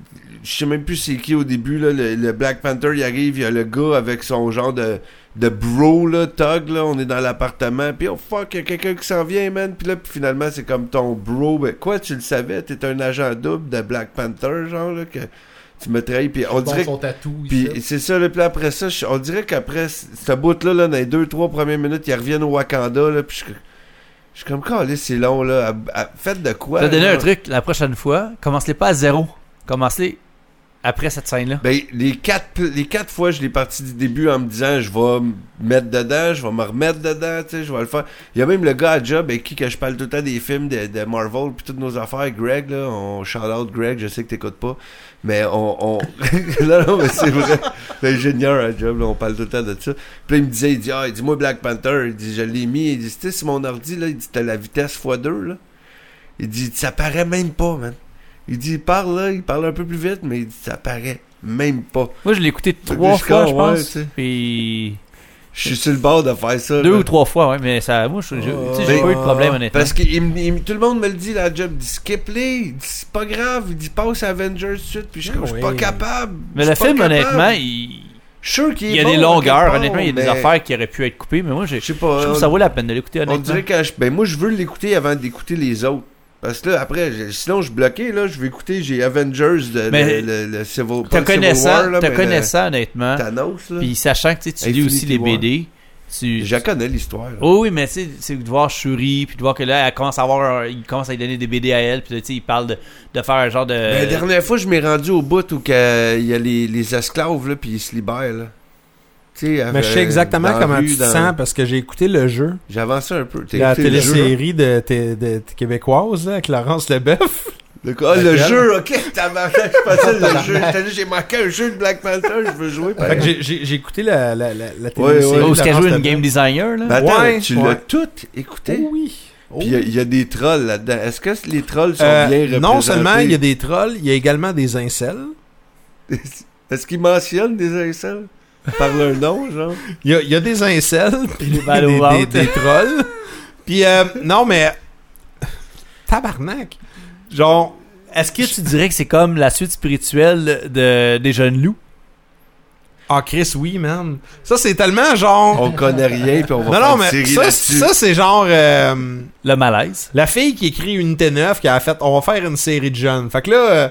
S4: je sais même plus c'est qui au début, là, le, le Black Panther, il arrive, il y a le gars avec son genre de, de bro, là, Tug, là, on est dans l'appartement, puis oh fuck, il y a quelqu'un qui s'en vient, man, puis là, puis finalement, c'est comme ton bro, ben, quoi, tu le savais, t'es un agent double de Black Panther, genre, là, que tu me trahis, puis
S2: Ils
S4: on
S2: font
S4: dirait que
S2: son tatou.
S4: puis
S2: ici.
S4: c'est ça, le puis après ça, je- on dirait qu'après c- ce bout-là, là, dans les deux, trois premières minutes, ils reviennent au Wakanda, là, puis je, je suis comme, calé, c'est long, là, à- à- faites de quoi?
S1: Je vais te donner
S4: là?
S1: un truc la prochaine fois. Commence-les pas à zéro. Commence-les après cette scène-là.
S4: Ben, les quatre, pl- les quatre fois, je l'ai parti du début en me disant, je vais me mettre dedans, je vais me remettre dedans, tu sais, je vais le faire. Il y a même le gars à job avec qui que je parle tout le temps des films de, de Marvel puis toutes nos affaires, Greg, là, on shout out Greg, je sais que t'écoutes pas, mais on, on... non, non, mais c'est vrai, l'ingénieur à job, là, on parle tout le temps de ça. Puis là, il me disait, il dit, ah, il dit, moi, Black Panther, il dit, je l'ai mis, il dit, tu sais, sur mon ordi, là, il dit, t'as la vitesse x2, là. Il dit, ça paraît même pas, man. Il dit, il parle, là, il parle un peu plus vite, mais il dit, ça paraît même pas.
S1: Moi, je l'ai écouté
S4: Fait que
S1: trois
S4: je
S1: fois,
S4: suis
S1: je
S4: con, ouais,
S1: pense.
S4: tu sais.
S1: Puis
S4: Je suis sur le bord de faire ça.
S1: deux
S4: là.
S1: ou trois fois, ouais. Mais ça, moi, je- je- tu sais, j'ai
S4: Ben,
S1: pas eu de problème, honnêtement.
S4: Parce que il me- il me- tout le monde me le dit, la job, il dit skip-les, il dit c'est pas grave, il dit passe à Avengers tout de suite, puis je suis comme, je suis pas
S3: Oui.
S4: capable.
S1: Mais
S4: je
S1: le
S4: suis pas
S1: film,
S4: capable.
S1: honnêtement, il,
S4: Je suis sûr qu'il
S1: il y
S4: est
S1: a
S4: bon,
S1: des longueurs,
S4: quelque part,
S1: honnêtement. Il y a des
S4: mais
S1: affaires qui auraient pu être coupées, mais moi, j'ai-
S4: Je
S1: je
S4: sais pas.
S1: trouve
S4: on-
S1: que ça vaut la peine de l'écouter,
S4: On
S1: honnêtement.
S4: dirait que je- ben moi je veux l'écouter avant d'écouter les autres. Parce que là, après, je- sinon je suis bloqué, là, je vais écouter, j'ai Avengers, le,
S1: Mais-
S4: le, le- le Civil pas
S1: Te
S4: le Civil War,
S1: connaissant,
S4: là,
S1: te
S4: mais le
S1: connaissant honnêtement,
S4: Thanos, là.
S1: puis sachant que tu sais, tu lis
S4: Infinity
S1: aussi les
S4: War.
S1: BD, tu...
S4: Je connais l'histoire. là.
S1: Oh oui, mais tu sais, c'est de voir Shuri, puis de voir que là, elle commence à avoir, un- il commence à lui donner des BD à elle, puis là, tu sais, il parle de, de faire un genre de...
S4: Ben, La dernière fois, je m'ai rendu au bout où que, euh, il y a les, les esclaves, là, puis ils se libèrent, là. Tu sais,
S3: Mais je sais
S4: euh,
S3: exactement
S4: dans la
S3: comment
S4: rue,
S3: tu te
S4: dans-
S3: sens parce que j'ai écouté le jeu,
S4: J'ai avancé un peu. T'as
S3: la
S4: écouté le jeu, hein?
S3: télésérie de, de- de- de québécoise là, avec Laurence Leboeuf.
S4: Le- Ah, le
S3: Laquelle?
S4: jeu, ok, t'as marqué, je passais le jeu. J'étais là, j'ai manqué un jeu de Black Panther, je veux jouer.
S3: Fait
S4: pareil.
S3: que j'ai- J'ai j'ai écouté la, la, la, la
S4: Ben. Ouais,
S3: télésérie.
S4: ouais.
S1: Oh,
S3: de
S1: est-ce qu'elle
S3: Laurence
S1: joue une
S3: Leboeuf.
S1: game designer,
S4: Mais
S1: là?
S4: attends,
S3: Ouais,
S4: tu l'as
S3: ouais.
S4: tout écouté.
S3: Oui. Oh.
S4: Puis il y a- il y, a des trolls là-dedans. Est-ce que les trolls sont
S3: Euh,
S4: bien représentés?
S3: non seulement il y a des trolls, il y a également des incels.
S4: Est-ce qu'ils mentionnent des incels? Par leur nom, genre?
S3: Il y a, il y a des incels, puis des,
S1: balles au
S3: des,
S1: ventre.
S3: des trolls. Puis, euh, non, mais. Tabarnak! Genre,
S1: Est-ce que tu dirais que c'est comme la suite spirituelle de, des jeunes loups?
S3: ah, Chris, oui, man. Ça, c'est tellement genre.
S4: On connaît rien, puis on va
S3: Non,
S4: faire
S3: non,
S4: une
S3: mais
S4: série
S3: ça,
S4: là-dessus.
S3: ça c'est genre. euh,
S1: Le malaise?
S3: la fille qui écrit Unité 9 qui a fait on va faire une série de jeunes. Fait que là, euh,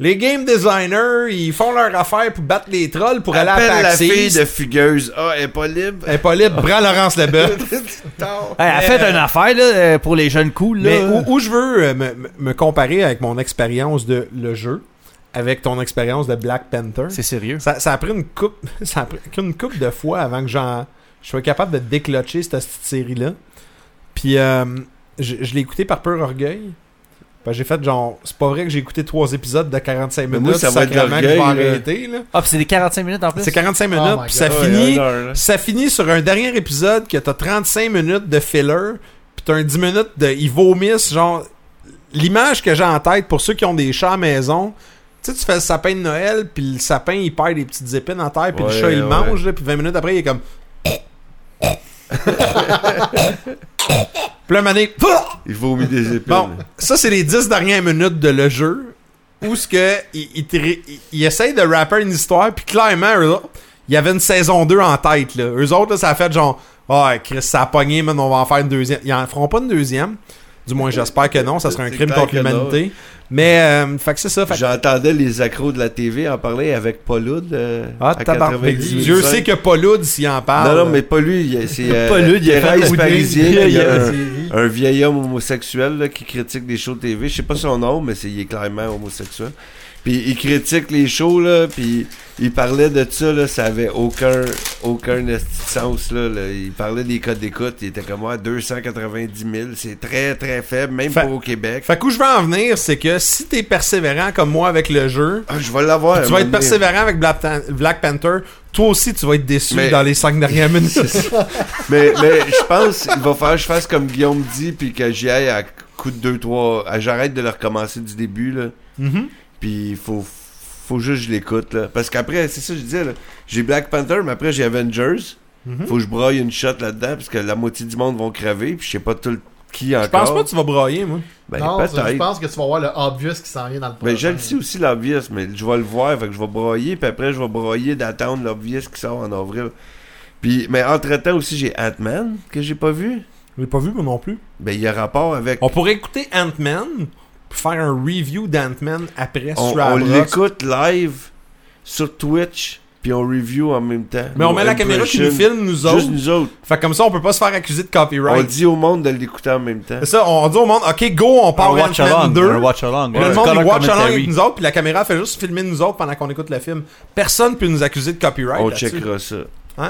S3: Les game designers, ils font leur affaire pour battre les trolls pour aller à
S4: Appelle la fille
S3: Taxis.
S4: de Fugueuse. Ah, elle est pas libre.
S3: Elle est pas libre, prends Laurence Lebeuf.
S4: Tard.
S1: Hey, Ben, elle fait une affaire là, euh, pour les jeunes coups. Là.
S3: Mais où, où je veux euh, me, me- me comparer avec mon expérience de le jeu, avec ton expérience de Black Panther,
S1: C'est sérieux.
S3: ça, ça a pris une coupe, ça a pris une coupe de fois avant que j'en, je sois capable de déclocher cette, petite série-là. Puis euh, je, je l'ai écouté par peur orgueil. Parce que j'ai fait genre, c'est pas vrai que j'ai écouté trois épisodes de 45
S4: Mais
S3: minutes.
S4: moi, ça va être
S3: sacrément que je vais
S4: l'orgueil, là.
S3: arrêter, là.
S1: Ah, puis c'est des 45 minutes en plus.
S3: C'est 45 minutes,
S2: Oh my
S3: puis ça
S4: Ouais,
S3: finit.
S4: une heure, là.
S3: Ça finit sur un dernier épisode que t'as 35 minutes de filler, pis t'as un 10 minutes de. Ils vomissent, genre. L'image que j'ai en tête pour ceux qui ont des chats à maison, tu sais, tu fais le sapin de Noël, puis le sapin, il perd des petites épines en terre, puis
S4: Ouais,
S3: le chat, il le
S4: ouais.
S3: mange, là, puis 20 minutes après, il est comme. Puis là, un moment donné,
S4: Il vomit des épines.
S3: Bon, ça, c'est les 10 dernières minutes de le jeu où ce que il, il te ré- il- il essaye de rapper une histoire, puis clairement, eux autres, il y avait une saison 2 en tête. Là. Eux autres, là, ça a fait genre, ah, Chris, ça a pogné, mais on va en faire une deuxième. Ils en feront pas une deuxième. Du moins, j'espère que non, ça serait un
S4: C'est
S3: crime
S4: clair
S3: contre
S4: que non.
S3: l'humanité. Mais, euh, fait que c'est ça. Fait que-
S4: J'entendais les accros de la TV en parler avec Pauloud. Euh,
S3: ah,
S4: à
S3: tabarnak.
S4: 98.
S3: Dieu sait que Pauloud, s'il en parle.
S4: Non, non, mais pas lui. il- C'est euh,
S1: Pauloud, il a fait
S4: Thérèse
S1: bouder.
S4: Parisien.
S1: Il a-
S4: il y a
S1: il a-
S4: un- un vieil homme homosexuel là, qui critique des shows TV. Je sais pas son nom, mais c'est, il est clairement homosexuel. Puis il critique les shows, là, puis il parlait de ça, là, ça avait aucun, aucun esti de sens. Là, là. Il parlait des codes d'écoute, il était comme moi, 290 000, c'est très très faible, même
S3: Fait-
S4: pas au Québec.
S3: Fait que où je veux en venir, c'est que si t'es persévérant comme moi avec le jeu,
S4: Ah, je vais l'avoir.
S3: tu vas être
S4: un moment donné.
S3: persévérant avec Black, Tan- Black Panther, toi aussi tu vas être déçu
S4: Mais-
S3: dans les cinq dernières minutes.
S4: Mais, mais je pense qu'il va falloir que je fasse comme Guillaume dit, puis que j'y aille à coup de 2-3. à- J'arrête de le recommencer du début, là.
S3: Mhm.
S4: Puis il faut, faut juste que je l'écoute. là. Parce qu'après, c'est ça que je disais. là. J'ai Black Panther, mais après j'ai Avengers.
S3: Mhm.
S4: Faut que je broille une shot là-dedans parce que la moitié du monde vont crever. Puis je sais pas tout le- qui encore.
S3: Je pense pas que tu vas broyer, moi.
S4: Ben,
S2: non, ça, je
S4: peut-être.
S2: pense que tu vas voir le obvious qui s'en vient dans le
S4: Ben,
S2: prochain.
S4: je le sais aussi, l'obvious, mais je vais le voir, fait que je vais broyer, puis après, je vais broyer d'attendre l'obvious qui sort en avril. Puis, mais entre-temps aussi, j'ai Ant-Man, que j'ai pas vu.
S3: Je l'ai pas vu, moi non plus.
S4: Ben, il y a rapport avec...
S3: On pourrait écouter Ant-Man, puis faire un review d'Ant-Man après
S4: on,
S3: sur la
S4: on
S3: brosse.
S4: l'écoute live sur Twitch, puis on review en même temps.
S3: Mais on
S4: Ou
S3: met la caméra qui nous
S4: impression.
S3: filme, nous autres.
S4: Juste nous autres.
S3: Fait comme ça, on peut pas se faire accuser de
S4: On
S3: copyright.
S4: dit au monde de l'écouter en même temps.
S3: C'est ça, on dit au monde, OK, go, on part
S1: un watch
S3: Ant-Man
S1: along.
S3: 2.
S1: Un watch along.
S3: Puis
S1: ouais.
S3: le monde,
S1: Color
S3: il watch along
S1: commentary.
S3: avec nous autres, puis la caméra fait juste filmer nous autres pendant qu'on écoute le film. Personne peut nous accuser de copyright.
S4: on
S3: là-dessus.
S4: checkera ça.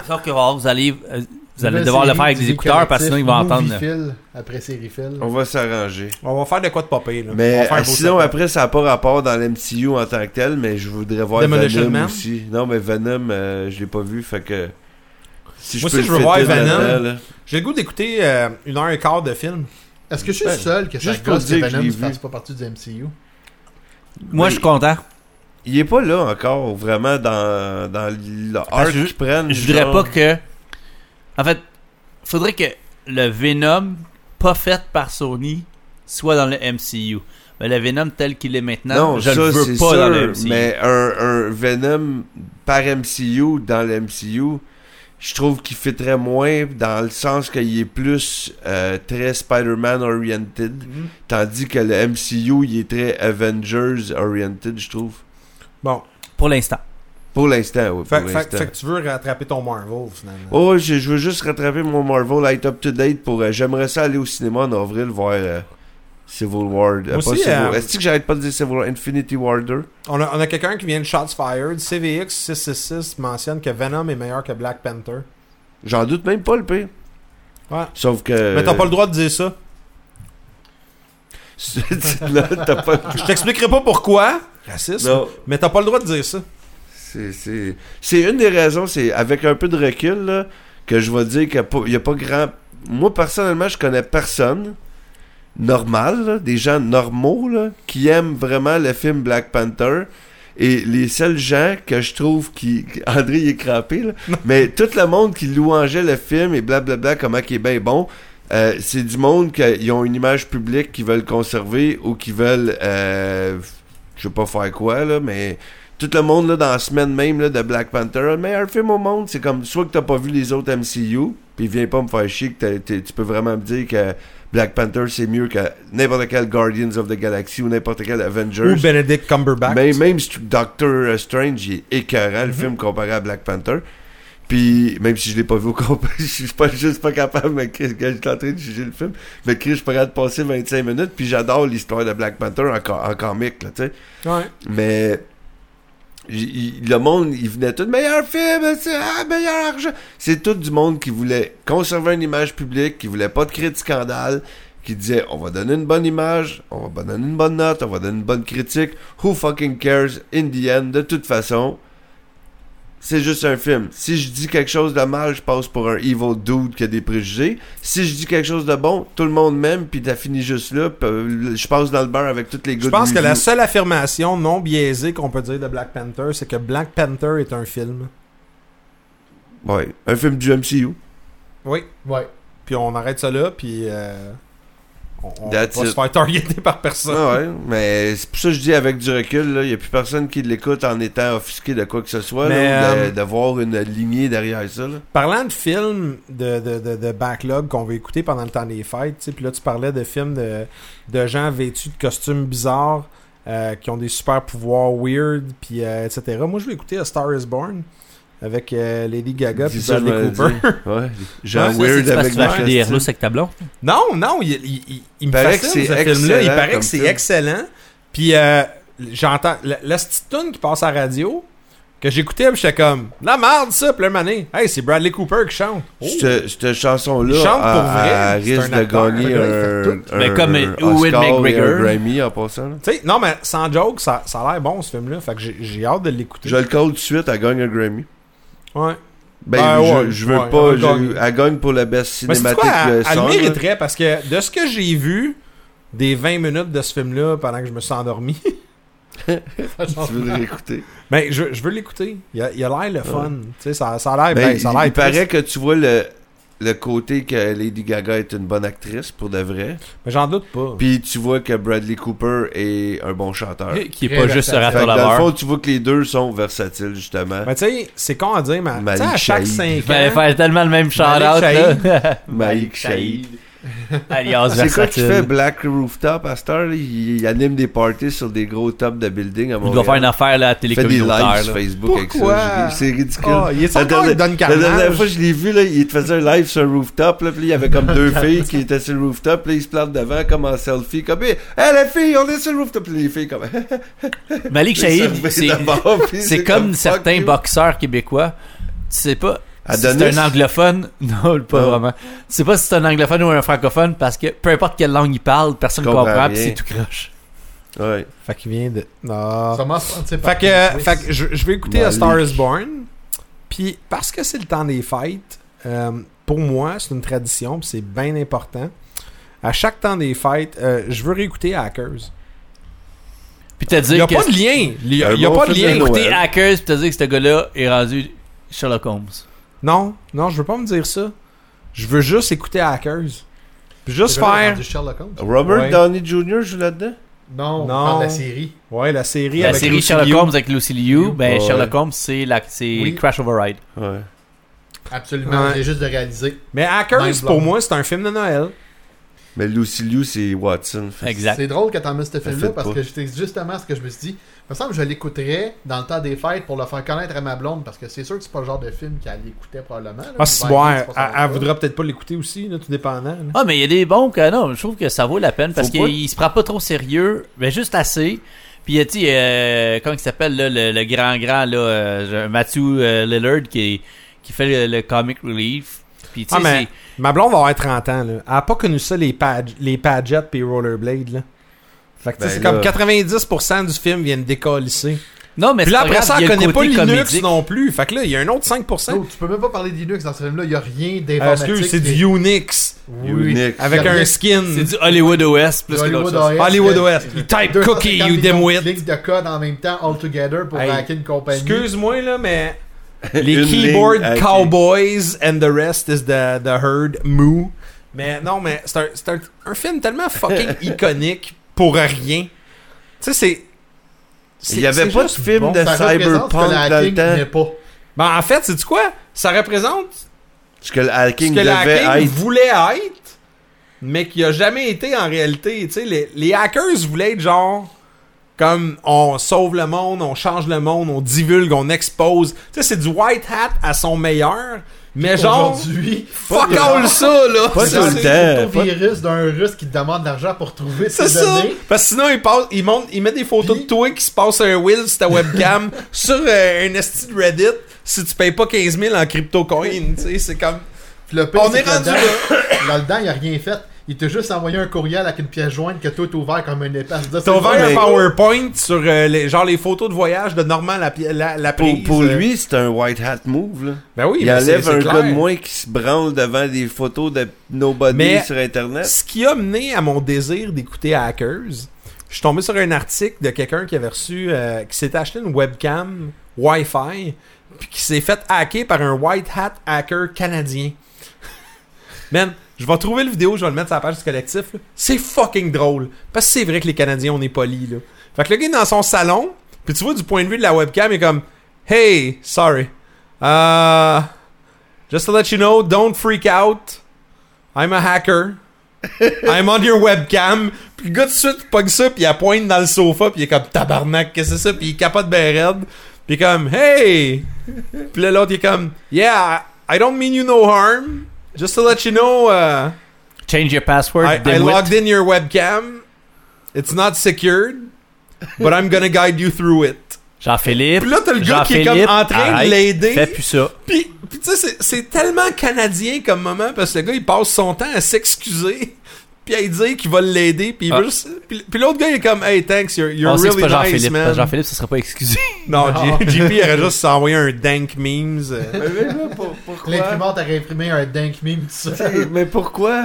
S1: Sauf que oh, vous allez, euh, vous allez
S2: Nouvelle
S1: devoir le
S2: série
S1: faire avec
S2: du
S1: des écouteurs parce que sinon ils vont entendre.
S2: collectif Movie Fill, après série Fill.
S4: On va s'arranger.
S3: On va faire de quoi de popper, là. on va
S4: Mais
S3: faire un
S4: euh,
S3: beau
S4: sinon,
S3: setup.
S4: après, ça n'a pas rapport dans l'MCU en tant que tel, mais je voudrais voir
S3: Demolition
S4: Venom
S3: Man?
S4: aussi. Non, mais Venom, euh, je l'ai pas vu, fait que... Si
S3: Moi
S4: peux
S3: aussi, je
S4: le
S3: veux voir
S4: fitter
S3: Venom.
S4: là-dedans, là.
S3: J'ai le goût d'écouter euh, une heure et quart de film.
S2: Est-ce que je suis
S4: Ben,
S2: le seul que ça
S4: juste pour
S2: gosse que
S4: dire que
S2: Venom
S4: je l'ai
S2: ne
S4: vu.
S2: fasse pas partie du MCU?
S1: Moi, je suis content.
S4: Il est pas là encore, vraiment, dans, dans le
S1: Parce
S4: art
S1: que je-
S4: qu'ils prennent.
S1: Je voudrais
S4: genre.
S1: pas que. En fait, faudrait que le Venom, pas fait par Sony, soit dans le MCU. Mais le Venom tel qu'il est maintenant,
S4: Non,
S1: je
S4: ça,
S1: le veux
S4: c'est
S1: pas
S4: sûr,
S1: dans le MCU.
S4: Mais un, un Venom par MCU dans le MCU, je trouve qu'il fitterait moins dans le sens qu'il est plus euh, très Spider-Man oriented, tandis que le MCU, il est très Avengers oriented, je trouve.
S3: Bon,
S1: Pour l'instant.
S4: Pour l'instant, oui.
S3: fait,
S4: pour
S3: fait-
S4: l'instant.
S3: fait que tu veux rattraper ton Marvel, finalement.
S4: Oh, je, je veux juste rattraper mon Marvel Light Up to Date pour. euh, J'aimerais ça aller au cinéma en avril voir euh, Civil War. euh,
S3: Moi
S4: pas
S3: aussi,
S4: Civil-
S3: euh,
S4: Est-ce que j'arrête pas de dire Civil War Infinity War 2
S3: On a, on a quelqu'un qui vient de Shots Fired. CVX666 mentionne que Venom est meilleur que Black Panther.
S4: J'en doute même pas le pire.
S3: Ouais.
S4: Sauf que.
S3: Mais t'as pas le droit de dire ça.
S4: non, t'as pas le-
S3: Je t'expliquerai pas pourquoi. Raciste.
S4: Non.
S3: Mais t'as pas le droit de dire ça.
S4: C'est- C'est c'est une des raisons, c'est avec un peu de recul, là, que je vais dire qu'il n'y a pas grand. Moi, personnellement, je connais personne normal, là, des gens normaux, là, qui aiment vraiment le film Black Panther. Et les seuls gens que je trouve qui. André, il est crampé, là. Mais tout le monde qui louangeait le film et blablabla, comment qu'il est bien bon. euh, c'est du monde qui ont une image publique qu'ils veulent conserver ou qui veulent euh, je sais pas faire quoi là mais tout le monde là, dans la semaine même là, de Black Panther, le meilleur film au monde, c'est comme soit que t'as pas vu les autres MCU, puis viens pas me faire chier que t'as- t'es- tu peux vraiment me dire que Black Panther, c'est mieux que n'importe quel Guardians of the Galaxy ou n'importe quel Avengers.
S3: Ou Ben Benedict Cumberbatch.
S4: Ben, Mais même St- Doctor euh, Strange, il est écœurant, le film comparé à Black Panther. Puis, même si je l'ai pas vu au complet, je suis pas juste pas capable, mais Chris, quand j'étais en train de juger le film, mais Chris, je suis pas capable de passer 25 minutes, puis j'adore l'histoire de Black Panther en, co- en comique, là, tu sais.
S3: Ouais.
S4: Mais j- il- le monde, il venait tout meilleur film, c'est- ah, meilleur argent. C'est tout du monde qui voulait conserver une image publique, qui voulait pas de cri de scandale, qui disait on va donner une bonne image, on va donner une bonne note, on va donner une bonne critique. Who fucking cares in the end, de toute façon. C'est juste un film. Si je dis quelque chose de mal, je passe pour un evil dude qui a des préjugés. Si je dis quelque chose de bon, tout le monde m'aime, puis t'as fini juste là. puis, euh, Je passe dans le bar avec toutes les gars
S3: Je pense que la seule affirmation non biaisée qu'on peut dire de Black Panther, c'est que Black Panther est un film.
S4: Ouais, un film du MCU.
S3: Oui.
S2: Ouais.
S3: Puis on arrête ça là, puis euh, on, on va
S4: That's
S3: se
S4: it.
S3: faire targeter par personne.
S4: Ah ouais, mais c'est pour ça que je dis avec du recul, il n'y a plus personne qui l'écoute en étant offusqué de quoi que ce soit, là,
S3: Mais,
S4: ou de-
S3: euh,
S4: d'avoir une lignée derrière ça. Là.
S3: Parlant de films de, de, de, de backlog qu'on va écouter pendant le temps des fêtes, tu sais, puis là tu parlais de films de, de gens vêtus de costumes bizarres euh, qui ont des super pouvoirs weird, puis euh, etc. Moi je vais écouter A Star Is Born avec euh, Lady Gaga puis
S4: Dis ça, je
S3: Bradley
S4: me
S3: Cooper.
S4: dis. Ouais, Jean
S3: Ouais, ça,
S4: Ben, Weird
S1: c'est parce que
S4: avec
S1: tu vas acheter
S4: Marc.
S1: des Herlos avec ta blonde.
S3: Non, non, il, il- il- il me
S4: Paraît
S3: fascine,
S4: que
S3: ce film-là.
S4: c'est
S3: Il
S4: excellent
S3: paraît
S4: comme
S3: que c'est
S4: film.
S3: excellent. Puis, euh, j'entends la, la petite tune qui passe à la radio, que j'écoutais, puis j'étais comme, la merde, ça, plein mané. Hey, c'est Bradley Cooper qui chante. Oh.
S4: Cette, cette
S3: Il
S4: chanson-là
S3: chante pour
S4: a-
S3: vrai,
S4: a
S3: c'est
S4: risque
S3: un
S4: de
S3: acteur,
S4: gagner
S2: le gars, il
S4: un,
S2: fait
S4: un,
S1: Mais comme Ewan
S4: Oscar et un
S1: McGregor.
S4: Grammy en passant. là.
S3: Tu sais, non, mais sans joke, ça, ça a l'air bon, ce film-là. Fait que j'ai- j'ai hâte de l'écouter.
S4: Je le call tout de suite, elle gagne un Grammy.
S3: Ouais.
S4: Ben,
S3: Ben
S4: je,
S3: ouais,
S4: je veux
S3: ouais,
S4: pas,
S3: elle gagne.
S4: je- elle gagne pour la best
S3: Mais c'est
S4: cinématique
S3: quoi, elle,
S4: euh,
S3: elle
S4: song, là.
S3: mériterait, parce que de ce que j'ai vu, des 20 minutes de ce film-là pendant que je me suis endormi,
S4: Tu veux le réécouter.
S3: ben, je, je veux l'écouter. Il a il a l'air le fun. Tu sais, ça, ça a l'air...
S4: Ben,
S3: ben, ça a
S4: il-
S3: l'air
S4: il
S3: triste.
S4: paraît que tu vois le, le côté que Lady Gaga est une bonne actrice pour de vrai.
S3: Mais j'en doute pas.
S4: Puis tu vois que Bradley Cooper est un bon chanteur. Fait
S1: Qui est pas
S2: Très
S1: juste
S2: versatile.
S1: le rappeur
S4: que dans le fond,
S1: laveur.
S4: tu vois que les deux sont versatiles, justement.
S3: Mais tu sais, c'est con à dire, mais tu sais, à
S4: Malik
S3: chaque
S2: Ben,
S3: 5
S4: Shahid.
S1: Je vais
S3: ans.
S1: Ben, faire tellement le même shout-out.
S3: Malik
S1: là.
S4: Malik Shahid.
S1: Alias
S4: C'est quoi qui fait ben,
S1: versatile.
S4: Black Rooftop à cette heure? là? Il, il anime des parties sur des gros tops de building à
S1: Il
S4: Montréal.
S1: doit faire une affaire là, à la
S4: Il fait des lives
S1: télécommunautaire.
S4: sur
S1: là.
S4: Facebook
S3: Pourquoi?
S4: avec ça. Je l'ai- C'est ridicule.
S3: Ah, il est
S4: La
S3: encore
S4: dernière-
S3: Don
S4: La dernière fois,
S3: Carnage.
S4: je l'ai vu, là, il te faisait un live sur un rooftop, là, puis il y avait comme deux filles qui étaient sur le rooftop, là, ils se plantent devant comme en selfie, comme Hé, hey, les filles, on est sur le rooftop! » Puis les filles, comme
S1: Malik Shahid,
S4: Ils se
S1: c'est
S4: lèvent d'abord, puis
S1: c'est comme
S4: fuck
S1: certains
S4: you.
S1: boxeurs québécois. Tu sais pas si
S4: Adonis.
S1: c'est un anglophone. Non, pas
S4: Non.
S1: vraiment. Tu sais pas si c'est un anglophone ou un francophone parce que peu importe quelle langue il parle, personne ne
S4: Comprends
S1: comprend
S4: rien.
S1: pis c'est tout croche.
S4: Ouais.
S3: Fait qu'il vient de. ah. Non.
S2: Ça m'a fait
S3: Fait que,
S2: Bah,
S3: euh, fait que je, je vais écouter A
S4: Malik.
S3: Star is Born. Puis, parce que c'est le temps des fêtes, euh, pour moi, c'est une tradition, puis c'est bien important. À chaque temps des fêtes, euh, je veux réécouter Hackers.
S1: Puis t'as
S3: Il n'y
S1: dit
S3: a
S1: que
S3: pas de lien. Il n'y a,
S4: Un
S3: il y a
S4: bon
S3: pas de
S4: film de
S3: lien.
S4: Noël.
S1: écouté Hackers pis t'as dit que ce gars-là est rendu Sherlock Holmes.
S3: Non, non, je veux pas me dire ça. Je veux juste écouter Hackers. Puis juste faire.
S2: Du Sherlock Holmes.
S4: Robert
S3: Ouais.
S4: Downey Jr. joue là-dedans?
S2: Non,
S3: Non.
S2: on parle de la série.
S3: Ouais, la série
S1: La
S3: avec
S1: série
S3: Lucy
S1: Sherlock
S3: Liu.
S1: Holmes avec Lucy Liu, ben
S4: Ouais.
S1: Sherlock Holmes c'est la c'est
S2: Oui.
S1: Crash Override.
S4: Ouais.
S2: Absolument.
S3: Ouais.
S2: J'ai juste de réaliser.
S3: Mais
S2: Mind
S3: Hackers,
S2: blown.
S3: pour moi, c'est un film de Noël.
S4: Mais Lucy Liu, c'est Watson. Fait-
S1: Exact.
S2: C'est drôle que t'en mis ce
S4: fait
S2: film-là
S4: pas.
S2: parce que c'était justement ce que je me suis dit. Il me semble que je l'écouterais dans le temps des fêtes pour le faire connaître à ma blonde parce que c'est sûr que c'est pas le genre de film qu'elle écoutait probablement. là.
S3: Ah, si,
S2: Hiver,
S3: ouais,
S2: c'est
S3: elle,
S2: pas son
S3: elle
S2: genre.
S3: voudra peut-être pas l'écouter aussi, là, tout dépendant. là.
S1: Ah, mais il y a des bons que non, je trouve que ça vaut la peine parce
S4: Faut pas-
S1: qu'il il se prend pas trop au sérieux, mais juste assez. Puis il y a, tu sais, euh, comment il s'appelle, là, le, le grand grand, là, euh, Matthew euh, Lillard qui, est- qui fait le, le comic relief. Puis tu sais,
S3: Ah, mais ma blonde va avoir 30 ans. Là. Elle a pas connu ça, les, pad les Padgett puis les Rollerblades. Là. Fait que tu sais,
S4: Ben
S3: c'est
S4: là.
S3: comme 90% du film viennent décalisser.
S1: c'est- Non, mais
S3: Puis là,
S1: c'est pas
S3: après
S1: grave,
S3: ça,
S1: il y
S3: elle
S1: a le
S3: connaît pas
S1: côté
S3: Linux
S1: comédique. Oh,
S3: non plus. Fait que là, il y a un autre 5%.
S2: Non, tu peux même pas parler d'Inux dans ce film-là. Il y a rien
S3: Euh,
S2: d'informatique.
S3: excuse, c'est
S2: mais-
S3: du Unix
S2: Oui.
S4: Unix.
S3: avec
S2: Il y a
S3: un
S2: rien.
S3: skin.
S1: C'est du Hollywood OS plus
S2: Du
S1: que
S2: Hollywood
S1: d'autres choses.
S2: OS.
S3: Hollywood
S2: Euh,
S3: OS. You type
S2: 250
S3: cookie, you
S2: millions de
S3: dimwit.
S2: lignes de code en même temps, all together, pour
S3: Hey,
S2: hacker une compagnie.
S3: Excuse-moi, là, mais.
S4: Une
S3: Les
S4: ligne
S3: keyboard
S4: hackée.
S3: cowboys and the rest is the, the herd moo. Mais non, mais c'est un, c'est un, un film tellement fucking iconique pour rien. Tu sais, c'est. c'est-
S4: Il y avait
S3: c'est
S4: pas de
S3: juste
S4: film
S3: bon.
S4: de
S2: Ça représente ce
S4: cyberpunk
S2: que le
S4: dans le
S2: hacking
S4: temps.
S2: n'est pas.
S3: Ben, en fait, c'est quoi? Ça représente
S4: Ce que le
S3: ce
S4: hacking
S3: que le
S4: devait
S3: hacking
S4: être.
S3: voulait être, mais qui a jamais été en réalité. Tu sais, les, les hackers voulaient être genre comme on sauve le monde, on change le monde, on divulgue, on expose. Tu sais, c'est du white hat à son meilleur, mais genre
S2: Aujourd'hui,
S3: fuck all ça là.
S4: Pas
S3: C'est-
S4: tout le
S3: c'est-
S4: temps. pas-
S2: virus d'un russe qui te demande de l'argent pour trouver
S3: C'est
S2: ses
S3: ça!
S2: données.
S3: Parce que sinon, il, passe, il, monte, il met des photos
S2: Puis-
S3: de toi qui se passent un wheel sur ta webcam sur euh, un esti de Reddit si tu payes pas 15 000 en crypto-coin. tu sais, c'est comme.
S2: Puis le pire,
S3: On
S2: c'est
S3: est
S2: que
S3: rendu
S2: là-dedans, là-dedans, il a rien fait. Il t'a juste envoyé un courriel avec une pièce jointe que toi t'as ouvert comme un épaisse.
S3: T'as ouvert
S4: vrai,
S3: un
S4: mais-
S3: PowerPoint sur euh, les, genre les photos de voyage de Normand la, la, la
S4: Pour,
S3: prise,
S4: pour
S3: euh.
S4: lui, c'est un white hat move. Là.
S3: ben oui,
S4: il
S3: mais c'est-
S4: enlève
S3: c'est
S4: un
S3: clair.
S4: gars de moins qui se branle devant des photos de nobody
S3: Mais-
S4: sur Internet.
S3: Ce qui a mené à mon désir d'écouter Hackers, je suis tombé sur un article de quelqu'un qui avait reçu, euh, qui s'était acheté une webcam Wi-Fi, puis qui s'est fait hacker par un white hat hacker canadien. Man, je vais trouver le vidéo, je vais le mettre sur la page du collectif. là. C'est fucking drôle. Parce que c'est vrai que les Canadiens, on est polis, là. Fait que le gars est dans son salon, puis tu vois du point de vue de la webcam, il est comme Hey, sorry. Uh, just to let you know, don't freak out. I'm a hacker. I'm on your webcam. Puis le gars, tout de suite, il pogne ça, puis il la pointe dans le sofa, puis il est comme tabarnak, qu'est-ce que c'est ça? Puis il capote ben raide. Puis il est comme Hey! Puis là, l'autre, il est comme Yeah, I I don't mean you no harm. Just to let you know, uh,
S1: Change your password.
S3: I, I
S1: dimwit.
S3: logged in your webcam. It's not secured, but I'm gonna guide you through it.
S1: Jean-Philippe.
S3: Puis là, t'as le gars qui est comme
S1: Jean-Philippe,
S3: en train
S1: arrête,
S3: de l'aider.
S1: Fais plus ça.
S3: Puis, puis tu sais, c'est- c'est tellement canadien comme moment parce que le gars, il passe son temps à s'excuser. Puis à lui dire qu'il va l'aider, puis, il
S1: Ah.
S3: veut juste- puis, puis l'autre gars il est comme Hey, thanks, you're, you're
S1: On sait que
S3: really
S1: Ah, c'est pas
S3: nice,
S1: Jean-Philippe. parce
S3: man.
S1: que Jean-Philippe, ce serait pas excusé.
S3: non,
S2: Non.
S3: J- JP, il aurait juste envoyé un dank memes. euh.
S4: Mais, là, pour- pourquoi?
S2: L'imprimante a réimprimé un dank meme, tout ça.
S4: T'sais, mais pourquoi?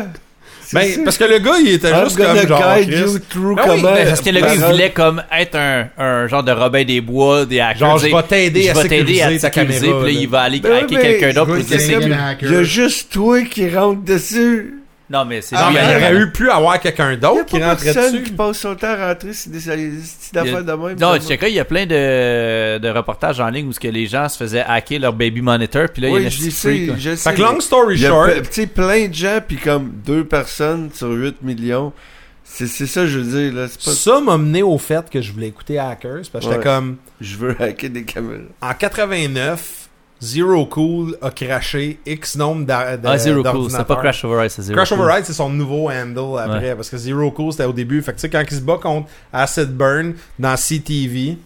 S4: C'est
S3: Ben,
S4: ça.
S3: parce que le gars, il était
S4: I'm
S3: juste
S4: gonna
S3: comme genre.
S4: guide
S3: Christ,
S4: you through
S3: Ben oui,
S4: comment-
S3: ben,
S1: Parce que le gars, il
S4: Parole.
S1: voulait comme être un, un genre de Robin des Bois, des hackers.
S3: Genre, je
S1: dire,
S3: vais t'aider
S1: je
S3: à
S1: vais t'aider à
S3: sécuriser ta
S1: sécuriser,
S3: caméra.
S1: Puis là,
S3: là.
S1: il va aller
S4: Ben oui,
S1: hacker
S4: mais
S1: quelqu'un
S4: je
S1: d'autre
S4: veux
S1: pour
S4: dire,
S1: essayer.
S4: comme-
S2: hacker.
S4: Il y a juste toi qui rentre dessus.
S1: Non, mais c'est
S3: Non,
S1: lui,
S3: Ah, mais il
S1: il-
S3: aurait eu pu avoir quelqu'un
S4: Il y a
S3: d'autre
S4: pas
S3: Oh, qui rentrait
S4: personne
S3: dessus.
S4: qui passe son temps à rentrer sur des petites
S1: Il y a-
S4: affaires de même.
S1: Non, tu sais quoi, il y a plein de, de reportages en ligne où ce que les gens se faisaient hacker leur baby monitor, puis là, il y a
S4: Oui,
S1: une
S4: je
S1: petite
S4: sais,
S1: freak, là.
S4: je sais.
S3: Fait que long
S4: mais
S3: story
S4: il y a
S3: short,
S4: pe- tu sais, plein de gens, puis comme deux personnes sur 8 millions. C'est c'est ça, je veux dire, là. C'est pas...
S3: ça m'a mené au fait que je voulais écouter Hackers, parce que j'étais
S4: Ouais.
S3: comme.
S4: Je veux hacker des caméras.
S3: En 89, Zero Cool a craché X nombre d'a- d'a-
S1: Ah, Zero Cool,
S3: d'ordinateurs.
S1: c'est pas Crash Override, c'est Zero
S3: Crash
S1: Cool.
S3: Override, c'est son nouveau handle après, parce que Zero Cool, c'était au début. Fait que tu sais, quand il se bat contre Acid Burn dans CTV,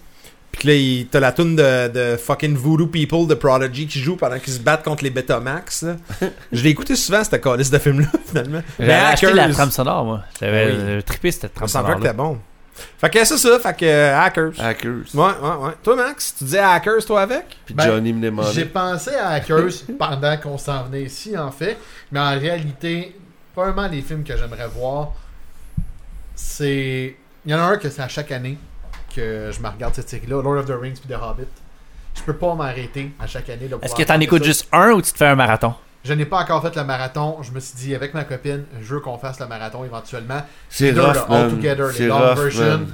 S3: pis que là, il- t'as la toune de, de fucking Voodoo People de Prodigy qui joue pendant qu'ils se battent contre les Betamax. là. Je l'ai écouté souvent, cette calice de film-là, finalement.
S1: J'avais acheté la trame
S3: Hackers,
S1: sonore, moi. J'avais
S3: Oui.
S1: j'avais trippé cette
S3: on
S1: trame
S3: s'en va que
S1: sonore.
S3: t'es bon. Fait que c'est ça, fait que euh, Hackers.
S4: Hackers.
S3: Ouais, ouais, ouais. Toi, Max, tu disais Hackers, toi, avec?
S4: Puis
S2: Ben,
S4: Johnny me
S2: J'ai
S4: demandait.
S2: pensé à Hackers pendant qu'on s'en venait ici, en fait. Mais en réalité, probablement les films que j'aimerais voir, c'est. Il y en a un que c'est à chaque année que je me regarde cette série-là, Lord of the Rings puis The Hobbit. Je peux pas m'arrêter à chaque année.
S1: Est-ce
S2: de pouvoir
S1: que t'en
S2: regarder
S1: écoutes
S2: ça.
S1: juste un ou tu te fais un marathon?
S2: Je n'ai pas encore fait le marathon. Je me suis dit, avec ma copine, je veux qu'on fasse le marathon éventuellement.
S4: C'est
S2: Là,
S4: rough,
S2: le All
S4: man.
S2: Together, les
S4: C'est
S2: long
S4: rough,
S2: version.
S4: man.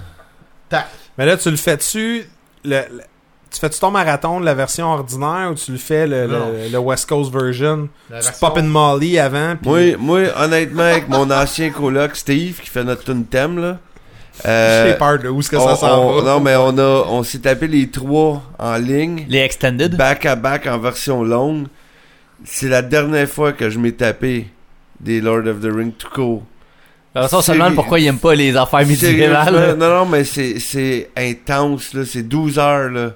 S2: Tac.
S3: Mais là, tu le fais-tu le, le- tu fais-tu ton marathon de la version ordinaire ou tu le fais le,
S2: Non.
S3: le, le West Coast version?
S2: La
S3: Tu
S2: version-
S3: pop in Molly avant puis
S4: Moi, moi, honnêtement, avec mon ancien coloc, Steve, qui fait notre tune thème, là.
S3: j'ai
S4: Euh,
S3: peur de où est-ce que
S4: on-
S3: ça s'en
S4: on-
S3: va.
S4: Non, mais on a, on s'est tapé les trois en ligne.
S1: Les Extended?
S4: Back à back en version longue. C'est la dernière fois que je m'ai tapé des Lord of the Rings tout court.
S1: Alors Ben, ça, on se demande
S4: série-
S1: pourquoi ils aiment pas les affaires
S4: Sérieusement,
S1: médiévales.
S4: Non, non, mais c'est, c'est intense, là. C'est 12 heures, là.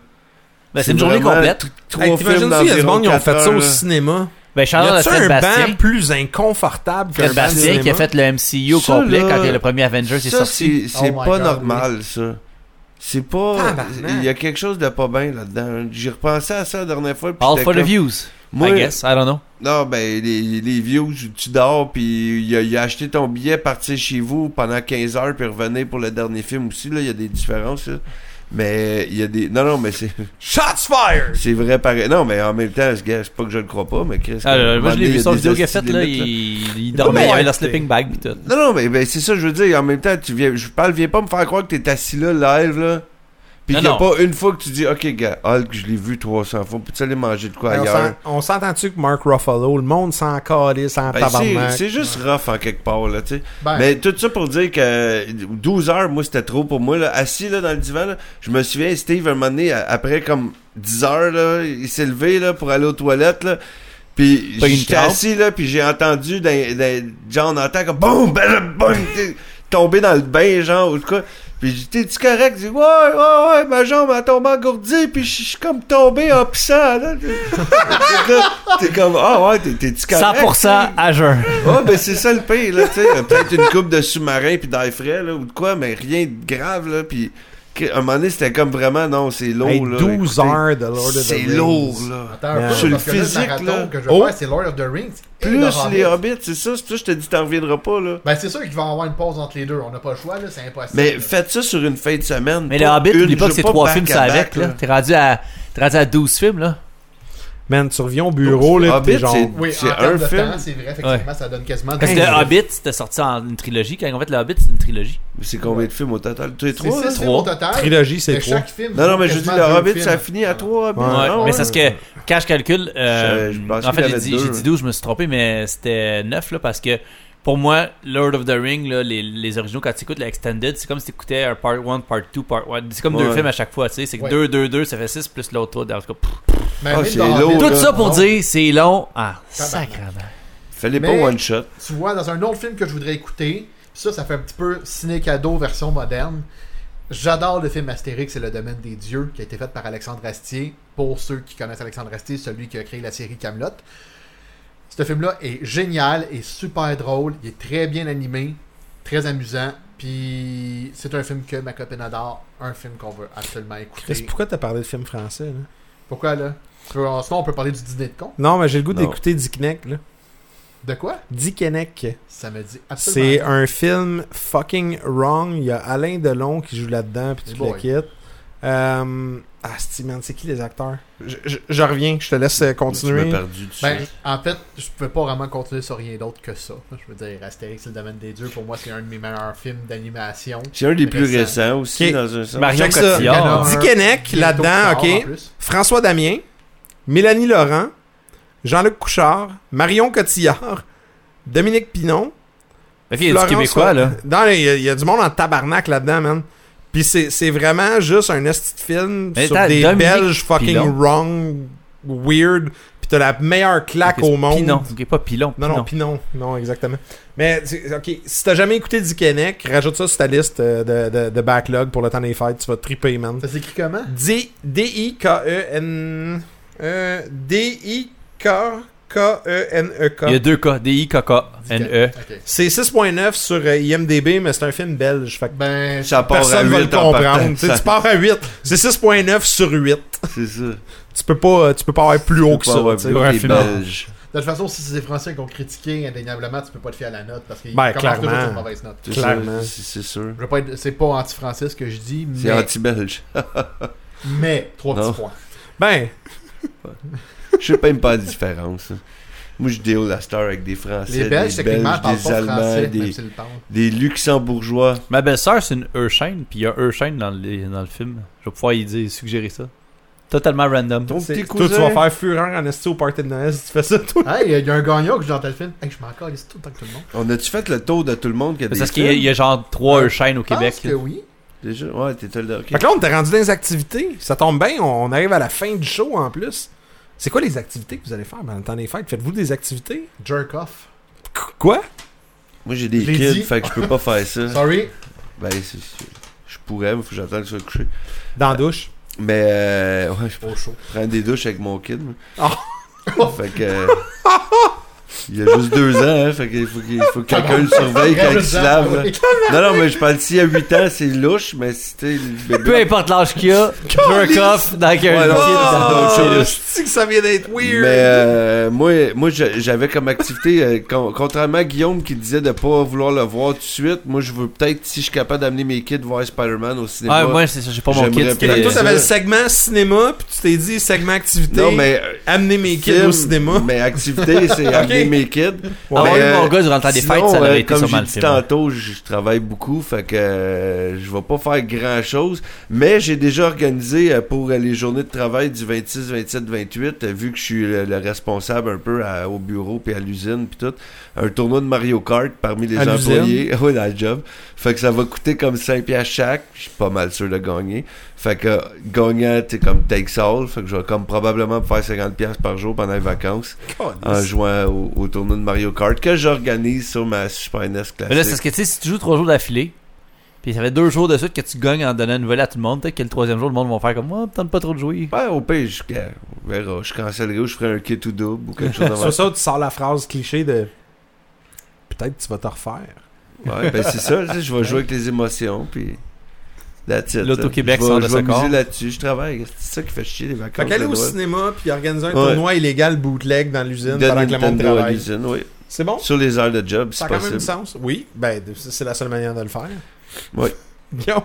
S1: Ben, c'est une journée
S4: vraiment
S1: complète.
S4: t- Trois
S3: Hey,
S4: films
S3: T'imagines si il y a du
S4: d'environ
S3: monde qui ont
S4: quatre
S3: fait ça
S4: heures,
S3: au
S4: là.
S3: cinéma?
S1: Ben,
S3: Y
S1: Charles,
S3: a-tu un
S1: Fred Bastien.
S3: banc plus inconfortable qu'un
S1: Fred
S3: banc de
S1: Bastien qui a
S3: cinéma?
S1: fait le MCU au
S4: Ça,
S1: complet
S4: là,
S1: quand le premier Avengers est
S4: Ça,
S1: sorti.
S4: c'est, c'est
S2: Oh my
S4: pas
S2: God,
S4: normal, ça. C'est pas.
S3: Tabarnak.
S4: Il y a quelque chose de pas bien là-dedans. J'y repensais à ça la dernière fois. puis
S1: All
S4: j'étais
S1: for the
S4: comme-
S1: views,
S4: Moi,
S1: I guess. I don't know.
S4: Non, ben, les, les views, tu dors, puis il a, il a acheté ton billet, partir chez vous pendant 15 heures, puis revenir pour le dernier film aussi, là, il y a des différences, là. Mais il y a des... Non, non, mais c'est
S3: Shots fired!
S4: c'est vrai pareil. Non, mais en même temps, je gars, c'est pas que je le crois pas, mais Chris...
S1: Ah,
S4: à un
S1: moi,
S4: moment
S1: je l'ai
S4: donné, il y
S1: vu
S4: a
S1: sur
S4: des
S1: vidéo qu'il a
S4: hosties
S1: faite,
S4: de
S1: là.
S4: limites,
S1: Il, il
S4: Mais
S1: dormait, il
S4: ouais,
S1: avait leur
S3: c'est-
S1: sleeping bag pis tout.
S4: Non, non, mais ben, c'est ça, je veux dire, en même temps, tu viens... Je parle, viens pas me faire croire que t'es assis là, live, là, Puis
S1: Non,
S4: qu'il n'y
S1: non.
S4: a pas une fois que tu dis, OK, gars, Hulk, je l'ai vu 300 fois, puis tu allais manger de quoi
S3: Ben, on
S4: ailleurs.
S3: s'en- on s'entend-tu que Mark Ruffalo, le monde s'en calisse en
S4: Ben,
S3: tabarnak?
S4: c'est- c'est juste rough en quelque part, là, tu sais.
S2: Ben,
S4: Mais tout ça pour dire que 12 heures, moi, c'était trop pour moi. Là. Assis là, dans le divan, là, je me souviens, Steve, un moment donné, à- après comme 10 heures, là, il s'est levé là, pour aller aux toilettes. Là. Puis
S1: Pas une
S4: j'étais
S1: crampe.
S4: assis, là, puis j'ai entendu, dans, dans, genre, on entend comme boum, bam, boum, t'sais, tomber dans le bain, genre, ou de quoi. Puis j'ai dit, t'es-tu correct? J'ai dit, ouais, ouais, ouais, ma jambe a tombé engourdie, puis je suis comme tombé en pissant, là. T'es comme, ah ouais, t'es- t'es-tu correct?
S1: 100% à jeun.
S4: Ah, ben c'est ça le pire, là, tu sais. Peut-être une coupe de sous-marin puis d'air frais, là, ou de quoi, mais rien de grave, là. Puis, que- à un moment donné, c'était comme vraiment, non, c'est lourd,
S3: Hey,
S4: là.
S3: 12
S4: écoutez.
S3: heures de Lord of the
S4: C'est
S3: Rings.
S4: lourd, là.
S2: attends un
S3: euh,
S2: peu,
S4: sur le
S2: parce que là,
S4: physique,
S2: le marathon
S4: là.
S2: que je vais
S3: Oh.
S2: faire, c'est Lord of the Rings et
S4: Plus
S2: le
S4: les
S2: Hobbit.
S4: hobbits, c'est ça, c'est pour ça que je te dis, t'en reviendras pas, là.
S2: Ben, c'est sûr qu'il va avoir une pause entre les deux. On n'a pas le choix, là, c'est impossible.
S4: Mais
S2: là.
S4: faites ça sur une fin de semaine.
S1: Mais le
S4: pas
S1: Hobbit,
S4: une,
S1: n'oublie pas
S4: je
S1: que
S4: veux
S1: c'est trois
S4: back
S1: films,
S4: à
S1: ça
S4: back,
S1: avec, là. T'es rendu à, t'es rendu à 12 films, là.
S3: Man, tu reviens au bureau, là, pis
S4: Hobbit,
S3: t'es genre...
S4: Ah, c'est-
S2: Oui,
S4: c'est
S2: en termes
S4: un
S2: de
S4: film.
S2: temps, c'est vrai, effectivement, ça donne quasiment.
S1: Parce que
S2: Hey,
S1: le Hobbit, c'était sorti en une trilogie. Quand en fait, le Hobbit, c'est une trilogie.
S4: Mais C'est combien de films au total? Tu es
S2: C'est
S4: trois, là?
S2: six films au total.
S3: Trilogie, c'est
S2: mais
S3: trois.
S2: chaque film.
S4: Non, non, mais je dis,
S2: quasiment
S4: le
S2: deux
S4: Hobbit,
S2: films.
S4: ça finit à trois, Hobbit.
S3: Ouais.
S1: Ouais,
S4: Ah,
S1: mais c'est ce que, quand je calcule, euh,
S4: Je- je pensais
S1: en fait,
S4: qu'il y
S1: j'ai
S4: avait
S1: dit,
S4: deux.
S1: j'ai dit 12, je me suis trompé, mais c'était 9, là, parce que pour moi, Lord of the Ring, là, les, les originaux, quand tu écoutes l'extended, c'est comme si tu écoutais un part 1, part 2, part 1. C'est comme deux
S4: Ouais.
S1: films à chaque fois, tu sais. C'est que
S2: Ouais.
S1: 2, 2, 2, ça fait 6 plus l'autre 3. Dans tout cas, pff.
S2: Mais
S4: Ah,
S2: même
S4: c'est
S2: dans Hobbit,
S4: lourd,
S1: tout ça pour
S2: non,
S1: dire, c'est long. Ah,
S2: Tabarnak.
S1: sacrément.
S4: Fallait pas
S2: Mais-
S4: one shot.
S2: Tu vois, dans un autre film que je voudrais écouter, ça, ça fait un petit peu ciné-cadeau version moderne. J'adore le film Astérix et le domaine des dieux qui a été fait par Alexandre Astier. Pour ceux qui connaissent Alexandre Astier, celui qui a créé la série Camelot. Ce film-là est génial et super drôle. Il est très bien animé, très amusant. Puis c'est un film que ma copine adore, un film qu'on veut absolument
S3: Chris,
S2: écouter.
S3: pourquoi t'as parlé de film français, là?
S2: Pourquoi là Tu veux- Sinon, on peut parler du dîner de con.
S3: Non, mais j'ai le goût
S4: Non.
S3: d'écouter Dickeneck, là.
S2: De quoi
S3: Dickeneck.
S2: Ça me dit
S3: C'est
S2: absolument.
S3: un film fucking wrong. Il y a Alain Delon qui joue là-dedans, puis
S2: Hey
S3: tu le
S2: boy.
S3: quittes. Euh... Ah, c'est- man, c'est qui les acteurs? Je, je- je reviens, je te laisse euh,
S4: Tu m'as
S3: continuer.
S4: perdu dessus.
S2: Ben, en fait, je peux pas vraiment continuer sur rien d'autre que ça. Je veux dire, Astérix, et le domaine des dieux, pour moi, c'est un de mes meilleurs films d'animation.
S4: C'est un des plus
S2: Récent.
S4: récents aussi,
S3: Ok.
S4: dans un sens.
S1: Marion
S3: Check ça.
S2: Il y en a
S1: Cotillard.
S2: un
S3: Dickeneck,
S2: bientôt qui
S3: là-dedans,
S2: sort,
S3: ok.
S2: en plus.
S3: François Damien, Mélanie Laurent, Jean-Luc Couchard, Marion Cotillard, Dominique Pinon.
S1: Le film est du
S3: Florence-
S1: Québécois, là.
S3: Dans les- Il y, a- il y a du monde en tabarnak là-dedans, man. Puis c'est c'est vraiment juste un esti de film
S1: Mais
S3: sur
S1: t'as
S3: des
S1: Dominique
S3: Belges fucking
S1: Pilon.
S3: wrong, weird. Puis t'as la meilleure claque
S1: Ok, c'est
S3: au monde.
S1: Pinon. Ok, pas Pilon.
S3: Non, non,
S1: Pinon.
S3: Pinon. Non, exactement. Mais, tu- ok, si t'as jamais écouté Dickeneck, rajoute ça sur ta liste euh, de, de- de backlog pour le temps des fêtes. Tu vas triper, man.
S2: Ça s'écrit comment
S3: D- D-I-K-E-N... euh, E D-I-K-K-E-N-E-K.
S1: Il y a deux K. E. D-I-K-K-N-E.
S2: Ok.
S3: C'est 6.9 sur euh, IMDB, mais c'est un film belge. Fait que
S2: Ben,
S4: Ça part à
S3: personne va le
S4: huit en partant.
S3: comprendre. Tu sais,
S4: Ça-
S3: Tu pars à 8. C'est 6.9 sur 8.
S4: C'est ça.
S3: Tu peux pas, euh, tu peux pas avoir plus haut que ça. tu sais, pour un film.
S4: belge.
S2: de toute façon, si c'est des Français qui ont critiqué indéniablement, tu peux pas te fier à la note parce qu'ils
S3: Ben,
S2: commencent toujours
S3: clairement.
S2: sur une mauvaise note.
S4: C'est
S3: Clairement.
S4: sûr, C'est c'est sûr.
S2: Je veux pas être- c'est pas anti-français ce que je dis,
S4: C'est
S2: mais,
S4: anti-belge.
S2: mais trois
S4: Non.
S2: petits points.
S3: Ben,
S4: Je sais même pas la différence. hein. Moi, je déo la star avec des Français,
S2: Les Belges,
S4: des
S2: techniquement,
S4: Belges,
S2: parlent
S4: des
S2: pas
S4: Allemands,
S2: français, même
S4: des,
S2: s'ils parlent.
S4: des Luxembourgeois.
S1: Ma belle-sœur, c'est une Urshane, puis il y a Urshane dans, les- dans le film. Je vais pouvoir y dire, suggérer ça. Totalement random.
S4: Ton
S3: c'est-
S4: petit
S3: toi, tu vas
S4: cousin.
S3: faire fureur en esti au party de Noël si tu fais ça, toi.
S2: Hey, il y a un gagnant que je dans tel film. Hey, je m'en calisse tout le temps que tout le monde.
S4: On a-tu fait le tour de tout le monde qui a
S1: C'est
S4: des
S1: parce qu'il y a- il y,
S4: films?
S1: a genre trois Urshane au
S2: Je pense
S1: Québec.
S2: que oui.
S4: Déjà? Ouais, t'étais le
S3: Fait que là, on t'est rendu dans les activités. Ça tombe bien, on arrive à la fin du show en plus. C'est quoi les activités que vous allez faire pendant le temps des fêtes? Faites-vous des activités?
S2: Jerk off.
S3: Qu- Quoi?
S4: Moi, j'ai des
S2: Je l'ai
S4: kids,
S2: dit.
S4: fait que je peux pas faire ça.
S2: Sorry.
S4: ben, c'est- c'est- je pourrais, mais faut que j'attende que je sois couché.
S3: Dans la douche.
S4: Mais, euh, ouais, je
S2: Au chaud.
S4: prends des douches avec mon kid. moi.
S2: Oh.
S4: Fait que... euh, Il a juste deux ans, hein, fait qu'il faut, qu'il faut que quelqu'un le surveille quand il se lave. là. Non, non, mais je parle s'il y a 8 ans, c'est louche, mais si t'es le bébé-
S1: Peu importe l'âge qu'il y a, jerk off dans un kid
S4: Ouais, non,
S1: dans
S4: c'est
S1: le
S4: d'autres
S1: kid.
S4: choses.
S3: que ça vient d'être
S4: Mais euh, moi, moi je- j'avais comme activité, euh, con- contrairement à Guillaume qui disait de pas vouloir le voir tout de suite, moi je veux peut-être, si je suis capable d'amener mes kids voir Spider-man au cinéma.
S1: Ah, moi, c'est ça, j'ai pas mon
S4: J'aimerais
S1: kid.
S4: pas-
S1: c'était-
S3: Fait que toi,
S4: ça
S3: t'avais le segment cinéma, puis tu t'es dit segment activité.
S4: non, mais euh,
S3: Amener mes kids
S4: film,
S3: au cinéma.
S4: Mais activité, c'est amener mes mes kids.
S1: Ah ouais,
S4: Mais, euh,
S1: mon gars, durant le temps des
S4: Sinon,
S1: fêtes, ça
S4: euh,
S1: aurait été
S4: comme
S1: sûrement
S4: j'ai
S1: le
S4: dit
S1: film.
S4: tantôt, je je travaille beaucoup, fait que euh, je vais pas faire grand chose. Mais j'ai déjà organisé euh, pour euh, les journées de travail du 26, 27, 28, euh, vu que je suis le, le responsable un peu à- au bureau puis à l'usine puis tout, un tournoi de Mario Kart parmi les
S3: À l'usine?
S4: employés. Oui, dans le job. Fait que ça va coûter comme 5 piastres chaque. Je suis pas mal sûr de gagner. Fait que euh, gagnant, t'es comme takes all. Fait que je vais comme probablement faire 50 piastres par jour pendant les vacances en jouant au, au tournoi de Mario Kart que j'organise sur ma Super NES
S1: Mais là, c'est parce
S4: classique.
S1: que tu sais, si tu joues trois jours d'affilée, puis ça fait deux jours de suite que tu gagnes en donnant une volée à tout le monde, peut-être que le troisième jour, le monde va faire comme, oh, tente pas trop de jouer.
S4: Ouais, au pire, je, euh, on verra. Je cancellerai ou je ferai un kit ou double ou quelque chose
S3: Sur
S4: avant.
S3: ça, tu sors la phrase cliché de peut-être tu vas te refaire.
S4: ouais, ben c'est ça, tu sais, je vais jouer avec les émotions, puis. That's it.
S1: L'Auto-Québec
S4: Je vais-
S1: sort de
S4: Je vais
S1: ce corps.
S4: miser là-dessus, je travaille. C'est ça qui fait chier les vacances.
S3: Fait qu'aller
S4: de
S3: au
S4: Noël.
S3: cinéma puis organiser un
S4: Ouais.
S3: tournoi illégal bootleg dans l'usine
S4: De
S3: pendant que le monde
S4: Nintendo à
S3: travaille.
S4: l'usine, oui.
S3: C'est bon?
S4: Sur les heures de job,
S3: Ça
S4: c'est
S3: a quand même
S4: possible.
S3: du sens. Oui, ben de- c'est la seule manière de le faire.
S4: Oui.
S3: Guillaume?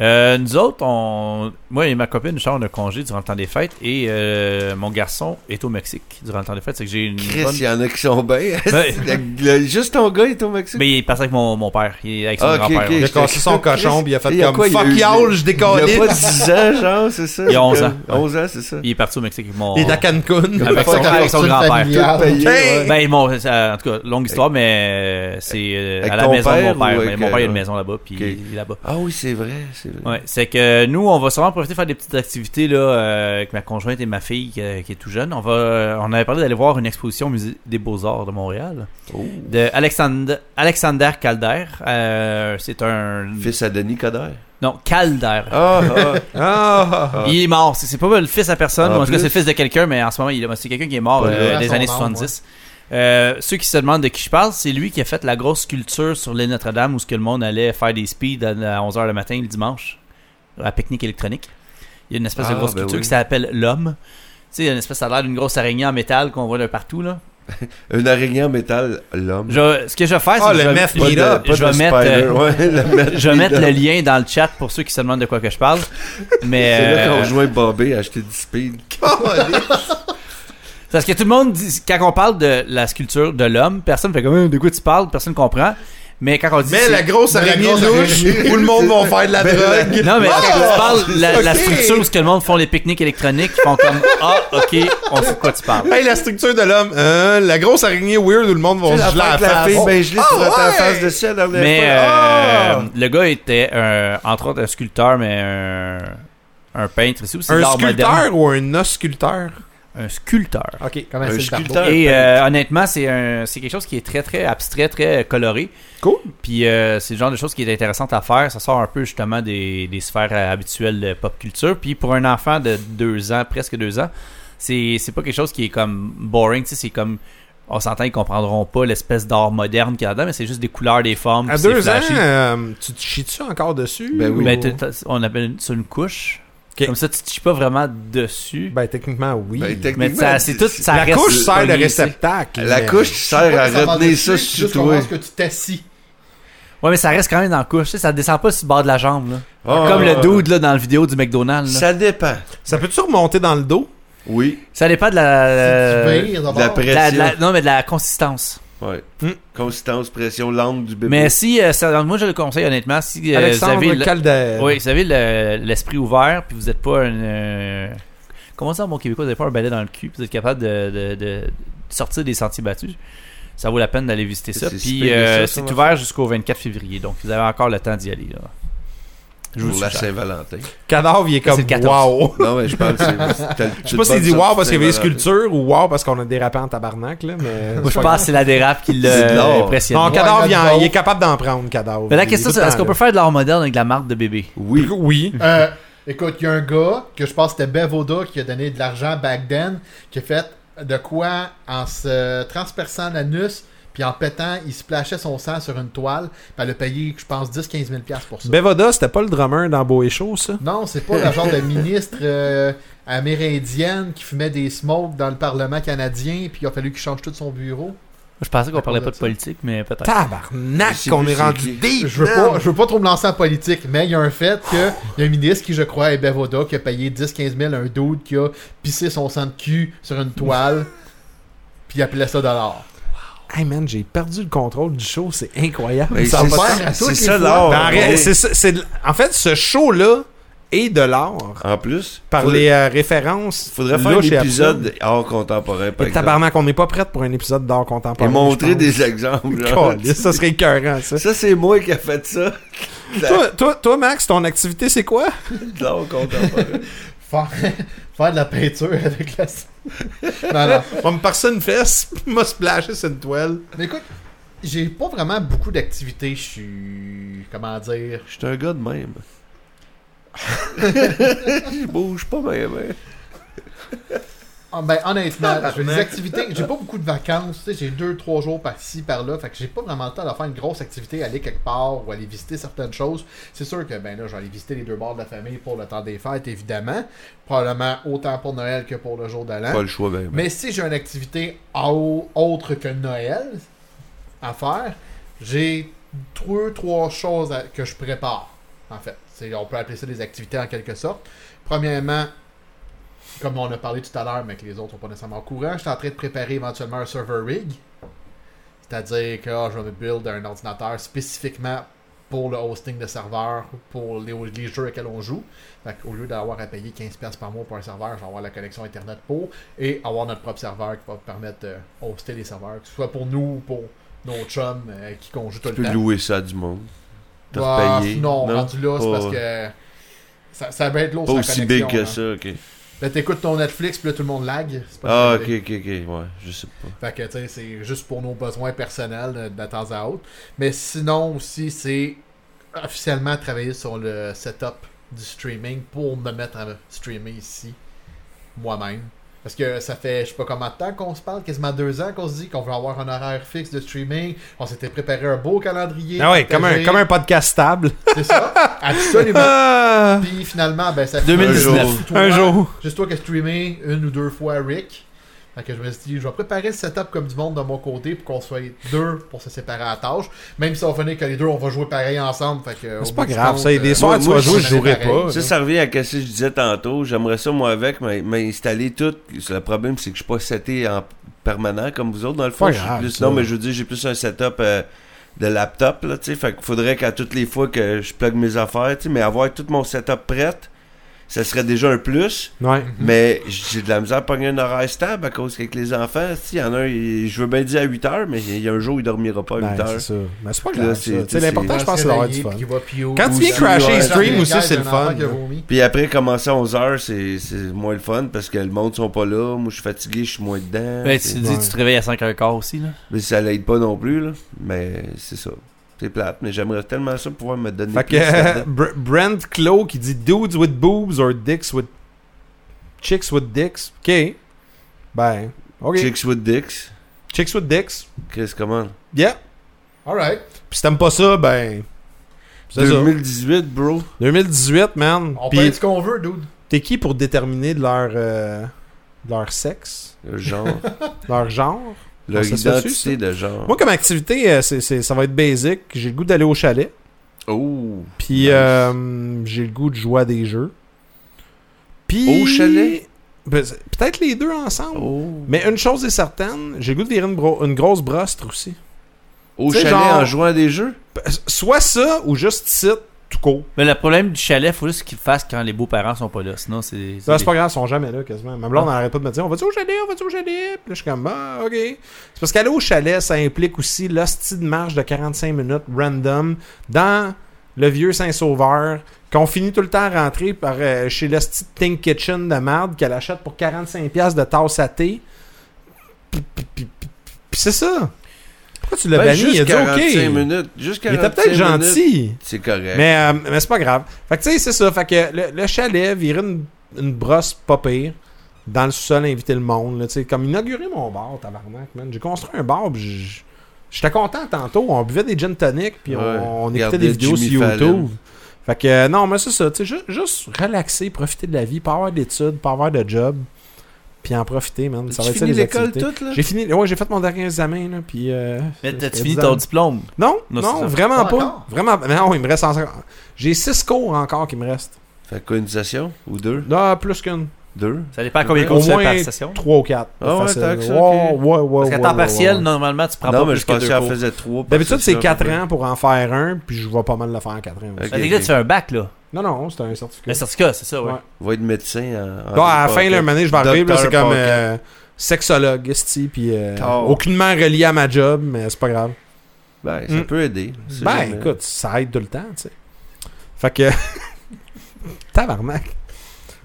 S1: Euh, nous autres, on... moi et ma copine, nous sommes de congé durant le temps des fêtes et euh, mon garçon est au Mexique durant le temps des fêtes. C'est que j'ai une
S4: Chris,
S1: bonne...
S4: il y en a qui sont bien.
S1: Ouais.
S4: Le- le- Juste ton gars est au Mexique.
S1: Mais ben, il est parti avec mon, mon père. Il est avec son
S4: Ah, ok,
S1: grand-père.
S4: ok.
S1: ouais.
S3: Il a
S4: je
S3: cassé
S4: te-
S3: son cochon puis il a
S4: Il
S3: fait
S4: y a
S3: comme
S4: quoi, il y a
S3: fuck
S4: eu-
S3: y'all, je décolle.
S4: Il a pas 10 ans, genre, c'est ça?
S1: Il a 11 ans.
S4: Comme 11 ans, c'est ça.
S1: Il est parti au Mexique avec mon.
S3: Il est à Cancun.
S1: Avec
S2: Fait que
S1: son-
S2: ça fait
S1: avec son
S2: fortune
S1: grand-père.
S2: familiale.
S4: Payé, ouais.
S1: Ben, mon- euh, en tout cas, longue histoire, mais euh, c'est euh,
S4: Avec
S1: à la
S4: ton
S1: maison
S4: père
S1: de
S4: ou
S1: mon père.
S4: avec,
S1: Mais mon père, il a
S4: euh,
S1: une maison là-bas, puis
S4: ok.
S1: il est là-bas.
S4: Ah oui, c'est vrai, c'est vrai.
S1: Ouais, c'est que nous, on va sûrement profiter de faire des petites activités là, euh, avec ma conjointe et ma fille euh, qui est tout jeune. On va, euh, on avait parlé d'aller voir une exposition au musée des Beaux-Arts de Montréal
S4: Oh.
S1: de Alexandre, Alexander Calder. Euh, c'est un
S4: Fils à Denis Coderre.
S1: non Calder.
S4: Ah, ah,
S3: Ah!
S1: Il est mort. C'est c'est pas le fils à personne.
S4: En
S1: ou en tout cas,
S4: Ah, plus.
S1: c'est le fils de quelqu'un, mais en ce moment, il est mort. C'est quelqu'un qui est mort
S4: Pas
S1: euh,
S2: là.
S1: des
S2: Son
S1: années
S2: âme,
S1: 70. Euh, ceux qui se demandent de qui je parle, c'est lui qui a fait la grosse sculpture sur l'île Notre-Dame où ce que le monde allait faire des speeds à 11h le matin le dimanche à pique-nique électronique. Il y a une espèce de
S4: Ah,
S1: grosse
S4: ben
S1: sculpture
S4: oui.
S1: qui s'appelle l'homme. Tu sais, une espèce, ça a l'air d'une grosse araignée en métal qu'on voit de partout, là.
S4: une araignée en métal, l'homme.
S1: Je- ce que je vais faire, c'est
S3: Ah,
S1: que
S3: le
S1: je, vais-
S3: meth
S1: je vais-
S3: meat up,
S1: je vais mettre, euh, je vais mettre le
S4: lit.
S1: lien dans le chat pour ceux qui se demandent de quoi que je parle. Mais,
S4: C'est là
S1: euh,
S4: qu'on rejoint Bobby à acheter du speed.
S1: C'est Parce que tout le monde dit, quand on parle de la sculpture de l'homme, personne fait comme, Hum, de quoi tu parles, personne comprend. Mais quand on dit.
S3: Mais
S1: c'est-
S3: la grosse
S2: Mais la
S3: araignée
S2: grosse
S3: louche
S2: araignée.
S3: où le monde va faire de la drogue.
S1: Non, mais Ah! quand tu parles la, la
S3: Ah! Ok.
S1: structure où ce que le monde font les pique-niques électroniques, ils font comme, ah, ok, on sait de quoi tu parles.
S3: Hey, la structure de l'homme. Hein, la grosse araignée weird où le monde va
S4: Tu sais,
S3: se geler
S4: l'affaire
S3: la
S4: que la
S3: face.
S4: fille, ben, je l'ai sur ta
S3: Ah, ouais!
S4: face dessus la dernière
S1: Mais
S4: fois.
S3: Ah!
S1: euh, le gars était, un- entre autres, un sculpteur, mais un, un peintre ici aussi.
S3: Un
S1: l'art moderne.
S3: sculpteur ou un osculteur?
S1: Un sculpteur.
S3: Ok.
S2: Comment
S4: Un
S2: c'est le
S4: sculpteur.
S2: tarpeau?
S1: Et euh, honnêtement, c'est un- c'est quelque chose qui est très très abstrait, très euh, coloré.
S3: Cool.
S1: Puis euh, c'est le genre de choses qui est intéressante à faire. Ça sort un peu justement des, des sphères euh, habituelles de pop culture. Puis pour un enfant de deux ans, presque deux ans, c'est c'est pas quelque chose qui est comme boring. tu sais, C'est comme on s'entend, ils comprendront pas l'espèce d'art moderne qu'il y a dedans, mais c'est juste des couleurs, des formes.
S3: À
S1: puis c'est
S3: deux ans,
S1: flashy.
S3: euh, tu te chies-tu encore dessus?
S4: Ben oui.
S1: Ben,
S3: ou-
S1: t'as- t'as- on appelle ça une couche.
S3: Ok.
S1: Comme ça, tu te chies pas vraiment dessus.
S3: Ben, techniquement, oui.
S4: Ben, techniquement,
S1: mais ça, c'est tout. Ça
S3: la
S1: reste
S3: couche sert de
S1: pogné, tu sais.
S3: réceptacle.
S4: La
S3: mais-
S4: couche sert à
S2: Ça part
S4: retenir
S2: dessus,
S4: ça
S2: c'est
S4: sur
S2: juste comment
S4: toi.
S2: est-ce que tu t'assis.
S1: Ouais, mais ça reste quand même dans la couche. tu sais, Ça descend pas sur le bord de la jambe. Là.
S4: Ah,
S1: Comme le dude là, dans la vidéo du McDonald's. là. Ça...
S4: Ça dépend.
S3: Ça peut-tu remonter dans le dos?
S4: Oui,
S1: dépend de la,
S2: Si tu vires
S4: Euh, de la
S2: d'abord.
S1: de la- de
S4: pression.
S1: la- non, mais de la consistance.
S4: Ouais.
S3: Hmm.
S4: Consistance, pression, l'angle du bébé.
S1: Mais si, euh, ça- moi je le conseille honnêtement, si euh, vous avez,
S3: Alexandre
S1: le-
S3: Calder.
S1: oui, si vous avez le- l'esprit ouvert, puis vous n'êtes pas un. euh, comment ça, mon Québécois, vous n'avez pas un balai dans le cul, puis vous êtes capable de, de- de sortir des sentiers battus, ça vaut la peine d'aller visiter ça.
S4: C'est
S1: Puis
S4: super,
S1: euh,
S4: ça, ça
S1: c'est
S4: va.
S1: ouvert jusqu'au 24 février, donc vous avez encore le temps d'y aller. là. Je vous
S4: pour la
S1: suggère.
S4: Saint-Valentin.
S3: Cadavre, il est
S1: C'est
S3: comme
S1: le 14.
S3: wow.
S4: Non, mais je pense que c'est- t'as-
S3: Je sais pas
S4: t'as
S3: s'il
S4: une
S3: dit
S4: bonne
S3: wow
S4: sorte
S3: parce qu'il y avait des
S4: Saint-Valentin.
S3: sculptures ou wow parce qu'on a dérapé en tabarnak, là, mais.
S1: Moi, je pense que c'est la dérape qui
S4: C'est de
S1: l'a
S4: l'or.
S1: impressionné.
S3: Non,
S2: Ouais,
S3: cadavre, il, en-
S2: notre
S3: il est capable d'en prendre, cadavre.
S1: Mais la
S3: Il-
S1: question,
S3: tout
S1: c'est
S3: le
S1: est-ce
S3: temps,
S1: qu'on peut faire de l'art moderne avec de la marque de bébé
S4: Oui.
S3: là. Oui.
S2: Euh, écoute, il y a un gars que je pense que c'était Bevoda qui a donné de l'argent back then, qui a fait de quoi en se transperçant l'anus, puis en pétant, il splashait son sang sur une toile, puis elle a payé, je pense, 10-15 000 piastres pour ça.
S3: Bevoda, c'était pas le drummer dans Beau et Chaud, ça?
S2: Non, c'est pas le genre de ministre euh, amérindienne qui fumait des smokes dans le Parlement canadien, puis il a fallu qu'il change tout son bureau.
S1: Je pensais qu'on parlait pas de
S2: Ça.
S1: politique, mais peut-être.
S3: Tabarnak,
S4: Je sais
S3: qu'on
S4: plus
S3: est
S4: c'est
S3: rendu
S4: qui.
S3: deep!
S2: Je veux, pas, je veux pas trop me lancer en politique, mais il y a un fait que il y a un ministre qui, je crois, est Bevoda, qui a payé 10-15 000 à un dude qui a pissé son sang de cul sur une toile. puis Puis il appelait ça de l'or.
S3: Hey man, j'ai perdu le contrôle du show, c'est incroyable.
S4: Mais
S3: Ça
S4: c'est
S3: va
S4: ça-
S2: faire à toutes
S4: c'est
S2: les
S4: ça
S2: fois.
S4: l'art.
S3: Ben, en, vrai,
S4: Oui.
S3: c'est ça- c'est de- en fait, ce show-là est de l'art
S4: En plus,
S3: par
S4: faudrait-
S3: les euh, références.
S4: faudrait faire un
S3: louches et absurdes.
S4: épisode hors contemporain, par
S3: Et
S4: exemple.
S3: tabarnak, on n'est pas prête pour un épisode d'art
S4: Et
S3: contemporain.
S4: montrer
S3: je
S4: des exemples. genre.
S3: pense. Caliste, ça serait écœurant, ça.
S4: Ça, c'est moi qui a fait ça.
S3: toi, toi, toi, Max, ton activité, c'est quoi?
S4: L'art contemporain.
S2: Faire, faire de la peinture avec la. non, non.
S3: On me percer une fesse, m'a splasher sur une toile.
S2: Mais écoute, j'ai pas vraiment beaucoup d'activités. Je suis. Comment dire
S4: Je suis un gars de même. Je bouge pas ma main.
S2: Ah, ben, honnêtement, je fais des activités. J'ai pas beaucoup de vacances. tu sais, J'ai deux, trois jours par-ci, par-là. Fait que j'ai pas vraiment le temps de faire une grosse activité, aller quelque part ou aller visiter certaines choses. C'est sûr que, ben là, je vais aller visiter les deux bords de la famille pour le temps des fêtes, évidemment. Probablement autant pour Noël que pour le jour de l'an.
S4: Pas le choix, ben, ben.
S2: Hein? Mais si j'ai une activité au- autre que Noël à faire, j'ai trois, trois choses à- que je prépare, en fait. C'est- on peut appeler ça des activités en quelque sorte. Premièrement, comme on a parlé tout à l'heure, mais que les autres sont pas nécessairement au courant, je suis en train de préparer éventuellement un server rig. C'est-à-dire que ah, je vais me build un ordinateur spécifiquement pour le hosting de serveurs, pour les, les jeux auxquels on joue. Fait Au lieu d'avoir à payer 15$ par mois pour un serveur, je vais avoir la connexion Internet pour et avoir notre propre serveur qui va permettre de hoster les serveurs, que ce soit pour nous ou pour nos chums euh, qui qu'on joue tout
S4: Tu
S2: le
S4: peux
S2: temps.
S4: louer ça à du monde. T'as
S2: Bah,
S4: payé.
S2: Non,
S4: Non,
S2: rendu là, c'est
S4: pas-
S2: parce que ça, ça va être lourd.
S4: Pas
S2: sa
S4: aussi big
S2: connexion, hein.
S4: que
S2: là.
S4: ça, ok.
S2: Là, t'écoutes ton Netflix, puis là, tout le monde lag. c'est pas
S4: Ah,
S2: une
S4: ok,
S2: bonne
S4: ok, ok. Ouais, je sais pas.
S2: fait que, tu sais, c'est juste pour nos besoins personnels euh, de temps à autre. Mais sinon, aussi, c'est officiellement travailler sur le setup du streaming pour me mettre à streamer ici moi-même. Parce que ça fait, je sais pas combien de temps qu'on se parle, quasiment deux ans qu'on se dit qu'on veut avoir un horaire fixe de streaming. On s'était préparé un beau calendrier.
S3: Ah ouais, comme un,
S2: partagé.
S3: comme un podcast stable.
S2: C'est ça, absolument.
S3: Ah,
S2: Puis finalement, ben, ça fait
S4: 2019.
S2: un jour. Toi,
S3: un jour.
S2: Juste toi qui as streamé une ou deux fois Rick. Fait que je me suis dit, je vais préparer le setup comme du monde de mon côté pour qu'on soit deux pour se séparer à la tâche. Même si on venait que les deux, on va jouer pareil ensemble. Fait que, au
S3: C'est pas
S2: bout du
S3: grave,
S2: compte,
S3: ça.
S2: euh,
S3: Des soirs, tu
S4: moi,
S3: vas
S4: je
S3: jouer, je
S2: suis
S3: jouerai
S2: pareil.
S3: pas.
S4: Ça, ça revient à ce que je disais tantôt. J'aimerais ça, moi, avec, m'in- m'installer tout. Le problème, c'est que je suis pas seté en permanent comme vous autres, dans le fond.
S3: Pas
S4: Je suis
S3: grave,
S4: plus-
S3: ça.
S4: non, mais je veux dire, j'ai plus un setup euh, de laptop, là, tu sais. Fait qu'il faudrait qu'à toutes les fois que je plug mes affaires, tu sais, mais avoir tout mon setup prêt, ça serait déjà un plus.
S3: Ouais.
S4: Mais j'ai de la misère à pogner un horaire stable à cause qu'avec les enfants, si, il y en a un, il- je veux bien dire à 8 heures, mais il y a un jour, il dormira pas à 8
S3: Ben,
S4: heures.
S3: c'est ça. Mais c'est pas
S4: Là,
S3: grave,
S4: c'est-
S3: ça. Tu sais,
S4: c'est-
S3: L'important, je pense, c'est
S2: se
S3: d'avoir
S2: réveiller,
S3: du fun.
S2: puis qui va pio-
S3: Quand tu viens
S4: Ou-
S3: crasher
S4: Ouais.
S3: et stream
S2: Regarde,
S3: aussi, c'est le
S2: un enfant
S3: fun.
S2: qui a vomi.
S4: Puis après, commencer à 11 heures, c'est c'est moins le fun parce que le monde sont pas là. Moi, je suis fatigué, je suis moins dedans.
S1: Ben,
S4: C'est-
S1: tu dis, tu te réveilles à 5h15 aussi, là.
S4: Mais ça l'aide pas non plus, là. Mais c'est ça. C'est plate, mais j'aimerais tellement ça pouvoir me donner
S3: Fait que
S4: plus
S3: euh,
S4: là-dedans.
S3: Br- Brent Clow qui dit Dudes with boobs or dicks with. Chicks with dicks. Ok. Ben. Ok.
S4: Chicks with dicks.
S3: Chicks with dicks.
S4: Chris, comment?
S3: Yeah.
S2: Alright.
S3: Puis si t'aimes pas ça, ben. C'est ça.
S4: 2018, bro.
S3: 2018, man.
S2: On peut
S3: Puis
S2: être ce qu'on veut, dude.
S3: t'es qui pour déterminer de leur. euh, de leur sexe
S4: Le genre.
S3: Leur genre
S4: Leur
S3: ça se fait
S4: identité de genre.
S3: Moi, comme activité, euh, c'est- c'est- ça va être basic. J'ai le goût d'aller au chalet.
S4: Oh.
S3: Puis
S4: Nice.
S3: euh, j'ai le goût de jouer à des jeux. Puis.
S4: Au chalet?
S3: Ben, c'est- Peut-être les deux ensemble.
S4: Oh.
S3: Mais une chose est certaine, j'ai le goût de virer une, bro- une grosse brostre aussi.
S4: Au
S3: tu sais,
S4: chalet
S3: genre-
S4: en jouant à des jeux?
S3: Ben, Soit ça ou juste site tout court.
S1: Mais le problème du chalet, faut juste qu'il le fasse quand les beaux-parents sont pas là. Sinon, c'est.
S3: Là, c'est pas grave, ils sont jamais là quasiment. Ma blonde, on arrête pas de me dire on va-tu au chalet, on va-tu au chalet Puis là, je suis comme ah, ok. C'est parce qu'aller au chalet, ça implique aussi l'hostie de marche de 45 minutes random dans le vieux Saint-Sauveur, qu'on finit tout le temps à rentrer par, euh, chez l'hostie de Think Kitchen de marde qu'elle achète pour 45$ de tasse à thé. Puis, puis- puis- puis- puis c'est ça. Pourquoi tu l'as
S4: Ben,
S3: banni Il a
S4: juste
S3: dit
S4: 45
S3: ok.
S4: minutes. Juste
S3: Il était
S4: 45
S3: peut-être
S4: minutes.
S3: gentil.
S4: C'est correct.
S3: Mais, euh, mais c'est pas grave. Fait que tu sais, c'est ça. Fait que le, le chalet, virer une, une brosse pas pire dans le sous-sol, inviter le monde. là, tu sais, comme inaugurer mon bar, tabarnak, man. J'ai construit un bar, pis j- j'étais content tantôt. On buvait des gin tonic, puis
S4: Ouais.
S3: on, on écoutait
S4: Regardez
S3: des vidéos
S4: Jimmy
S3: sur
S4: Fallon.
S3: YouTube. Fait que euh, non, mais c'est ça. Tu sais, ju- juste relaxer, profiter de la vie, pas avoir d'études, pas avoir de job, puis en profiter, man. Ça va
S4: tu
S3: être ça
S4: finis
S3: les
S4: l'école
S3: activités.
S4: toute, là?
S3: J'ai fini, ouais, j'ai fait mon dernier examen, là, puis. euh,
S1: Mais t'as-tu
S3: c'est-
S1: fini ton diplôme?
S3: non,
S1: Non,
S3: non,
S1: c'est ça.
S3: vraiment
S2: Pas
S3: pas.
S2: encore.
S3: Vraiment, non, il me reste encore. J'ai six cours encore qui me restent.
S4: Fait quoi, une session ou deux?
S3: Là, plus qu'une.
S4: Deux?
S1: Ça dépend à combien de
S3: Au
S1: cours tu fais par
S3: moins
S1: session.
S3: 3 ou 4.
S4: Ah ouais,
S3: Facile.
S4: tant que ça,
S3: Ouais,
S4: ok.
S3: ouais, ouais,
S1: Parce qu'à
S3: ouais,
S1: temps
S3: ouais,
S1: partiel,
S3: ouais.
S1: normalement, tu prends
S4: Non,
S1: pas
S4: mais je
S1: plus que
S4: pensais
S1: deux
S4: qu'elle
S1: cours.
S4: faisait trois. par
S3: D'habitude, c'est
S4: session,
S3: 4
S4: à peu près.
S3: ans pour en faire un, puis je vais pas mal le faire en 4 ans aussi.
S4: Ok.
S1: Fait que là, tu fais un bac, là.
S3: Non, non, c'est un
S1: Le
S3: certificat.
S1: certificat, c'est ça, ouais.
S3: Ouais.
S4: Va être médecin. en- en-
S3: Bon, Bah, à la fin,
S4: pocket.
S3: là, un moment donné, je vais arriver, là, c'est
S4: Docteur
S3: comme
S4: pocket.
S3: euh, sexologue, esti, puis euh,
S4: Tard.
S3: aucunement relié à ma job, mais c'est pas grave.
S4: Ben, ça
S3: Mm.
S4: peut aider. on sait
S3: Ben,
S4: jamais.
S3: écoute, ça aide tout le temps, tu sais. Fait que. Tabarnak.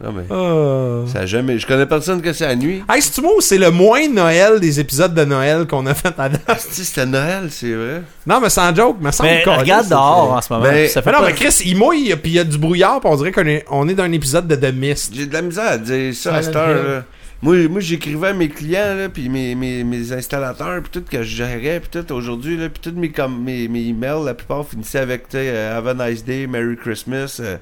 S4: Non, mais.
S3: Euh.
S4: Ça a jamais. Je connais personne que c'est à nuit.
S3: Hey, c'est-tu moi ou c'est le moins Noël des épisodes de Noël qu'on a fait à date?
S4: Ah, Si c'était Noël, c'est vrai.
S3: Non, mais sans joke, me semble
S1: Mais
S3: qu'on-
S1: regarde
S3: c'est-
S1: dehors hein. en ce moment.
S4: Mais-
S1: ça fait
S3: Mais non,
S1: pas-
S3: mais Chris, il mouille, puis il y a du brouillard, puis on dirait qu'on est, on est dans un épisode de The Mist.
S4: J'ai de la misère à dire ça à cette
S2: Silent
S4: heure.
S2: Hill.
S4: là. Moi, moi j'écrivais à mes clients, là, puis mes, mes, mes installateurs, puis tout que je gérais, puis tout aujourd'hui, là, puis tous mes, com- mes, mes emails, la plupart finissaient avec tu sais, euh, Have a nice day, Merry Christmas. euh.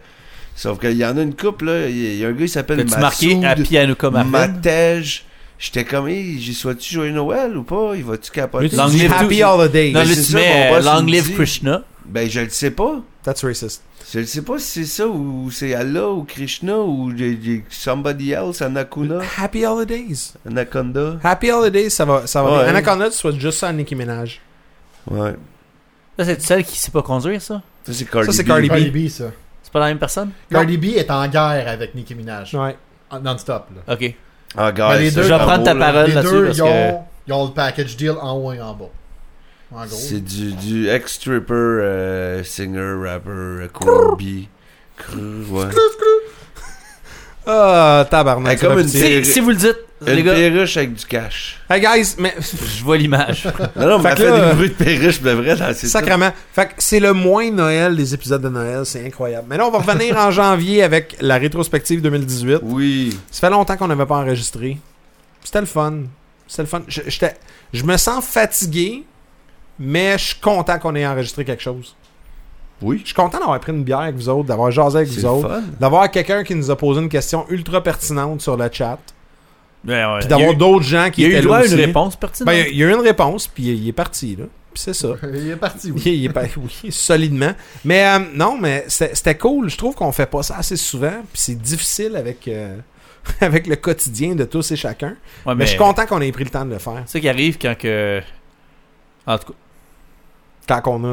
S4: sauf qu'il y en a une couple, là. Il y a- il y, a un gars qui s'appelle
S1: T'as-tu marqué à
S4: Massoud
S1: piano comme
S4: Matej. J'étais comme, hey, j'y sois-tu joyeux Noël ou pas Il va-tu capoter
S3: Mais tu
S1: Long
S3: dis
S1: live
S3: Happy
S1: to-
S3: Holidays.
S1: Non, là,
S4: Mais
S1: tu
S4: c'est ça,
S1: mets
S4: mon
S1: euh,
S4: boss
S1: Long
S4: me
S1: Live
S4: dit.
S1: Krishna.
S4: Ben, je le sais pas.
S3: That's racist.
S4: Je ne sais pas si c'est ça ou c'est Allah ou Krishna ou j- j- somebody else, Anakuna,
S3: Happy Holidays.
S4: Anaconda.
S3: Happy Holidays, ça va. Ça va
S4: Ouais.
S3: bien. Anaconda, tu souhaites juste ça à Nicki Minaj.
S4: Ouais.
S1: Là, c'est celle qui sait pas conduire, ça.
S4: Ça, c'est Cardi
S3: Ça, c'est
S4: B.
S3: Cardi B.
S2: Cardi B, ça.
S1: C'est pas la même personne?
S3: Non.
S2: Cardi B est en guerre avec Nicki Minaj.
S3: Ouais.
S2: En- Non-stop. là.
S1: Ok.
S4: Ah, gars,
S2: Mais Ben, les
S4: ça,
S2: deux-
S1: Je
S2: Je
S1: vais
S2: vais
S4: c'est
S1: prendre ta
S4: beau, là.
S1: parole
S2: Les
S1: là-dessus
S2: deux,
S1: parce
S2: ils
S1: que.
S2: ont, ils ont le package deal en haut et en bas. En gros.
S4: C'est du, du ex-stripper, euh, singer, rapper, euh, Corby. Crrr, Ouais.
S3: Ah, tabarnak.
S4: Hey, comme
S3: ça fait
S4: une
S3: pitié.
S1: Si, si vous le dites, les
S4: Une
S1: gars,
S4: perruche avec du cash.
S3: Hey guys, mais
S1: je vois l'image.
S4: Non, non, mais
S3: Fait
S4: elle
S3: que
S4: fait
S3: là,
S4: des bruits de perruche, de vrai, dans ces
S3: sacrement. Fait que c'est le moins Noël des épisodes de Noël, c'est incroyable. Mais là, on va revenir en janvier avec la rétrospective 2018.
S4: Oui.
S3: Ça fait longtemps qu'on n'avait pas enregistré. C'était le fun. C'était le fun. Je, j'étais- je me sens fatigué, mais je suis content qu'on ait enregistré quelque chose.
S4: Oui.
S3: Je suis content d'avoir pris une bière avec vous autres, d'avoir jasé avec
S4: C'est
S3: vous
S4: le
S3: autres,
S4: fun.
S3: d'avoir quelqu'un qui nous a posé une question ultra pertinente sur le chat,
S1: Ouais, ouais.
S3: puis
S1: Ben, Il y a
S3: d'avoir
S1: eu-
S3: d'autres gens qui
S1: il y a
S3: étaient
S1: eu droit
S3: là
S1: à une
S3: aussi.
S1: réponse
S3: Ben,
S1: pertinente.
S3: il y a eu une réponse, puis il est parti, là. Puis c'est ça.
S2: Il est parti, oui.
S3: Il, il est pas, oui, solidement. Mais euh, non, mais c'est- c'était cool. Je trouve qu'on fait pas ça assez souvent. Puis c'est difficile avec, euh, avec le quotidien de tous et chacun.
S1: Ouais,
S3: Mais, je suis content qu'on ait pris le temps de le faire.
S1: C'est ça qui arrive quand que. En tout cas,
S3: Quand on a.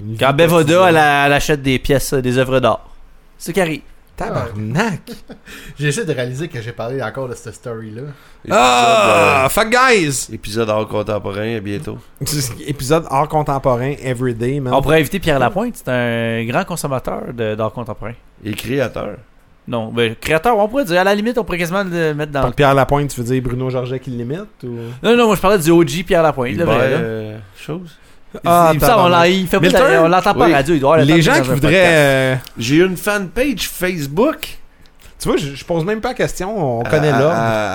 S3: une vie
S1: quand Bevoda
S3: quotidienne.
S1: elle, elle achète des pièces, euh, des œuvres d'art. C'est ça qui arrive.
S3: Tabarnak!
S2: J'ai essayé de réaliser que j'ai parlé encore de cette story-là.
S4: Épisode,
S3: Ah! fuck guys!
S4: euh, épisode hors contemporain, à bientôt.
S3: Épisode hors contemporain, everyday, man.
S1: On pourrait inviter Pierre Lapointe, c'est un grand consommateur de- d'art contemporain.
S4: Et créateur.
S1: Non, ben, créateur, on pourrait dire. À la limite, on pourrait quasiment le mettre dans
S3: Par
S1: le.
S3: Pierre Lapointe, tu veux dire Bruno Georget qui le limite? Ou...
S1: Non, non, moi je parlais du OG Pierre Lapointe, le
S4: Hubert,
S1: vrai. là.
S4: euh, chose.
S3: Ah,
S1: il me semble, on l'a-
S3: tabarnak.
S1: il fait pas
S3: Milton?
S1: la- on l'entend pas à
S4: Oui.
S1: la radio. Il doit avoir le temps
S3: Les
S1: de
S3: gens
S1: faire
S3: qui
S1: un podcast.
S3: voudraient. euh,
S4: J'ai une fanpage Facebook.
S3: Tu vois, je, je pose même pas la question, on
S4: À-
S1: Euh,
S3: connaît
S4: à-
S3: l'ordre.
S4: à-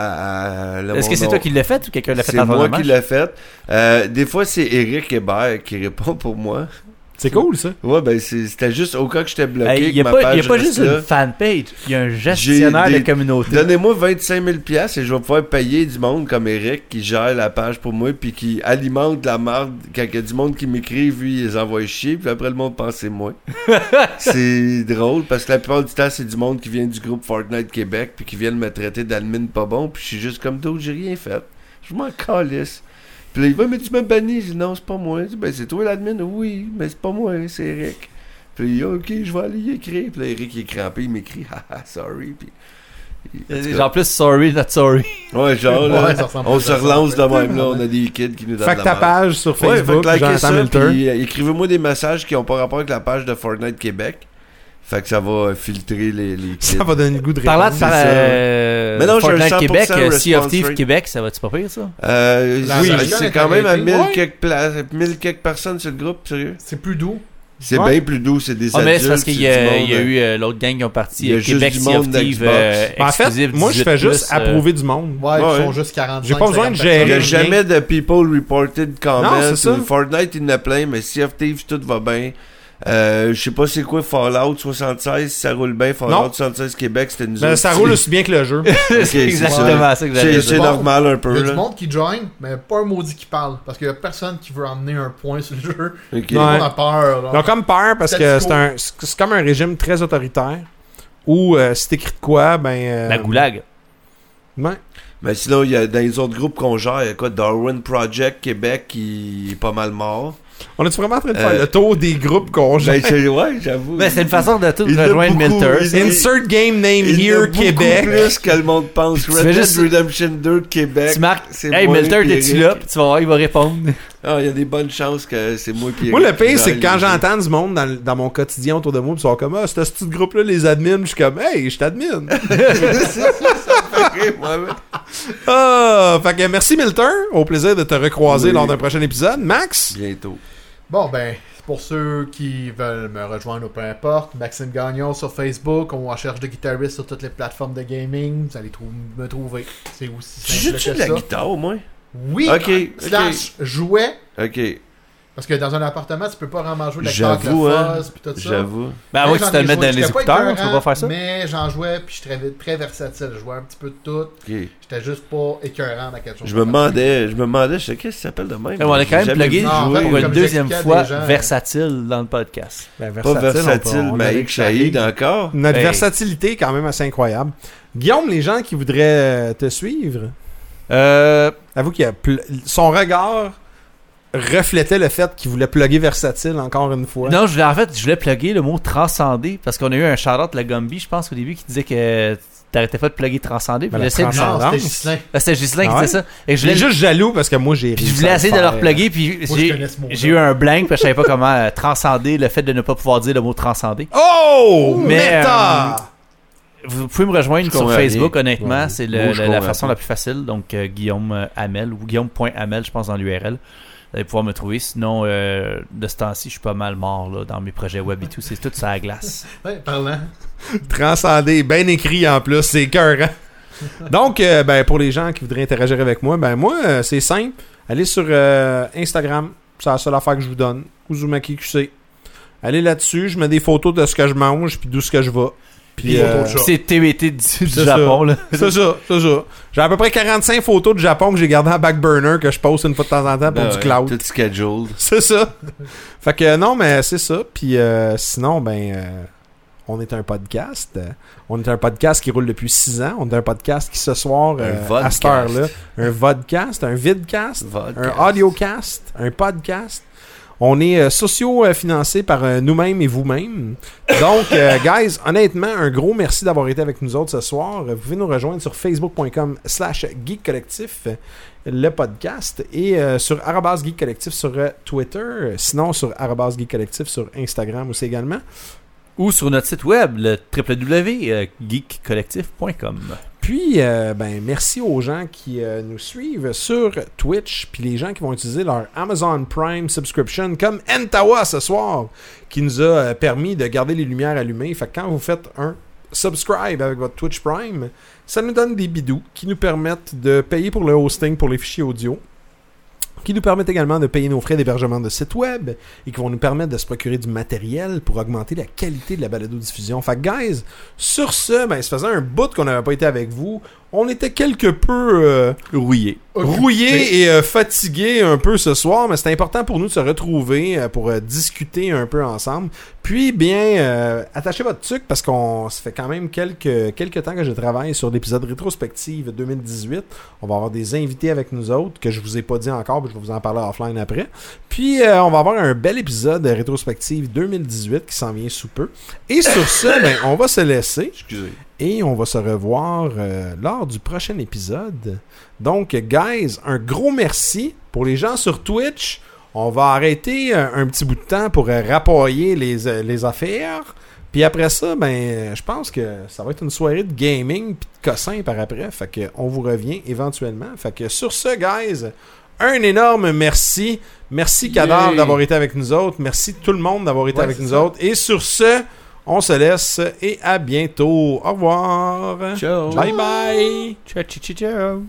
S4: à- à- le
S1: Est-ce que
S4: bon
S1: c'est
S4: nom.
S1: toi qui l'as fait ou quelqu'un l'a fait
S4: C'est
S1: avant
S4: moi
S1: le match?
S4: qui l'ai fait. Euh, des fois, c'est Eric Hébert qui répond pour moi.
S3: C'est cool, ça.
S4: Ouais, ben c'est- c'était juste au cas que j'étais bloqué.
S1: Hey,
S4: que
S1: Il n'y a
S4: ma
S1: pas, il y a
S4: page
S1: pas
S4: reste
S1: juste
S4: là.
S1: une fanpage, il y a un
S4: J'ai
S1: gestionnaire
S4: des-
S1: de communauté.
S4: Donnez-moi 25 000 pièces et je vais pouvoir payer du monde comme Eric qui gère la page pour moi puis qui alimente la marde. Quand il y a du monde qui m'écrit, lui, ils les envoie chier puis après le monde pense que c'est moi. c'est drôle parce que la plupart du temps, c'est du monde qui vient du groupe Fortnite Québec puis qui viennent me traiter d'admin pas bon puis je suis juste comme d'autres, j'ai rien fait. Je m'en calisse. Puis là, il va, mais tu me bannis. Je dis, non, c'est pas moi. Je dis, ben, c'est toi l'admin. Oui, mais c'est pas moi, c'est Eric. Puis il dit, ok, je vais aller y écrire. Puis là, Eric, il est crampé, il m'écrit, haha, sorry. Puis. en tout cas,
S1: Genre plus sorry, not sorry.
S4: Ouais, genre, là,
S2: Ouais, ça ressemble
S4: on
S2: plus
S4: se
S2: à ça.
S4: relance de même, là. On a des kids qui nous donnent
S3: Fait que
S4: la
S3: ta
S4: merde.
S3: page sur
S4: Ouais, fait
S3: Facebook,
S4: que likez
S3: Jonathan
S4: ça,
S3: Milter.
S4: puis, euh, écrivez-moi des messages qui ont pas rapport avec la page de Fortnite Québec. Fait que ça va euh, filtrer les, les kids.
S3: Ça va donner le goût de
S1: Parlant de
S3: répondre.
S4: C'est
S1: par-
S4: ça.
S1: euh,
S4: Mais non, j'ai
S1: Fortnite
S4: un 100%
S1: Québec, euh, Sea of
S4: response
S1: Thieves
S4: rate.
S1: Québec, ça va-tu pas pire ça?
S4: Euh,
S2: La-
S4: oui,
S2: la-
S4: c'est
S2: la-
S4: quand
S2: la-
S4: même à
S2: la-
S4: 1000
S2: ouais.
S4: quelques, places- 1000 quelques personnes sur le groupe, sérieux.
S2: C'est plus doux.
S4: C'est
S3: Ouais.
S4: bien plus doux, c'est des
S1: Ah, mais c'est
S4: adultes,
S1: parce qu'il y,
S4: c'est du
S1: a-
S4: monde,
S1: il y a
S4: euh,
S1: eu euh, l'autre gang qui ont parti
S4: Il y a
S1: euh,
S4: juste
S1: Québec
S4: du
S1: Sea of
S4: monde
S1: Thieves
S4: d'Xbox.
S1: euh,
S3: En fait,
S1: exclusif
S3: moi, je
S1: 18
S3: fais juste
S1: plus, euh,
S3: approuver du monde.
S2: Ouais,
S4: Ouais,
S2: ils sont
S4: ouais.
S2: juste 45.
S3: J'ai pas besoin
S2: 50
S3: de gérer.
S4: Il n'y a
S3: rien.
S4: jamais de people reported
S3: Non,
S4: comments.
S3: c'est ça.
S4: Sur Fortnite, il y en a plein, mais Sea of Thieves, tout va bien. Euh, je sais pas c'est quoi Fallout 76, ça roule bien. Fallout
S3: Non.
S4: 76 Québec, c'était nous
S3: Ben,
S4: autres.
S3: ça roule aussi bien que le jeu.
S4: Ok,
S1: c'est
S4: ça.
S1: exactement ça que j'avais
S4: C'est
S1: dit.
S4: c'est
S2: Bon.
S4: normal un peu.
S2: personnes. Il y a
S4: Là.
S2: du monde qui join, mais pas un maudit qui parle. Parce qu'il y a personne qui veut emmener un point sur le jeu.
S4: Ok.
S2: Tout le
S3: Ouais.
S2: monde a peur. là.
S4: Ah.
S3: Ils ont comme peur parce que c'est un, c'est comme un régime très autoritaire où euh, si t'écris de quoi, ben. euh,
S1: La goulag.
S3: Ouais.
S4: Mais sinon, il y a dans les autres groupes qu'on gère, il y a quoi Darwin Project Québec qui est pas mal mort.
S3: On est vraiment en train de faire
S4: Euh,
S3: le tour des groupes qu'on gère?
S4: Ben, c'est- ouais, j'avoue.
S1: Ben, c'est une façon de tout
S4: Il l'a
S1: rejoindre
S4: beaucoup,
S1: Milters.
S4: il-
S3: Insert game name
S4: ben, Il y en a
S3: here
S4: beaucoup
S3: Québec.
S4: plus que le monde pense.
S1: Tu
S4: Red
S1: fais
S4: Dead
S1: juste-
S4: Redemption 2 Québec.
S1: Tu marques,
S4: c'est
S1: hey,
S4: moins
S1: Milters,
S4: empirique.
S1: es-tu là? Puis tu vas voir, il va répondre.
S4: Ah, il y a des bonnes chances que c'est moi puis
S3: Moi, le
S4: Eric qui
S3: pire, c'est
S4: gagne.
S3: que quand j'entends du monde dans, le- dans mon quotidien autour de moi, pis ils sont comme, ah, c'est ce petit groupe-là, les admins, je suis comme, hey, je t'admine.
S4: Ouais, ouais.
S3: ah, fait que merci Milton, au plaisir de te recroiser
S4: Oui.
S3: lors d'un prochain épisode. Max,
S4: Bientôt.
S2: Bon, ben, pour ceux qui veulent me rejoindre ou peu importe, Maxime Gagnon sur Facebook, on recherche de guitariste sur toutes les plateformes de gaming, vous allez trou- me trouver. C'est aussi
S4: Tu
S2: simple
S4: joues-tu
S2: que
S4: de la
S2: ça.
S4: guitare au moins
S2: Oui,
S4: Ok, ok.
S2: slash jouet,
S4: Ok,
S2: parce que dans un appartement, tu peux pas vraiment jouer de la guitare avec le
S4: j'avoue, hein.
S2: fuzz, puis tout ça.
S4: J'avoue.
S1: Ben,
S2: Mais
S1: ouais, que
S2: j'en
S1: tu te
S2: ai
S1: le mettes
S2: joué,
S1: dans les
S2: j'étais pas
S1: écouteurs, tu
S2: écœurant,
S1: peux pas faire ça.
S2: Mais j'en jouais, puis je suis très, très versatile. Je jouais un petit peu de tout.
S4: Ok.
S2: J'étais juste pas écœurant dans quelque chose.
S4: Je me demandais, je me demandais, je sais qu'est-ce qui s'appelle de même.
S1: Ouais, Eh, on a
S4: J'ai
S1: quand même
S4: jamais
S1: plugué
S4: vu
S2: Non, en fait,
S4: jouer.
S1: pour
S2: comme
S1: une deuxième
S2: j'expliquais à
S1: fois
S2: des gens, euh,
S1: versatile dans le podcast.
S4: Pas versatile, Maïk Shahid encore.
S3: Notre
S1: Hey.
S3: versatilité est quand même assez incroyable. Guillaume, les gens qui voudraient euh, te suivre,
S1: Euh,
S3: avoue qu'il y a pl- son regard reflétait le fait qu'il voulait plugger versatile encore une fois.
S1: Non, je voulais, en fait, je voulais plugger le mot transcender parce qu'on a eu un shout-out de la Gumby, je pense, au début, qui disait que t'arrêtais pas de plugger transcender.
S3: Ben,
S1: Puis
S3: la
S1: j'essaie de-
S3: trans-
S2: Non,
S3: Tendance.
S2: c'était Gislain.
S1: Ah, C'était Ghislain qui
S3: Ah ouais?
S1: disait ça. Et je
S3: Je l'ai
S1: voulais
S3: juste jaloux parce que moi j'ai
S1: Puis je
S3: réussi
S1: voulais
S3: à
S1: essayer de
S3: faire.
S1: leur plugger, puis
S2: Moi, je
S1: j'ai-
S2: connais ce mot-là.
S1: j'ai eu un blank, parce que je savais pas comment euh, transcender le fait de ne pas pouvoir dire le mot transcender.
S3: Oh!
S1: Mais,
S3: Meta!
S1: Vous pouvez me rejoindre
S4: Je
S1: sur
S4: comprends
S1: Facebook,
S4: rien.
S1: honnêtement,
S4: Ouais.
S1: c'est
S4: Moi,
S1: le-
S4: je
S1: le- la
S4: comprends
S1: façon
S4: pas.
S1: la plus facile. Donc, euh, Guillaume euh, Hamel ou guillaume.hamel, je pense, dans l'URL. Vous allez pouvoir me trouver. Sinon, euh, de ce temps-ci, je suis pas mal mort là, dans mes projets web et tout. C'est tout ça à glace.
S2: Ouais, parlant.
S3: Transcender, bien écrit en plus, c'est cœur. hein? Donc, euh, ben, pour les gens qui voudraient interagir avec moi, ben moi, euh, c'est simple. Allez sur euh, Instagram, c'est la seule affaire que je vous donne. Uzumaki QC. Allez là-dessus, je mets des photos de ce que je mange, puis d'où ce que je vais. Puis,
S2: Des
S3: euh,
S2: photos de chat.
S1: C'est TBT du, du
S3: C'est
S1: Japon. Là.
S3: c'est ça, c'est ça. J'ai à peu près 45 photos de Japon que j'ai gardées en back burner que je poste une fois de temps en temps pour
S4: Ben
S3: du
S4: ouais,
S3: cloud.
S4: Tout scheduled.
S3: C'est ça. fait que euh, non, mais c'est ça. Puis euh, sinon, ben, euh, on est un podcast. Euh, On est un podcast qui roule depuis 6 ans. On est un podcast qui ce soir, euh,
S4: Un
S3: à cette
S4: vodcast.
S3: heure-là, un vodcast, un vidcast,
S4: Vodcast.
S3: un audiocast, un podcast. On est euh, socio-financé par euh, nous-mêmes et vous-même. Donc, euh, guys, honnêtement, un gros merci d'avoir été avec nous autres ce soir. Vous pouvez nous rejoindre sur facebook.com slash geek collectif le podcast et euh, sur arrobas geek collectif sur euh, Twitter. Sinon, sur arrobas geek collectif sur Instagram aussi également.
S1: Ou sur notre site web, le euh, www.geekcollectif.com.
S3: Puis, euh, ben, merci aux gens qui euh, nous suivent sur Twitch, puis les gens qui vont utiliser leur Amazon Prime subscription, comme Entawa ce soir, qui nous a euh, permis de garder les lumières allumées. Fait que quand vous faites un subscribe avec votre Twitch Prime, ça nous donne des bidous qui nous permettent de payer pour le hosting pour les fichiers audio, qui nous permettent également de payer nos frais d'hébergement de site web et qui vont nous permettre de se procurer du matériel pour augmenter la qualité de la balado-diffusion. Fait que, guys, sur ce, ben, ça faisait un bout qu'on n'avait pas été avec vous. On était quelque peu euh,
S1: Rouillé.
S3: rouillés et euh, fatigués un peu ce soir, mais c'était important pour nous de se retrouver euh, pour euh, discuter un peu ensemble. Puis, bien, euh, attachez votre tuque parce qu'on ça fait quand même quelques, quelques temps que je travaille sur l'épisode rétrospective 2018. On va avoir des invités avec nous autres que je vous ai pas dit encore, puis je vais vous en parler offline après. Puis, euh, on va avoir un bel épisode rétrospective 2018 qui s'en vient sous peu. Et sur ce, ben, on va se laisser.
S4: Excusez.
S3: Et on va se revoir euh, lors du prochain épisode. Donc, guys, un gros merci pour les gens sur Twitch. On va arrêter euh, un petit bout de temps pour euh, rapporter les, euh, les affaires. Puis après ça, ben, euh, je pense que ça va être une soirée de gaming puis de cossin par après. Fait que on vous revient éventuellement. Fait que sur ce, guys, un énorme merci. Merci Cadavre d'avoir été avec nous autres. Merci tout le monde d'avoir été
S2: Ouais,
S3: avec
S2: c'est
S3: nous
S2: ça.
S3: autres. Et sur ce, on se laisse et à bientôt. Au revoir.
S1: Ciao.
S3: Bye bye.
S1: Ciao, ciao, ciao.